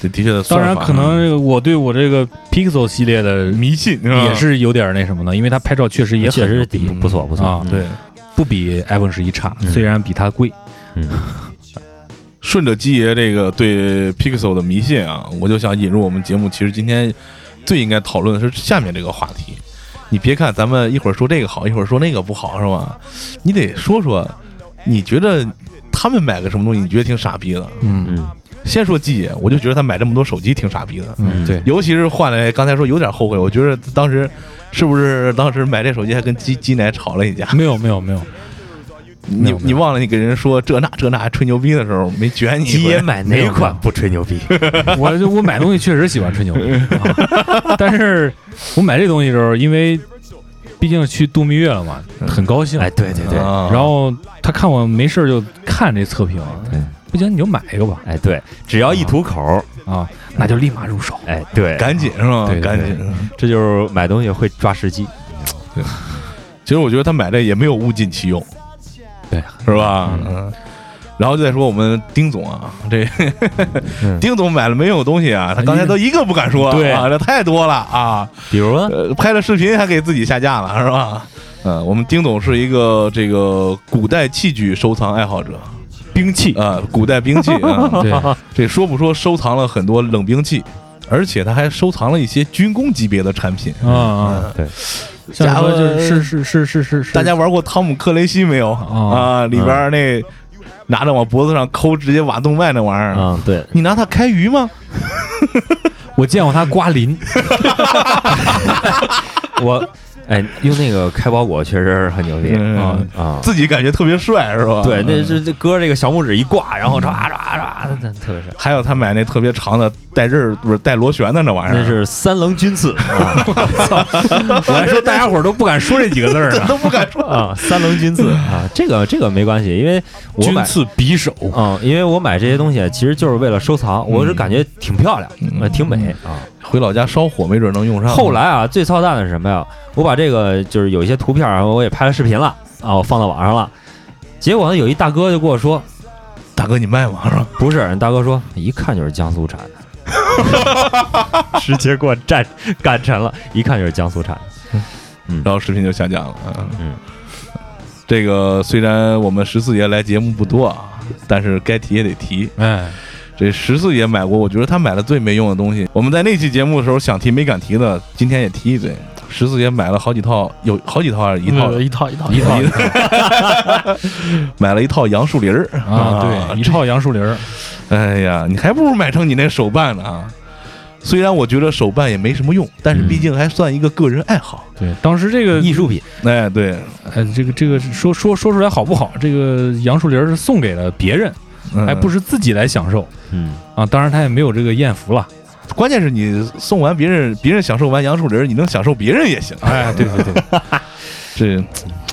Speaker 6: 这的确，
Speaker 7: 当然，可能这个我对我这个 Pixel 系列的
Speaker 6: 迷信
Speaker 7: 也是有点那什么的，因为它拍照确实也
Speaker 9: 确
Speaker 7: 很
Speaker 9: 实
Speaker 7: 牛
Speaker 9: 挺
Speaker 7: 逼，
Speaker 9: 不错不错
Speaker 7: 啊，
Speaker 9: 嗯
Speaker 6: 对。
Speaker 7: 不比 iPhone 十一差，
Speaker 9: 嗯
Speaker 7: 虽然比它贵。
Speaker 9: 嗯，
Speaker 6: 顺着基爷这个对 Pixel 的迷信啊，我就想引入我们节目。其实今天最应该讨论的是下面这个话题。你别看咱们一会儿说这个好，一会儿说那个不好，是吧？你得说说，你觉得他们买个什么东西，你觉得挺傻逼的？
Speaker 7: 嗯
Speaker 9: 嗯
Speaker 6: 先说基爷，我就觉得他买这么多手机挺傻逼的。
Speaker 7: 嗯，对，
Speaker 6: 尤其是换来刚才说有点后悔，我觉得当时是不是当时买这手机还跟鸡鸡奶吵了一架？
Speaker 7: 没有没有没有，
Speaker 6: 你
Speaker 7: 有没有
Speaker 6: 你忘了你给人说这那这那还吹牛逼的时候没卷你一回？啊
Speaker 9: 基爷买哪款不吹牛逼？
Speaker 7: 我就我买东西确实喜欢吹牛逼，啊但是我买这东西的时候，因为毕竟去度蜜月了嘛，很高兴。
Speaker 9: 哎，对对对，
Speaker 6: 啊
Speaker 7: 然后他看我没事儿就看这测评，
Speaker 9: 对
Speaker 7: 不行你就买一个吧，
Speaker 9: 哎对，只要一吐口，
Speaker 7: 啊，那就立马入手。
Speaker 9: 哎对，
Speaker 6: 赶紧是吧？
Speaker 7: 对对对
Speaker 6: 赶紧。
Speaker 9: 这就是买东西会抓时机。
Speaker 6: 其实我觉得他买这也没有物尽其用，
Speaker 7: 对，
Speaker 6: 是吧？嗯。然后再说我们丁总啊，这 丁总买了没有东西啊？他刚才都一个不敢说，
Speaker 7: 嗯对
Speaker 6: 啊，这太多了啊。
Speaker 9: 比如呢，
Speaker 6: 呃，拍了视频还给自己下架了，是吧？呃，我们丁总是一个这个古代器具收藏爱好者，
Speaker 7: 兵器，
Speaker 6: 呃，古代兵 器啊、
Speaker 7: 对，
Speaker 6: 这说不说收藏了很多冷兵器，而且他还收藏了一些军工级别的产品。
Speaker 7: 啊啊，
Speaker 9: 对，
Speaker 7: 像
Speaker 6: 家
Speaker 7: 什
Speaker 6: 伙
Speaker 7: 么就是是是是是是，
Speaker 6: 大家玩过汤姆克雷西没有？
Speaker 9: 哦
Speaker 6: 啊，里边那拿着往脖子上抠，直接挖动脉那玩意儿，
Speaker 9: 嗯对，
Speaker 6: 你拿它开鱼吗？
Speaker 7: 我见过他刮鳞，
Speaker 9: 我 哎用那个开包裹确实很牛逼
Speaker 6: 嗯
Speaker 9: 啊啊！
Speaker 6: 自己感觉特别帅是吧？嗯
Speaker 9: 对，那是这搁这个小拇指一挂，然
Speaker 7: 嗯
Speaker 9: 后唰唰唰，那特别帅。
Speaker 6: 还有他买那特别长的带刃儿不是带螺旋的那玩意儿，
Speaker 9: 那是三棱军 刺啊
Speaker 7: 我还说大家伙儿都不敢说这几个字儿 呢，
Speaker 6: 都不敢说。
Speaker 9: 啊，三棱军刺啊，这个这个没关系，因为 我
Speaker 7: 军
Speaker 9: 买。
Speaker 7: 刺匕首，
Speaker 9: 嗯，因为我买这些东西啊其实就是为了收藏，我是感觉挺漂亮，呃挺美啊。
Speaker 6: 回老家烧火，没准能用上。
Speaker 9: 后来啊，最操蛋的是什么呀？我把这个就是有一些图片，然后我也拍了视频了啊，我放到网上了。结果呢，有一大哥就跟我说，
Speaker 6: 大哥你卖吗？是吧？
Speaker 9: 不是，人大哥说一看就是江苏产的， 直接给我占干沉了，一看就是江苏产的。
Speaker 6: 然后视频就下架了。
Speaker 9: 嗯，
Speaker 6: 这个虽然我们十四爷来节目不多啊，但是该提也得提。
Speaker 7: 哎，
Speaker 6: 这十四爷买过，我觉得他买了最没用的东西。我们在那期节目的时候想提没敢提的，今天也提一嘴。十四爷买了好几套，有好几套还是一套
Speaker 8: 嗯？一套一套
Speaker 6: 一套， 买了一套杨树林儿
Speaker 7: 啊，对，一套杨树林儿，
Speaker 6: 哎呀，你还不如买成你那手办呢啊！虽然我觉得手办也没什么用，但是毕竟还算一个个人爱好。
Speaker 7: 对，当时这个
Speaker 9: 艺术品，
Speaker 6: 哎，对，
Speaker 7: 呃，这个这个说说说出来好不好？这个杨树林儿是送给了别人，
Speaker 6: 嗯
Speaker 7: 还不是自己来享受
Speaker 9: 嗯，
Speaker 7: 啊。当然，他也没有这个艳福了。
Speaker 6: 关键是你送完别人，别人享受完杨树林，你能享受别人也行。
Speaker 7: 哎，对对对，
Speaker 6: 这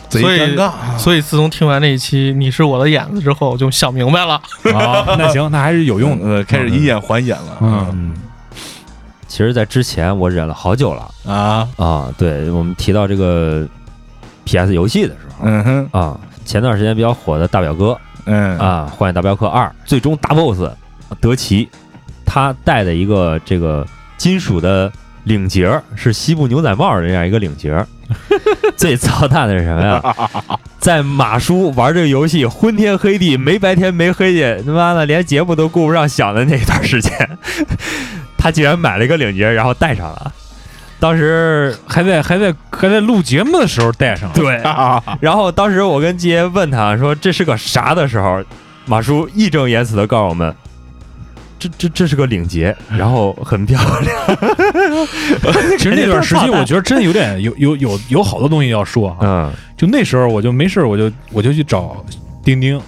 Speaker 6: 贼
Speaker 8: 所以
Speaker 6: 尴尬。
Speaker 8: 所以自从听完那一期《你是我的眼子》之后，我就想明白了。
Speaker 7: 啊，那行，那还是 有用的。
Speaker 6: 呃，开始以眼还眼了。啊
Speaker 7: 嗯，
Speaker 9: 嗯，其实，在之前我忍了好久了
Speaker 6: 啊，
Speaker 9: 啊。对我们提到这个 PS 游戏的时候
Speaker 6: 嗯哼，
Speaker 9: 啊，前段时间比较火的大表哥
Speaker 6: 嗯
Speaker 9: 啊，《幻影大镖客二》最终大 BOSS 德奇，他戴的一个这个金属的领结儿是西部牛仔帽的这样一个领结儿。最操蛋的是什么呀？在马叔玩这个游戏昏天黑地，没白天没黑夜，他妈的连节目都顾不上想的那段时间，他竟然买了一个领结，然后戴上了。当时
Speaker 7: 还在还在还在录节目的时候带 上了。
Speaker 9: 对，然后当时我跟杰问他说这是个啥的时候，马叔义正言辞的告诉我们，这这这是个领 结，然后很漂亮。
Speaker 7: 其实那段时期，我觉得真有点有有有有好多东西要说啊。
Speaker 9: 嗯
Speaker 7: 就那时候我就没事儿，我就我就去找丁丁，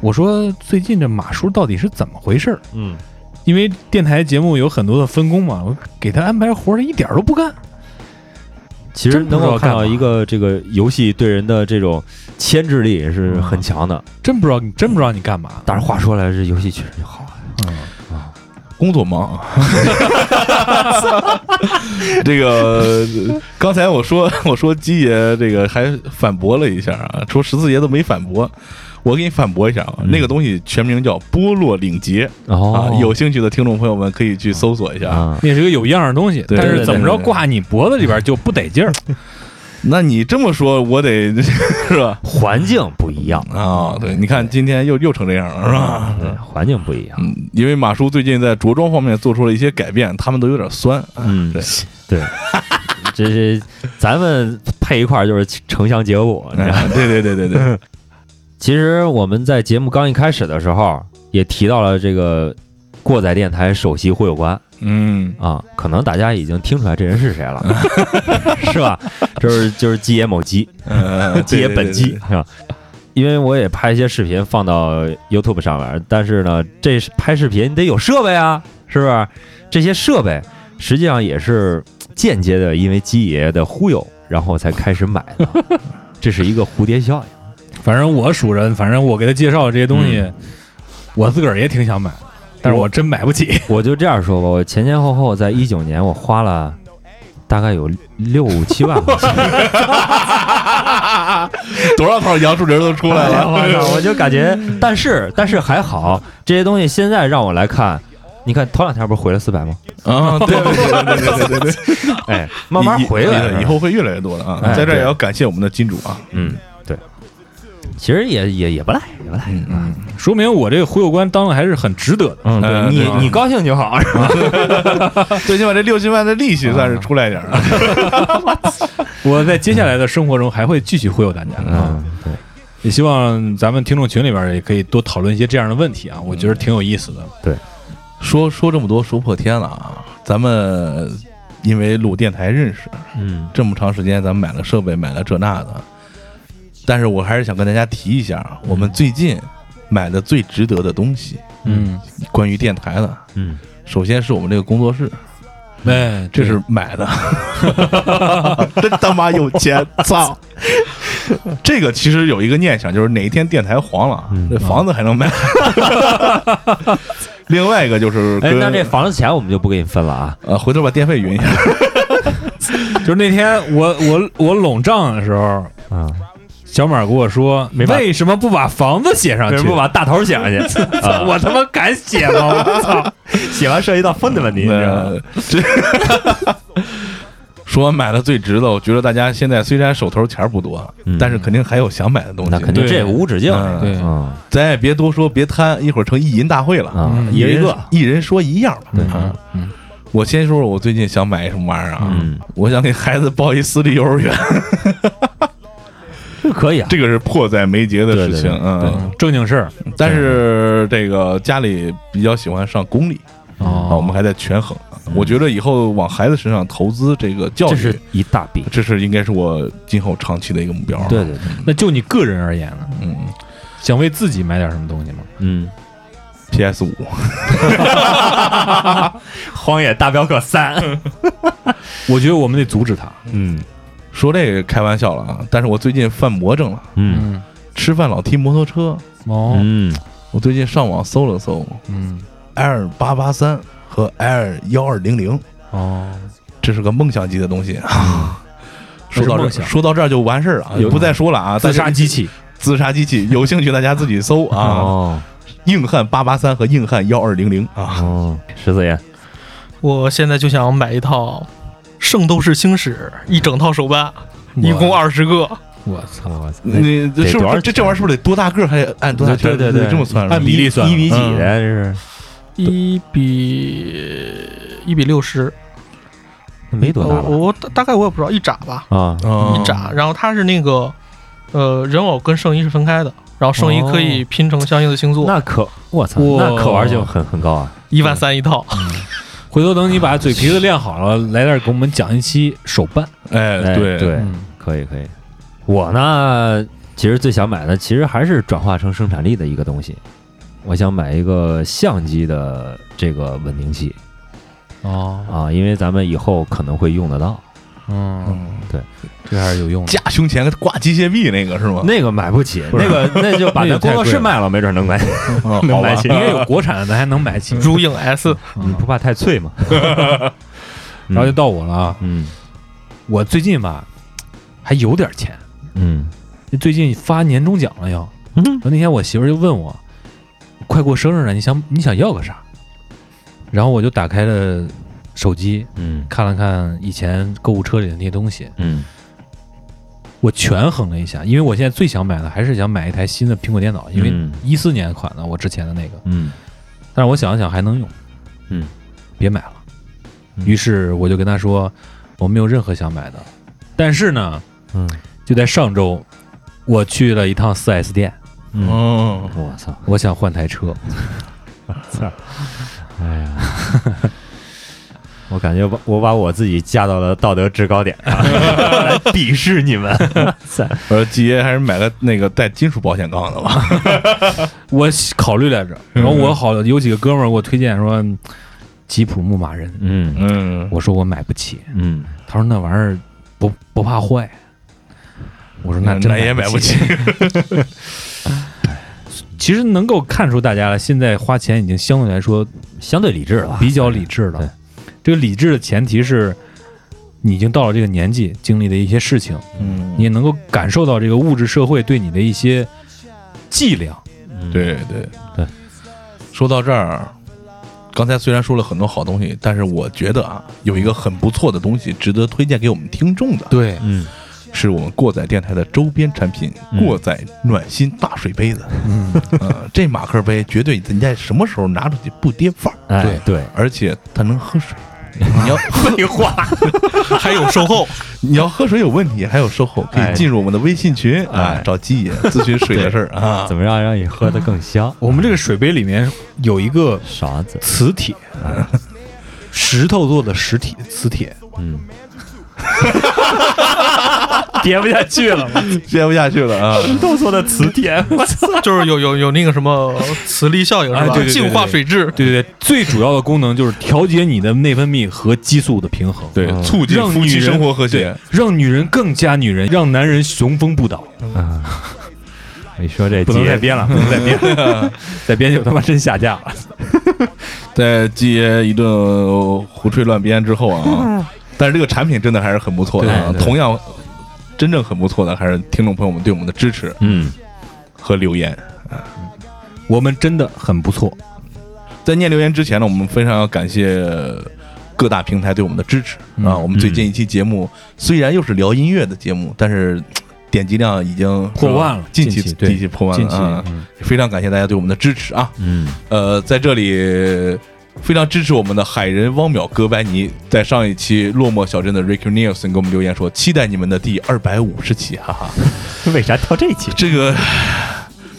Speaker 7: 我说最近这马叔到底是怎么回事儿？
Speaker 9: 嗯，
Speaker 7: 因为电台节目有很多的分工嘛，我给他安排活儿，一点儿都不干。
Speaker 9: 其实
Speaker 7: 真不
Speaker 9: 能
Speaker 7: 知道
Speaker 9: 够看到
Speaker 7: 干嘛
Speaker 9: 一个这个游戏对人的这种牵制力是很强的。
Speaker 7: 真不知道，真不知道你干嘛。
Speaker 9: 当然话说来，这游戏确实好啊。
Speaker 6: 工作忙。这个刚才我说我说鸡爷这个还反驳了一下啊，说十四爷都没反驳，我给你反驳一下啊，那个东西全名叫波洛领结啊
Speaker 9: 哦，
Speaker 6: 有兴趣的听众朋友们可以去搜索一下啊。
Speaker 9: 啊，
Speaker 7: 那是个有样儿的东西，
Speaker 6: 对
Speaker 7: 但是
Speaker 9: 对
Speaker 7: 怎么
Speaker 6: 对
Speaker 7: 着
Speaker 6: 对
Speaker 7: 挂你脖子里边儿就不得劲儿。
Speaker 6: 那你这么说，我得 是吧？
Speaker 9: 环境不一样，
Speaker 6: 啊，对，你看今天又又成这样了，是吧？
Speaker 9: 对，环境不一样。
Speaker 6: 嗯，因为马叔最近在着装方面做出了一些改变，他们都有点酸。
Speaker 9: 嗯
Speaker 6: 对，
Speaker 9: 对， 这这咱们配一块儿就是城乡结果， 你知道吗
Speaker 6: 哎对对对对对，
Speaker 9: 其实我们在节目刚一开始的时候也提到了这个过载电台首席忽悠官
Speaker 6: 嗯，
Speaker 9: 啊，可能大家已经听出来这人是 谁了，是吧？就是就是基野某基，
Speaker 6: 呃，
Speaker 9: 基
Speaker 6: 对
Speaker 9: 野本基，是吧？因为我也拍一些视频放到 YouTube 上面，但是呢，这是拍视频你得有设备啊，是不是？这些设备实际上也是间接的，因为基爷的忽悠，然后才开始买的，这是一个蝴蝶效应。
Speaker 7: 反正我数着，反正我给他介绍的这些东西，我自个儿也挺想买，但是嗯我真买不起。
Speaker 9: 我就这样说吧，我前前后后在一九年，我花了大概有六七万块钱，
Speaker 6: 多少套杨树林都出来
Speaker 9: 哎呀
Speaker 6: 了。
Speaker 9: 我操！我就感觉，但是但是还好，这些东西现在让我来看，你看头两天不是回了四百吗？
Speaker 6: 啊，对对对对对对对，
Speaker 9: 哎， 慢慢
Speaker 6: 以
Speaker 9: 回来了
Speaker 6: 以后会越来越多的啊。
Speaker 9: 哎
Speaker 6: 在这儿也
Speaker 9: 对
Speaker 6: 要感谢我们的金主啊，
Speaker 9: 嗯，对，其实也也也不赖，也不赖。
Speaker 7: 说明我这个忽悠官当的还是很值得的。
Speaker 9: 嗯，
Speaker 6: 哎
Speaker 9: 对你
Speaker 6: 对
Speaker 9: 你高兴就好，是吧？
Speaker 6: 最起码这六七万的利息算是出来点儿了。
Speaker 7: 我在接下来的生活中还会继续忽悠大家啊。
Speaker 9: 嗯，对，
Speaker 7: 也希望咱们听众群里边也可以多讨论一些这样的问题啊，我觉得挺有意思的。
Speaker 6: 说说这么多，说破天了啊！咱们因为录电台认识，
Speaker 9: 嗯
Speaker 6: 这么长时间，咱们买了设备，买了这那的，但是我还是想跟大家提一下，啊我们最近买的最值得的东西，
Speaker 7: 嗯，呃
Speaker 6: 关于电台的，
Speaker 9: 嗯，
Speaker 6: 首先是我们这个工作室，
Speaker 7: 哎，
Speaker 6: 这是买的， 真他妈有 钱，操！这个其实有一个念想，就是哪一天电台黄了，
Speaker 9: 嗯啊
Speaker 6: 这房子还能 卖。另外一个就是
Speaker 9: 哎，
Speaker 6: 跟，
Speaker 9: 那这房子钱我们就不给你分了啊。
Speaker 6: 呃，回头把电费匀一下。
Speaker 7: 就是那天我我我拢账的时候，
Speaker 9: 啊，
Speaker 7: 小马跟我说，
Speaker 9: 没把
Speaker 7: 为什么不把房子写上
Speaker 9: 为
Speaker 7: 去？
Speaker 9: 什么不把大头写上去？ 啊
Speaker 7: 我他妈敢写吗？我操！
Speaker 9: 写完涉及到分的问题，你知道吗？
Speaker 6: 呃，这 说买的最值的，我觉得大家现在虽然手头钱儿不多，
Speaker 9: 嗯
Speaker 6: 但是肯定还有想买的东西。
Speaker 9: 那肯定
Speaker 7: 对
Speaker 9: 这也无止境。
Speaker 6: 嗯
Speaker 7: 对
Speaker 9: 嗯
Speaker 6: 咱也别多说，别贪，一会儿成意淫大会了。
Speaker 9: 啊，
Speaker 7: 嗯
Speaker 9: 一人一个。
Speaker 6: 一人说一样吧。
Speaker 9: 对
Speaker 6: 啊，我先说说我最近想买什么玩意儿啊？
Speaker 9: 嗯
Speaker 6: 我想给孩子报一私立幼儿园，
Speaker 9: 这可以啊。
Speaker 6: 这个是迫在眉睫的事情。
Speaker 9: 对对对
Speaker 6: 嗯，
Speaker 7: 正经事儿
Speaker 6: 但是这个家里比较喜欢上公立啊，我
Speaker 7: 哦，
Speaker 6: 们还在权衡。啊我觉得以后往孩子身上投资这个教
Speaker 9: 这
Speaker 6: 育
Speaker 9: 是，一大笔。
Speaker 6: 这是应该是我今后长期的一个目标。啊
Speaker 9: 对，对对，
Speaker 7: 那就你个人而言呢，
Speaker 6: 嗯
Speaker 7: 想为自己买点什么东西吗？
Speaker 9: 嗯，
Speaker 6: ，PS 五，
Speaker 9: 《荒野大镖客三》，
Speaker 7: 我觉得我们得阻止他，
Speaker 9: 嗯，
Speaker 6: 说这个开玩笑了啊，但是我最近犯魔怔了，
Speaker 1: 嗯
Speaker 7: 嗯，
Speaker 6: 吃饭老提摩托车。
Speaker 7: 哦，
Speaker 1: 嗯，
Speaker 6: 我最近上网搜了搜
Speaker 7: 嗯，
Speaker 6: ，L 八八三和 L 幺二零零，
Speaker 7: 哦，
Speaker 6: 这是个梦想级的东西啊。说到这，
Speaker 7: 这是梦想
Speaker 6: 说到这儿就完事儿啊，
Speaker 7: 有
Speaker 6: 不再说了啊。
Speaker 7: 自杀
Speaker 6: 大家
Speaker 7: 机器，
Speaker 6: 自杀机器，有兴趣大家自己搜啊。
Speaker 9: 哦
Speaker 6: 硬汉八八三和硬汉幺二零零啊，
Speaker 9: 哦，十四爷，
Speaker 8: 我现在就想买一套《圣斗士星矢》一整套手办，一共二十个。
Speaker 7: 我操，
Speaker 9: 我操
Speaker 6: 你这是
Speaker 9: 得
Speaker 6: 不
Speaker 9: 多少
Speaker 6: 是这这玩意儿是不是得多大个儿还得按多大圈
Speaker 9: 对
Speaker 6: 儿
Speaker 9: 对对，
Speaker 6: 得这么算是吧
Speaker 7: 按比例算
Speaker 9: 一比几
Speaker 6: 嗯
Speaker 9: 的？这是
Speaker 8: 一比一比六十，
Speaker 9: 没多大
Speaker 8: 我
Speaker 9: 吧？
Speaker 8: 我大大概我也不知道，一扎吧，
Speaker 9: 啊，
Speaker 6: 嗯
Speaker 7: 哦
Speaker 8: 一扎。然后它是那个，呃，人偶跟圣衣是分开的，然后圣衣
Speaker 7: 哦
Speaker 8: 可以拼成相应的星座，
Speaker 9: 那可我操，
Speaker 7: 哇
Speaker 9: 那可玩性很很高啊！
Speaker 8: 一万三一套。
Speaker 7: 回头等你把嘴皮子练好了，来这儿给我们讲一期手办。
Speaker 6: 哎
Speaker 9: 哎
Speaker 6: 对
Speaker 9: 对，
Speaker 7: 嗯
Speaker 9: 可以可以。我呢，其实最想买的其实还是转化成生产力的一个东西。我想买一个相机的这个稳定器
Speaker 7: 哦，
Speaker 9: 啊，因为咱们以后可能会用得到。
Speaker 7: 嗯，
Speaker 6: 嗯
Speaker 7: 这还是有用的。
Speaker 6: 架胸前挂机械臂那个是吗？
Speaker 9: 那个买不起，那个那就把
Speaker 7: 那
Speaker 9: 那
Speaker 7: 个太
Speaker 9: 工作
Speaker 7: 贵
Speaker 9: 室
Speaker 7: 了
Speaker 9: 卖了，没准能买
Speaker 6: 嗯
Speaker 9: 能
Speaker 6: 好吧
Speaker 9: 买起。
Speaker 7: 应该有国产的，咱还能买 起。
Speaker 8: 如影 S，
Speaker 9: 你不怕太脆吗？
Speaker 7: 然后就到我了啊，
Speaker 9: 嗯
Speaker 7: 我最近吧还有点钱，
Speaker 9: 嗯
Speaker 7: 最近发年终奖了要。
Speaker 9: 嗯
Speaker 7: 然后那天我媳妇儿就问我，快过生日了，你想你想要个啥？然后我就打开了手机，
Speaker 9: 嗯
Speaker 7: 看了看以前购物车里的那些东西，
Speaker 9: 嗯
Speaker 7: 我权衡了一下，因为我现在最想买的还是想买一台新的苹果电脑，因为
Speaker 9: 嗯
Speaker 7: 一四年款的我之前的那个，
Speaker 9: 嗯
Speaker 7: 但是我想了想还能用，
Speaker 9: 嗯，
Speaker 7: 别买了。
Speaker 9: 嗯
Speaker 7: 于是我就跟她说，我没有任何想买的，但是呢，
Speaker 9: 嗯
Speaker 7: 就在上周，我去了一趟 4S 店，
Speaker 9: 嗯，
Speaker 6: 嗯，
Speaker 9: 我操！
Speaker 7: 我想换台车，
Speaker 9: 哎呀，我感觉把我把我自己架到了道德制高点上， 来鄙视你们。
Speaker 6: 我说季呃爷还是买个那个带金属保险杠的吧。
Speaker 7: 我考虑来着，然后我好有几个哥们儿给我推荐说，嗯吉普牧马人，
Speaker 9: 嗯
Speaker 6: 嗯，
Speaker 7: 我说我买不起，
Speaker 9: 嗯，
Speaker 7: 他说那玩意儿不不怕坏，我说那
Speaker 6: 嗯
Speaker 7: 真
Speaker 6: 那也买不起。
Speaker 7: 其实能够看出大家了，现在花钱已经相对来说
Speaker 9: 相对理智了吧？
Speaker 7: 比较理智
Speaker 9: 对
Speaker 7: 了。这个理智的前提是，你已经到了这个年纪，经历的一些事情，
Speaker 6: 嗯
Speaker 7: 你也能够感受到这个物质社会对你的一些伎俩。
Speaker 9: 嗯，
Speaker 6: 对对
Speaker 9: 对。
Speaker 6: 说到这儿，刚才虽然说了很多好东西，但是我觉得啊，有一个很不错的东西值得推荐给我们听众的，
Speaker 7: 对，
Speaker 9: 嗯
Speaker 6: 是我们过载电台的周边产品——
Speaker 9: 嗯
Speaker 6: 过载暖心大水杯子。
Speaker 7: 嗯，
Speaker 6: 呃，这马克杯绝对你在什么时候拿出去不跌范儿，
Speaker 9: 哎
Speaker 7: 对
Speaker 9: 对，
Speaker 6: 而且它能喝水。你要
Speaker 9: 废话，
Speaker 8: 还有售后，
Speaker 6: 你要喝水有问题，还有售后，可
Speaker 9: 哎
Speaker 6: 以进入我们的微信群啊
Speaker 9: 哎，
Speaker 6: 找季爷咨询水的事儿啊。
Speaker 9: 怎么样让你喝的更香？
Speaker 7: 我们这个水杯里面有一个
Speaker 9: 勺子，
Speaker 7: 磁铁，石头做的实体磁铁，
Speaker 9: 嗯，憋不下去了，
Speaker 6: 接不下去了啊！
Speaker 9: 都说的磁铁，我操！
Speaker 8: 就是有有有那个什么磁力效应
Speaker 7: 哎
Speaker 8: 是吧
Speaker 7: 对对？对对
Speaker 8: 净化水质。
Speaker 7: 对对对，最主要的功能就是调节你的内分泌和激素的平衡，
Speaker 6: 对，促进
Speaker 7: 让
Speaker 6: 夫
Speaker 7: 女
Speaker 6: 妻
Speaker 7: 人
Speaker 6: 生活和谐。
Speaker 7: 对让女人更加女人，让男人雄风不倒。
Speaker 9: 你说
Speaker 6: 哎
Speaker 9: 这
Speaker 7: 不能
Speaker 9: 节
Speaker 7: 再 编了，不能再编了，再编就他妈真下架了。
Speaker 6: 在季爷一顿胡吹乱编之后啊，但是这个产品真的还是很不错的啊。
Speaker 9: 对对
Speaker 6: 同样，真正很不错的还是听众朋友们对我们的支持
Speaker 9: 嗯，
Speaker 6: 和留言。
Speaker 7: 我们真的很不错，
Speaker 6: 在念留言之前呢，我们非常要感谢各大平台对我们的支持啊。
Speaker 7: 嗯
Speaker 6: 我们最近一期节目虽然又是聊音乐的节目，但是。点击量已经
Speaker 7: 破万了
Speaker 6: 近期
Speaker 7: 近期对嗯
Speaker 6: 近期破万
Speaker 7: 近
Speaker 6: 了
Speaker 7: 期
Speaker 6: 啊！非常感谢大家对我们的支持啊！
Speaker 9: 嗯，
Speaker 6: 呃，在这里非常支持我们的海人汪淼哥白尼，在上一期落寞小镇的 Ricky Nielsen 给我们留言说，期待你们的第二百五十期，哈哈，
Speaker 9: 为啥跳这一期？
Speaker 6: 这个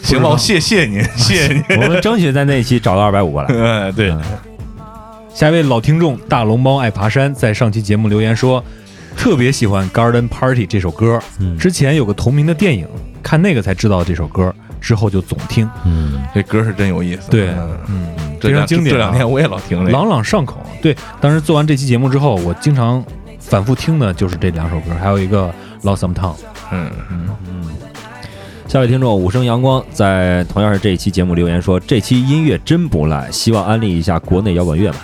Speaker 6: 行吧，我谢谢您， 谢谢您。
Speaker 9: 我们争取在那一期找到二百五过来。
Speaker 6: 哎，对，
Speaker 7: 下一位老听众大龙猫爱爬山在上期节目留言说，特别喜欢《Garden Party》这首歌，
Speaker 9: 嗯
Speaker 7: 之前有个同名的电影，看那个才知道这首歌，之后就总听。
Speaker 9: 嗯
Speaker 6: 这歌是真有意思，
Speaker 7: 对
Speaker 6: 嗯，
Speaker 7: 嗯，
Speaker 6: 这
Speaker 7: 非
Speaker 6: 两
Speaker 7: 常经典啊、
Speaker 6: 这两天我也老听这个，
Speaker 7: 朗朗上口。对，当时做完这期节目之后，我经常反复听的就是这两首歌，还有一个《Lost Some Town》。
Speaker 6: 嗯，
Speaker 9: 下位听众武生阳光在同样是这一期节目留言说，这期音乐真不赖，希望安利一下国内摇滚乐吧。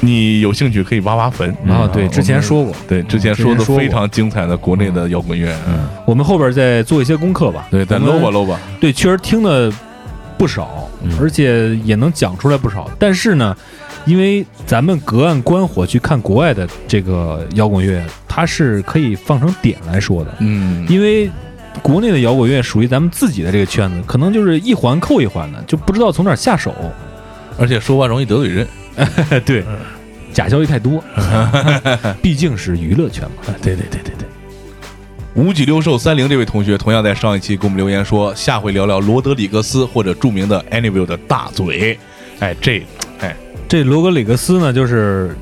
Speaker 6: 你有兴趣可以挖挖坟
Speaker 7: 啊，对，之前，说过，
Speaker 6: 我们对之前
Speaker 7: 之前
Speaker 6: 说的
Speaker 7: 说过
Speaker 6: 非常精彩的国内的摇滚乐，嗯
Speaker 7: 我们后边再做一些功课吧。
Speaker 6: 对，再
Speaker 7: 我们
Speaker 6: 搂嗯吧搂吧，
Speaker 7: 对，确实听的不少，而且也能讲出来不少。但是呢，因为咱们隔岸观火去看国外的这个摇滚乐，它是可以放成点来说的，
Speaker 6: 嗯，
Speaker 7: 因为。国内的摇滚乐属于咱们自己的这个圈子，可能就是一环扣一环的，就不知道从哪儿下手。
Speaker 6: 而且说话容易得罪人，
Speaker 7: 对，嗯假消息太 多，毕竟是娱乐圈嘛。对对对对对，
Speaker 6: 五九六兽三零这位同学同样在上一期给我们留言说，下回聊聊罗德里格斯或者著名的 Anyway 的大嘴。哎，这
Speaker 7: 这罗格里格斯呢，就是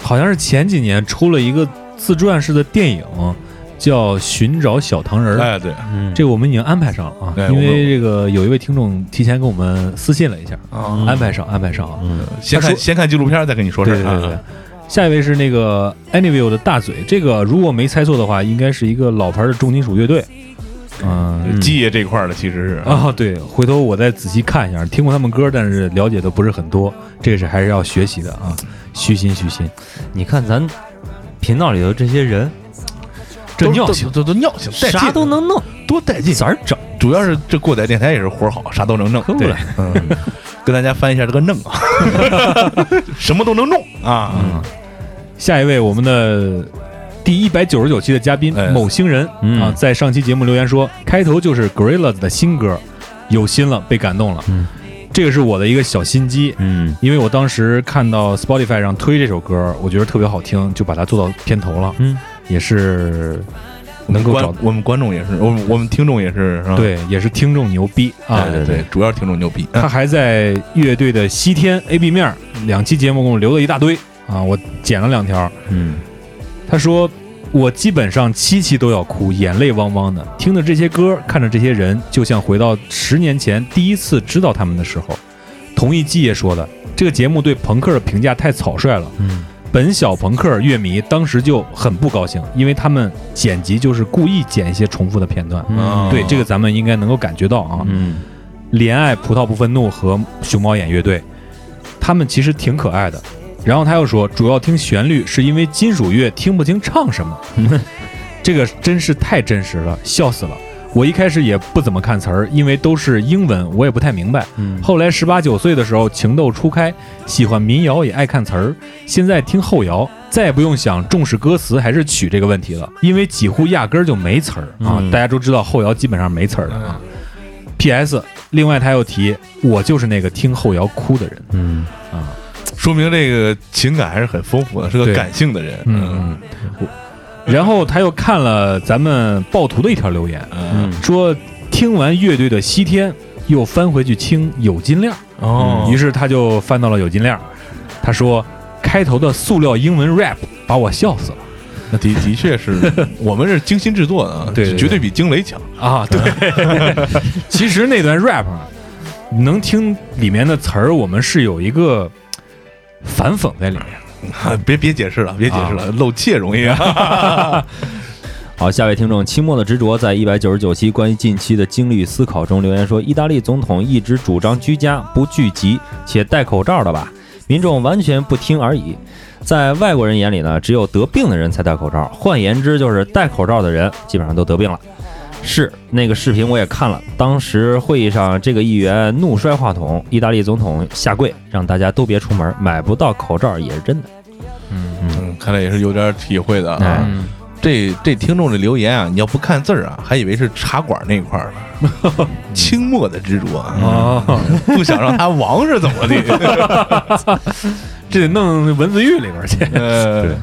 Speaker 7: 好像是前几年出了一个自传式的电影，叫《寻找小糖人》。
Speaker 6: 哎对，
Speaker 1: 嗯，
Speaker 7: 这个我们已经安排上了啊，
Speaker 6: 对
Speaker 7: 因
Speaker 6: 我们
Speaker 7: 为这个有一位听众提前给我们私信了一下，
Speaker 6: 啊
Speaker 7: 安排上，安排上啊。
Speaker 6: 先
Speaker 7: 他
Speaker 6: 看
Speaker 7: 说
Speaker 6: 先看纪录片，再跟你说事
Speaker 7: 对
Speaker 6: 儿。
Speaker 7: 对对对
Speaker 6: 啊，
Speaker 7: 下一位是那个 Anyway 的大嘴，这个如果没猜错的话，应该是一个老牌的重金属乐队。嗯，
Speaker 6: 基爷这块儿的其实是
Speaker 7: 啊、对，回头我再仔细看一下，听过他们歌，但是了解的不是很多，这个是还是要学习的啊，虚心虚心，
Speaker 9: 你看咱频道里头这些人，
Speaker 7: 这
Speaker 6: 都
Speaker 7: 尿性，
Speaker 6: 都都都尿性，带劲
Speaker 9: 啥都能弄，
Speaker 6: 多带劲，
Speaker 9: 咋儿整？
Speaker 6: 主要是这过载电台也是活儿好，啥都能弄。
Speaker 9: 不
Speaker 6: 对
Speaker 9: 了，
Speaker 6: 嗯，跟大家翻一下这个弄啊， 什么都能弄
Speaker 7: 嗯
Speaker 6: 啊。
Speaker 7: 下一位，我们的第一百九十九期的嘉宾、
Speaker 6: 哎
Speaker 7: 某星人、
Speaker 1: 嗯
Speaker 7: 啊，在上期节目留言说，开头就是 Gorillaz 的新歌，有心了，被感动了。
Speaker 1: 嗯
Speaker 7: 这个是我的一个小心机，
Speaker 1: 嗯
Speaker 7: 因为我当时看到 Spotify 上推这首歌，我觉得特别好听，就把它做到片头了。
Speaker 1: 嗯，
Speaker 7: 也是能够
Speaker 6: 我们
Speaker 7: 找
Speaker 6: 观我们观众也是，我们我们听众也是，是吧？
Speaker 7: 对，也是听众牛逼啊！
Speaker 6: 对对，主要是听众牛逼。
Speaker 1: 嗯
Speaker 7: 他还在乐队的西天 A B 面儿两期节目给我留了一大堆啊，我剪了两条。
Speaker 1: 嗯
Speaker 7: 他说我基本上七期都要哭，眼泪汪汪的，听着这些歌，看着这些人，就像回到十年前第一次知道他们的时候。同意季爷说的，这个节目对朋克的评价太草率了。
Speaker 1: 嗯，
Speaker 7: 本小朋克乐迷当时就很不高兴，因为他们剪辑就是故意剪一些重复的片段。
Speaker 6: 啊
Speaker 7: 对，这个咱们应该能够感觉到啊。
Speaker 1: 嗯
Speaker 7: 怜爱、葡萄不愤怒和熊猫眼乐队，他们其实挺可爱的。然后他又说，主要听旋律是因为金属乐听不清唱什么， 这个真是太真实了，笑死了。我一开始也不怎么看词儿，因为都是英文，我也不太明白。
Speaker 1: 嗯
Speaker 7: 后来十八九岁的时候，情窦初开，喜欢民谣，也爱看词儿。现在听后摇，再也不用想重视歌词还是曲这个问题了，因为几乎压根儿就没词儿啊。
Speaker 1: 嗯
Speaker 7: 大家都知道后摇基本上没词儿的啊。P.S. 另外他又提，我就是那个听后摇哭的人。
Speaker 1: 嗯
Speaker 6: 说明这个情感还是很丰富的，是个
Speaker 7: 对
Speaker 6: 感性的人。
Speaker 7: 嗯，然后他又看了咱们暴徒的一条留言，
Speaker 6: 嗯，
Speaker 7: 说听完乐队的《西天》，又翻回去听有金链儿。
Speaker 6: 哦
Speaker 8: 嗯
Speaker 7: 于是他就翻到了有金链儿，他说开头的塑料英文 rap 把我笑死了
Speaker 6: 那的的确是 我们是精心制作的啊，
Speaker 7: 对对对
Speaker 6: 绝对比惊雷强。
Speaker 7: 啊！对， 其实那段 rap 啊能听里面的词儿，我们是有一个反讽在里面。
Speaker 6: 别别解释了，别解释了，露怯容易啊。
Speaker 9: 好，下位听众清末的执着在一百九十九期关于近期的经历与思考中留言说，意大利总统一直主张居家不聚集且戴口罩的吧，民众完全不听而已。在外国人眼里呢，只有得病的人才戴口罩，换言之就是戴口罩的人基本上都得病了。是那个视频我也看了，当时会议上这个议员怒摔话筒，意大利总统下跪，让大家都别出门，买不到口罩也是真的。
Speaker 6: 嗯，看来也是有点体会的啊。
Speaker 9: 哎，
Speaker 6: 这这听众的留言啊，你要不看字儿啊，还以为是茶馆那块儿呢。 清末的执着啊，
Speaker 7: 哦，
Speaker 6: 不想让他亡是怎么 的？
Speaker 7: 这得弄文字狱里边去。
Speaker 6: 呃，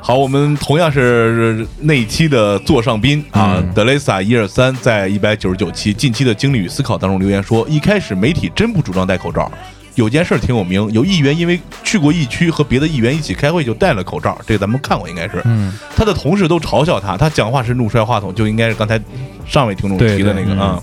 Speaker 6: 好，我们同样是那一期的座上宾啊
Speaker 7: 嗯
Speaker 6: 德雷萨一二三在一百九十九期近期的经历与思考当中留言说，一开始媒体真不主张戴口罩。有件事儿挺有名，有议员因为去过疫区和别的议员一起开会就戴了口罩，这个咱们看过应该是。
Speaker 7: 嗯，
Speaker 6: 他的同事都嘲笑他，他讲话是怒摔话筒，就应该是刚才上位听众提的那
Speaker 7: 对对
Speaker 6: 个啊。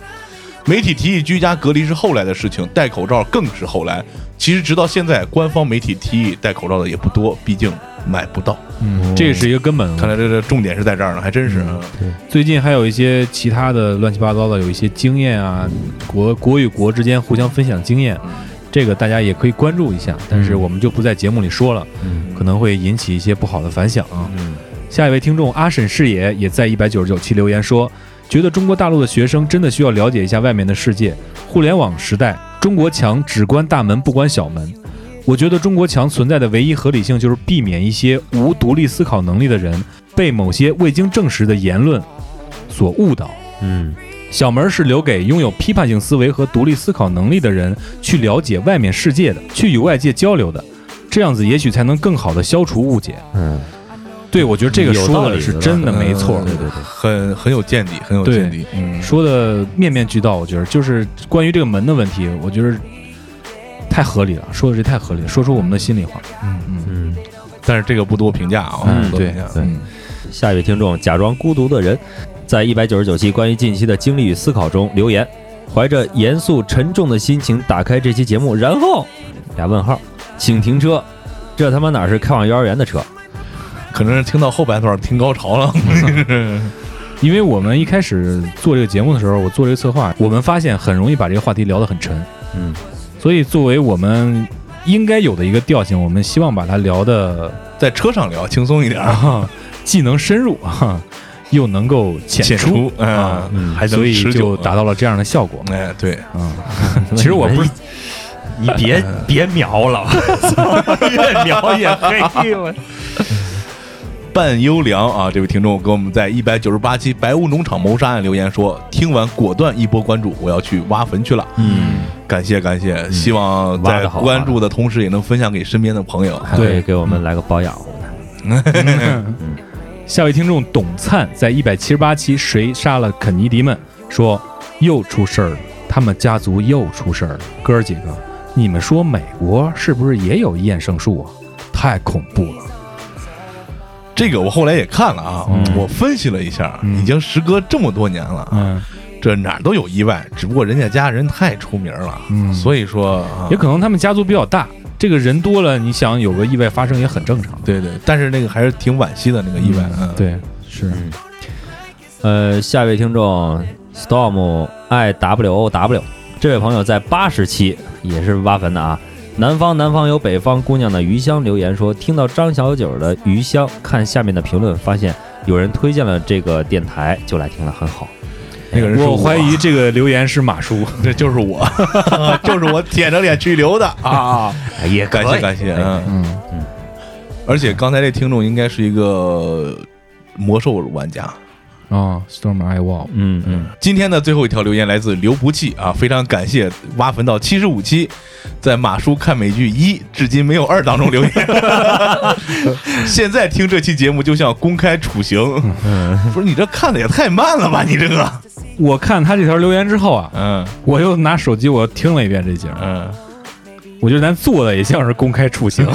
Speaker 6: 媒体提议居家隔离是后来的事情，戴口罩更是后来。其实直到现在，官方媒体提议戴口罩的也不多，毕竟买不到。
Speaker 7: 嗯，这是一个根本的问题
Speaker 6: 看。来这这重点是在这儿呢，还真是啊。
Speaker 7: 最近还有一些其他的乱七八糟的，有一些经验啊，国国与国之间互相分享经验，这个大家也可以关注一下，但是我们就不在节目里说了，可能会引起一些不好的反响啊。下一位听众阿沈视野也在一百九十九期留言说，觉得中国大陆的学生真的需要了解一下外面的世界。互联网时代，中国强只关大门不关小门。我觉得中国强存在的唯一合理性就是避免一些无独立思考能力的人被某些未经证实的言论所误导。
Speaker 9: 嗯
Speaker 7: 小门儿是留给拥有批判性思维和独立思考能力的人去了解外面世界的，去与外界交流的，这样子也许才能更好的消除误解。
Speaker 9: 嗯，
Speaker 7: 对，我觉得这个
Speaker 9: 有
Speaker 7: 说
Speaker 9: 道
Speaker 7: 的
Speaker 9: 理
Speaker 7: 是
Speaker 9: 有道
Speaker 7: 真的
Speaker 6: 理
Speaker 7: 没错，
Speaker 6: 嗯
Speaker 9: 对对对，
Speaker 6: 很很有见地，很有
Speaker 7: 对
Speaker 6: 见地。嗯，
Speaker 7: 说的面面俱到。我觉得就是关于这个门的问题，我觉得太合理了，说的这太合理了，说出我们的心里话。
Speaker 6: 嗯
Speaker 7: 嗯，
Speaker 9: 嗯。
Speaker 6: 但是这个不多评价啊，
Speaker 7: 嗯
Speaker 6: 不多评价。
Speaker 9: 对对
Speaker 6: 嗯
Speaker 9: 下一位听众假装孤独的人，在一百九十九期关于近期的经历与思考中留言，怀着严肃沉重的心情打开这期节目，然后俩问号，请停车，这他妈哪是开往幼儿园的车？
Speaker 6: 可能是听到后半段听高潮了。
Speaker 7: 因为我们一开始做这个节目的时候，我做这个策划，我们发现很容易把这个话题聊得很沉。
Speaker 9: 嗯
Speaker 7: 所以作为我们应该有的一个调性，我们希望把它聊 的
Speaker 6: 在车上聊轻松一点，
Speaker 7: 啊，既能深入 啊，又能够浅
Speaker 6: 浅
Speaker 7: 出
Speaker 6: 出
Speaker 7: 啊，
Speaker 6: 嗯，还能
Speaker 7: 所以
Speaker 6: 持
Speaker 7: 就
Speaker 6: 久嗯
Speaker 7: 达。到了这样的效果
Speaker 6: 哎，对，
Speaker 7: 啊。其实我不是，
Speaker 9: 你 别别瞄了， 越瞄越 黑。
Speaker 6: 半优良啊，这位听众给我们在一百九十八期《白屋农场谋杀案》留言说，听完果断一波关注，我要去挖坟去了。
Speaker 9: 嗯，
Speaker 6: 感谢感谢，希望
Speaker 9: 挖
Speaker 6: 在
Speaker 9: 得好
Speaker 6: 关注的同时，也能分享给身边的朋友。
Speaker 9: 还
Speaker 7: 对
Speaker 9: 得给我们来个保养。
Speaker 7: 下位听众董灿在一百七十八期《谁杀了肯尼迪们》说又出事儿了，他们家族又出事儿了。哥儿几个，你们说美国是不是也有厌胜术啊？太恐怖了。
Speaker 6: 这个我后来也看了啊，
Speaker 7: 嗯
Speaker 6: 我分析了一下，
Speaker 7: 嗯
Speaker 6: 已经时隔这么多年了，
Speaker 7: 嗯，
Speaker 6: 这哪儿都有意外，只不过人家家人太出名了，
Speaker 7: 嗯
Speaker 6: 所以说啊
Speaker 7: 也可能他们家族比较大，这个人多了，你想有个意外发生也很正常。
Speaker 6: 对对，但是那个还是挺惋惜的那个意外，嗯，
Speaker 7: 对，是
Speaker 9: 呃，下一位听众 Storm I W O W 这位朋友在八十期也是挖坟的啊。南方南方有北方姑娘的余香留言说，听到张小九的余香，看下面的评论，发现有人推荐了这个电台，就来听了，很好。
Speaker 6: 那个人是
Speaker 7: 我怀疑这个留言是马叔，
Speaker 6: 这就是我， 就是我舔着脸去留的 啊！
Speaker 9: 哎也
Speaker 6: 感
Speaker 9: 可
Speaker 6: 谢
Speaker 9: 以
Speaker 6: 感谢，
Speaker 9: 哎
Speaker 6: 嗯，
Speaker 7: 嗯，
Speaker 6: 而且刚才这听众应该是一个魔兽玩家。
Speaker 7: 哦，Storm I Wall，
Speaker 9: 嗯嗯，
Speaker 6: 今天的最后一条留言来自刘不弃啊，非常感谢挖坟到七十五期，在马叔看美剧一至今没有二当中留言， 现在听这期节目就像公开处刑，
Speaker 7: 嗯
Speaker 6: 不是你这看的也太慢了吧，你这个，
Speaker 7: 我看他这条留言之后啊，
Speaker 6: 嗯
Speaker 7: 我又拿手机我又听了一遍这节目，
Speaker 6: 嗯，
Speaker 7: 我觉得咱做的也像是公开处刑，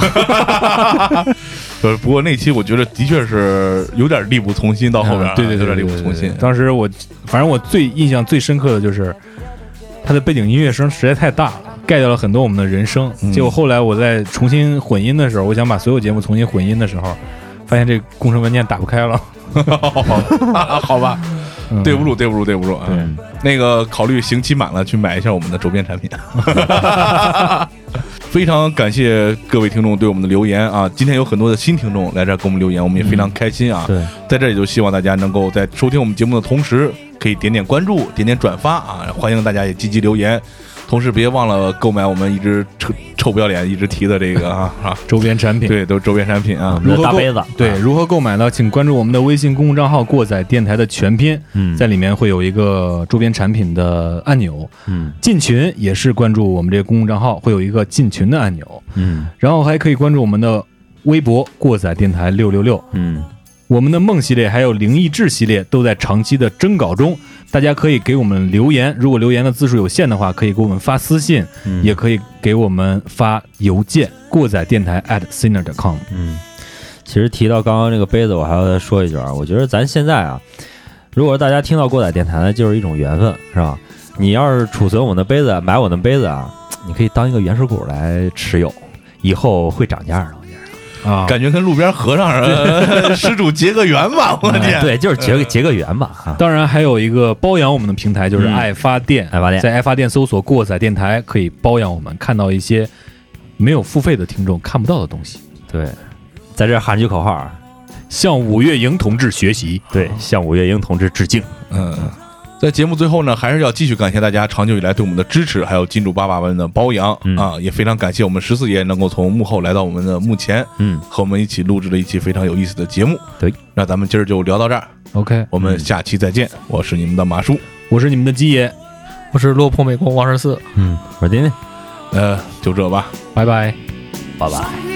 Speaker 6: 呃，不过那期我觉得的确是有点力不从心，到后边啊、
Speaker 7: 对对
Speaker 6: 有
Speaker 7: 对，对
Speaker 6: 点力
Speaker 7: 对
Speaker 6: 不
Speaker 7: 对
Speaker 6: 从心，
Speaker 7: 当时我反正我最印象最深刻的就是他的背景音乐声实在太大了。盖掉了很多我们的人声，
Speaker 6: 嗯
Speaker 7: 结果后来我在重新混音的时候，我想把所有节目重新混音的时候，发现这个工程文件打不开了，
Speaker 6: 好吧，
Speaker 7: 嗯
Speaker 6: 对不住，对不住，对不住啊！那个考虑刑期满了去买一下我们的周边产品。 非常感谢各位听众对我们的留言啊！今天有很多的新听众来这儿给我们留言，我们也非常开心啊！
Speaker 9: 对，
Speaker 6: 在这里就希望大家能够在收听我们节目的同时，可以点点关注、点点转发啊！欢迎大家也积极留言，同时别忘了购买我们一直臭臭不要脸一直提的这个啊啊！
Speaker 7: 周边产品。
Speaker 6: 对，都是周边产品啊
Speaker 9: 我！们
Speaker 7: 如
Speaker 9: 的
Speaker 7: 何
Speaker 9: 大
Speaker 7: 购
Speaker 9: 杯子，
Speaker 7: 对，如何购买呢？请关注我们的微信公众账号“过载电台”的全拼，
Speaker 9: 嗯
Speaker 7: 在里面会有一个周边产品的按钮。
Speaker 9: 嗯
Speaker 7: 进群也是关注我们这个公众账号，会有一个进群的按钮。
Speaker 9: 嗯
Speaker 7: 然后还可以关注我们的微博“过载电台六六六
Speaker 9: 嗯，”。
Speaker 7: 我们的梦系列还有灵异志系列都在长期的征稿中，大家可以给我们留言。如果留言的字数有限的话，可以给我们发私信，
Speaker 9: 嗯
Speaker 7: 也可以给我们发邮件。过载电台 at sinner.com。
Speaker 9: 嗯，其实提到刚刚这个杯子，我还要再说一句啊，我觉得咱现在啊，如果大家听到过载电台呢，就是一种缘分，是吧？你要是储存我的杯子，买我的杯子啊，你可以当一个原始股来持有，以后会涨价的。我觉得
Speaker 7: 啊，
Speaker 6: 感觉跟路边和尚呃 施主结个缘吧，我天！
Speaker 9: 哎对，就是结个结个缘吧啊。
Speaker 7: 当然还有一个包养我们的平台，就是
Speaker 9: 嗯
Speaker 7: 爱发电。
Speaker 9: 爱发电
Speaker 7: 在爱发电搜索“过载电台”，可以包养我们，看到一些没有付费的听众看不到的东西，
Speaker 9: 对，在这儿喊句口号啊，
Speaker 7: 向五月莹同志学习。
Speaker 9: 对，向五月英同志致敬。
Speaker 6: 嗯，在节目最后呢，还是要继续感谢大家长久以来对我们的支持，还有金主爸爸们的包养、
Speaker 9: 嗯
Speaker 6: 啊，也非常感谢我们十四爷能够从幕后来到我们的幕前，
Speaker 9: 嗯，
Speaker 6: 和我们一起录制了一期非常有意思的节目。
Speaker 9: 对，嗯
Speaker 6: 那咱们今儿就聊到这儿，
Speaker 7: OK，
Speaker 6: 我们下期再见。我是你们的马叔，
Speaker 7: 我是你们的鸡爷，
Speaker 8: 我是落魄美工王十四。
Speaker 9: 嗯，我是丁丁，
Speaker 6: 呃，就这吧。
Speaker 7: 拜拜。
Speaker 9: 拜拜。
Speaker 5: Bye.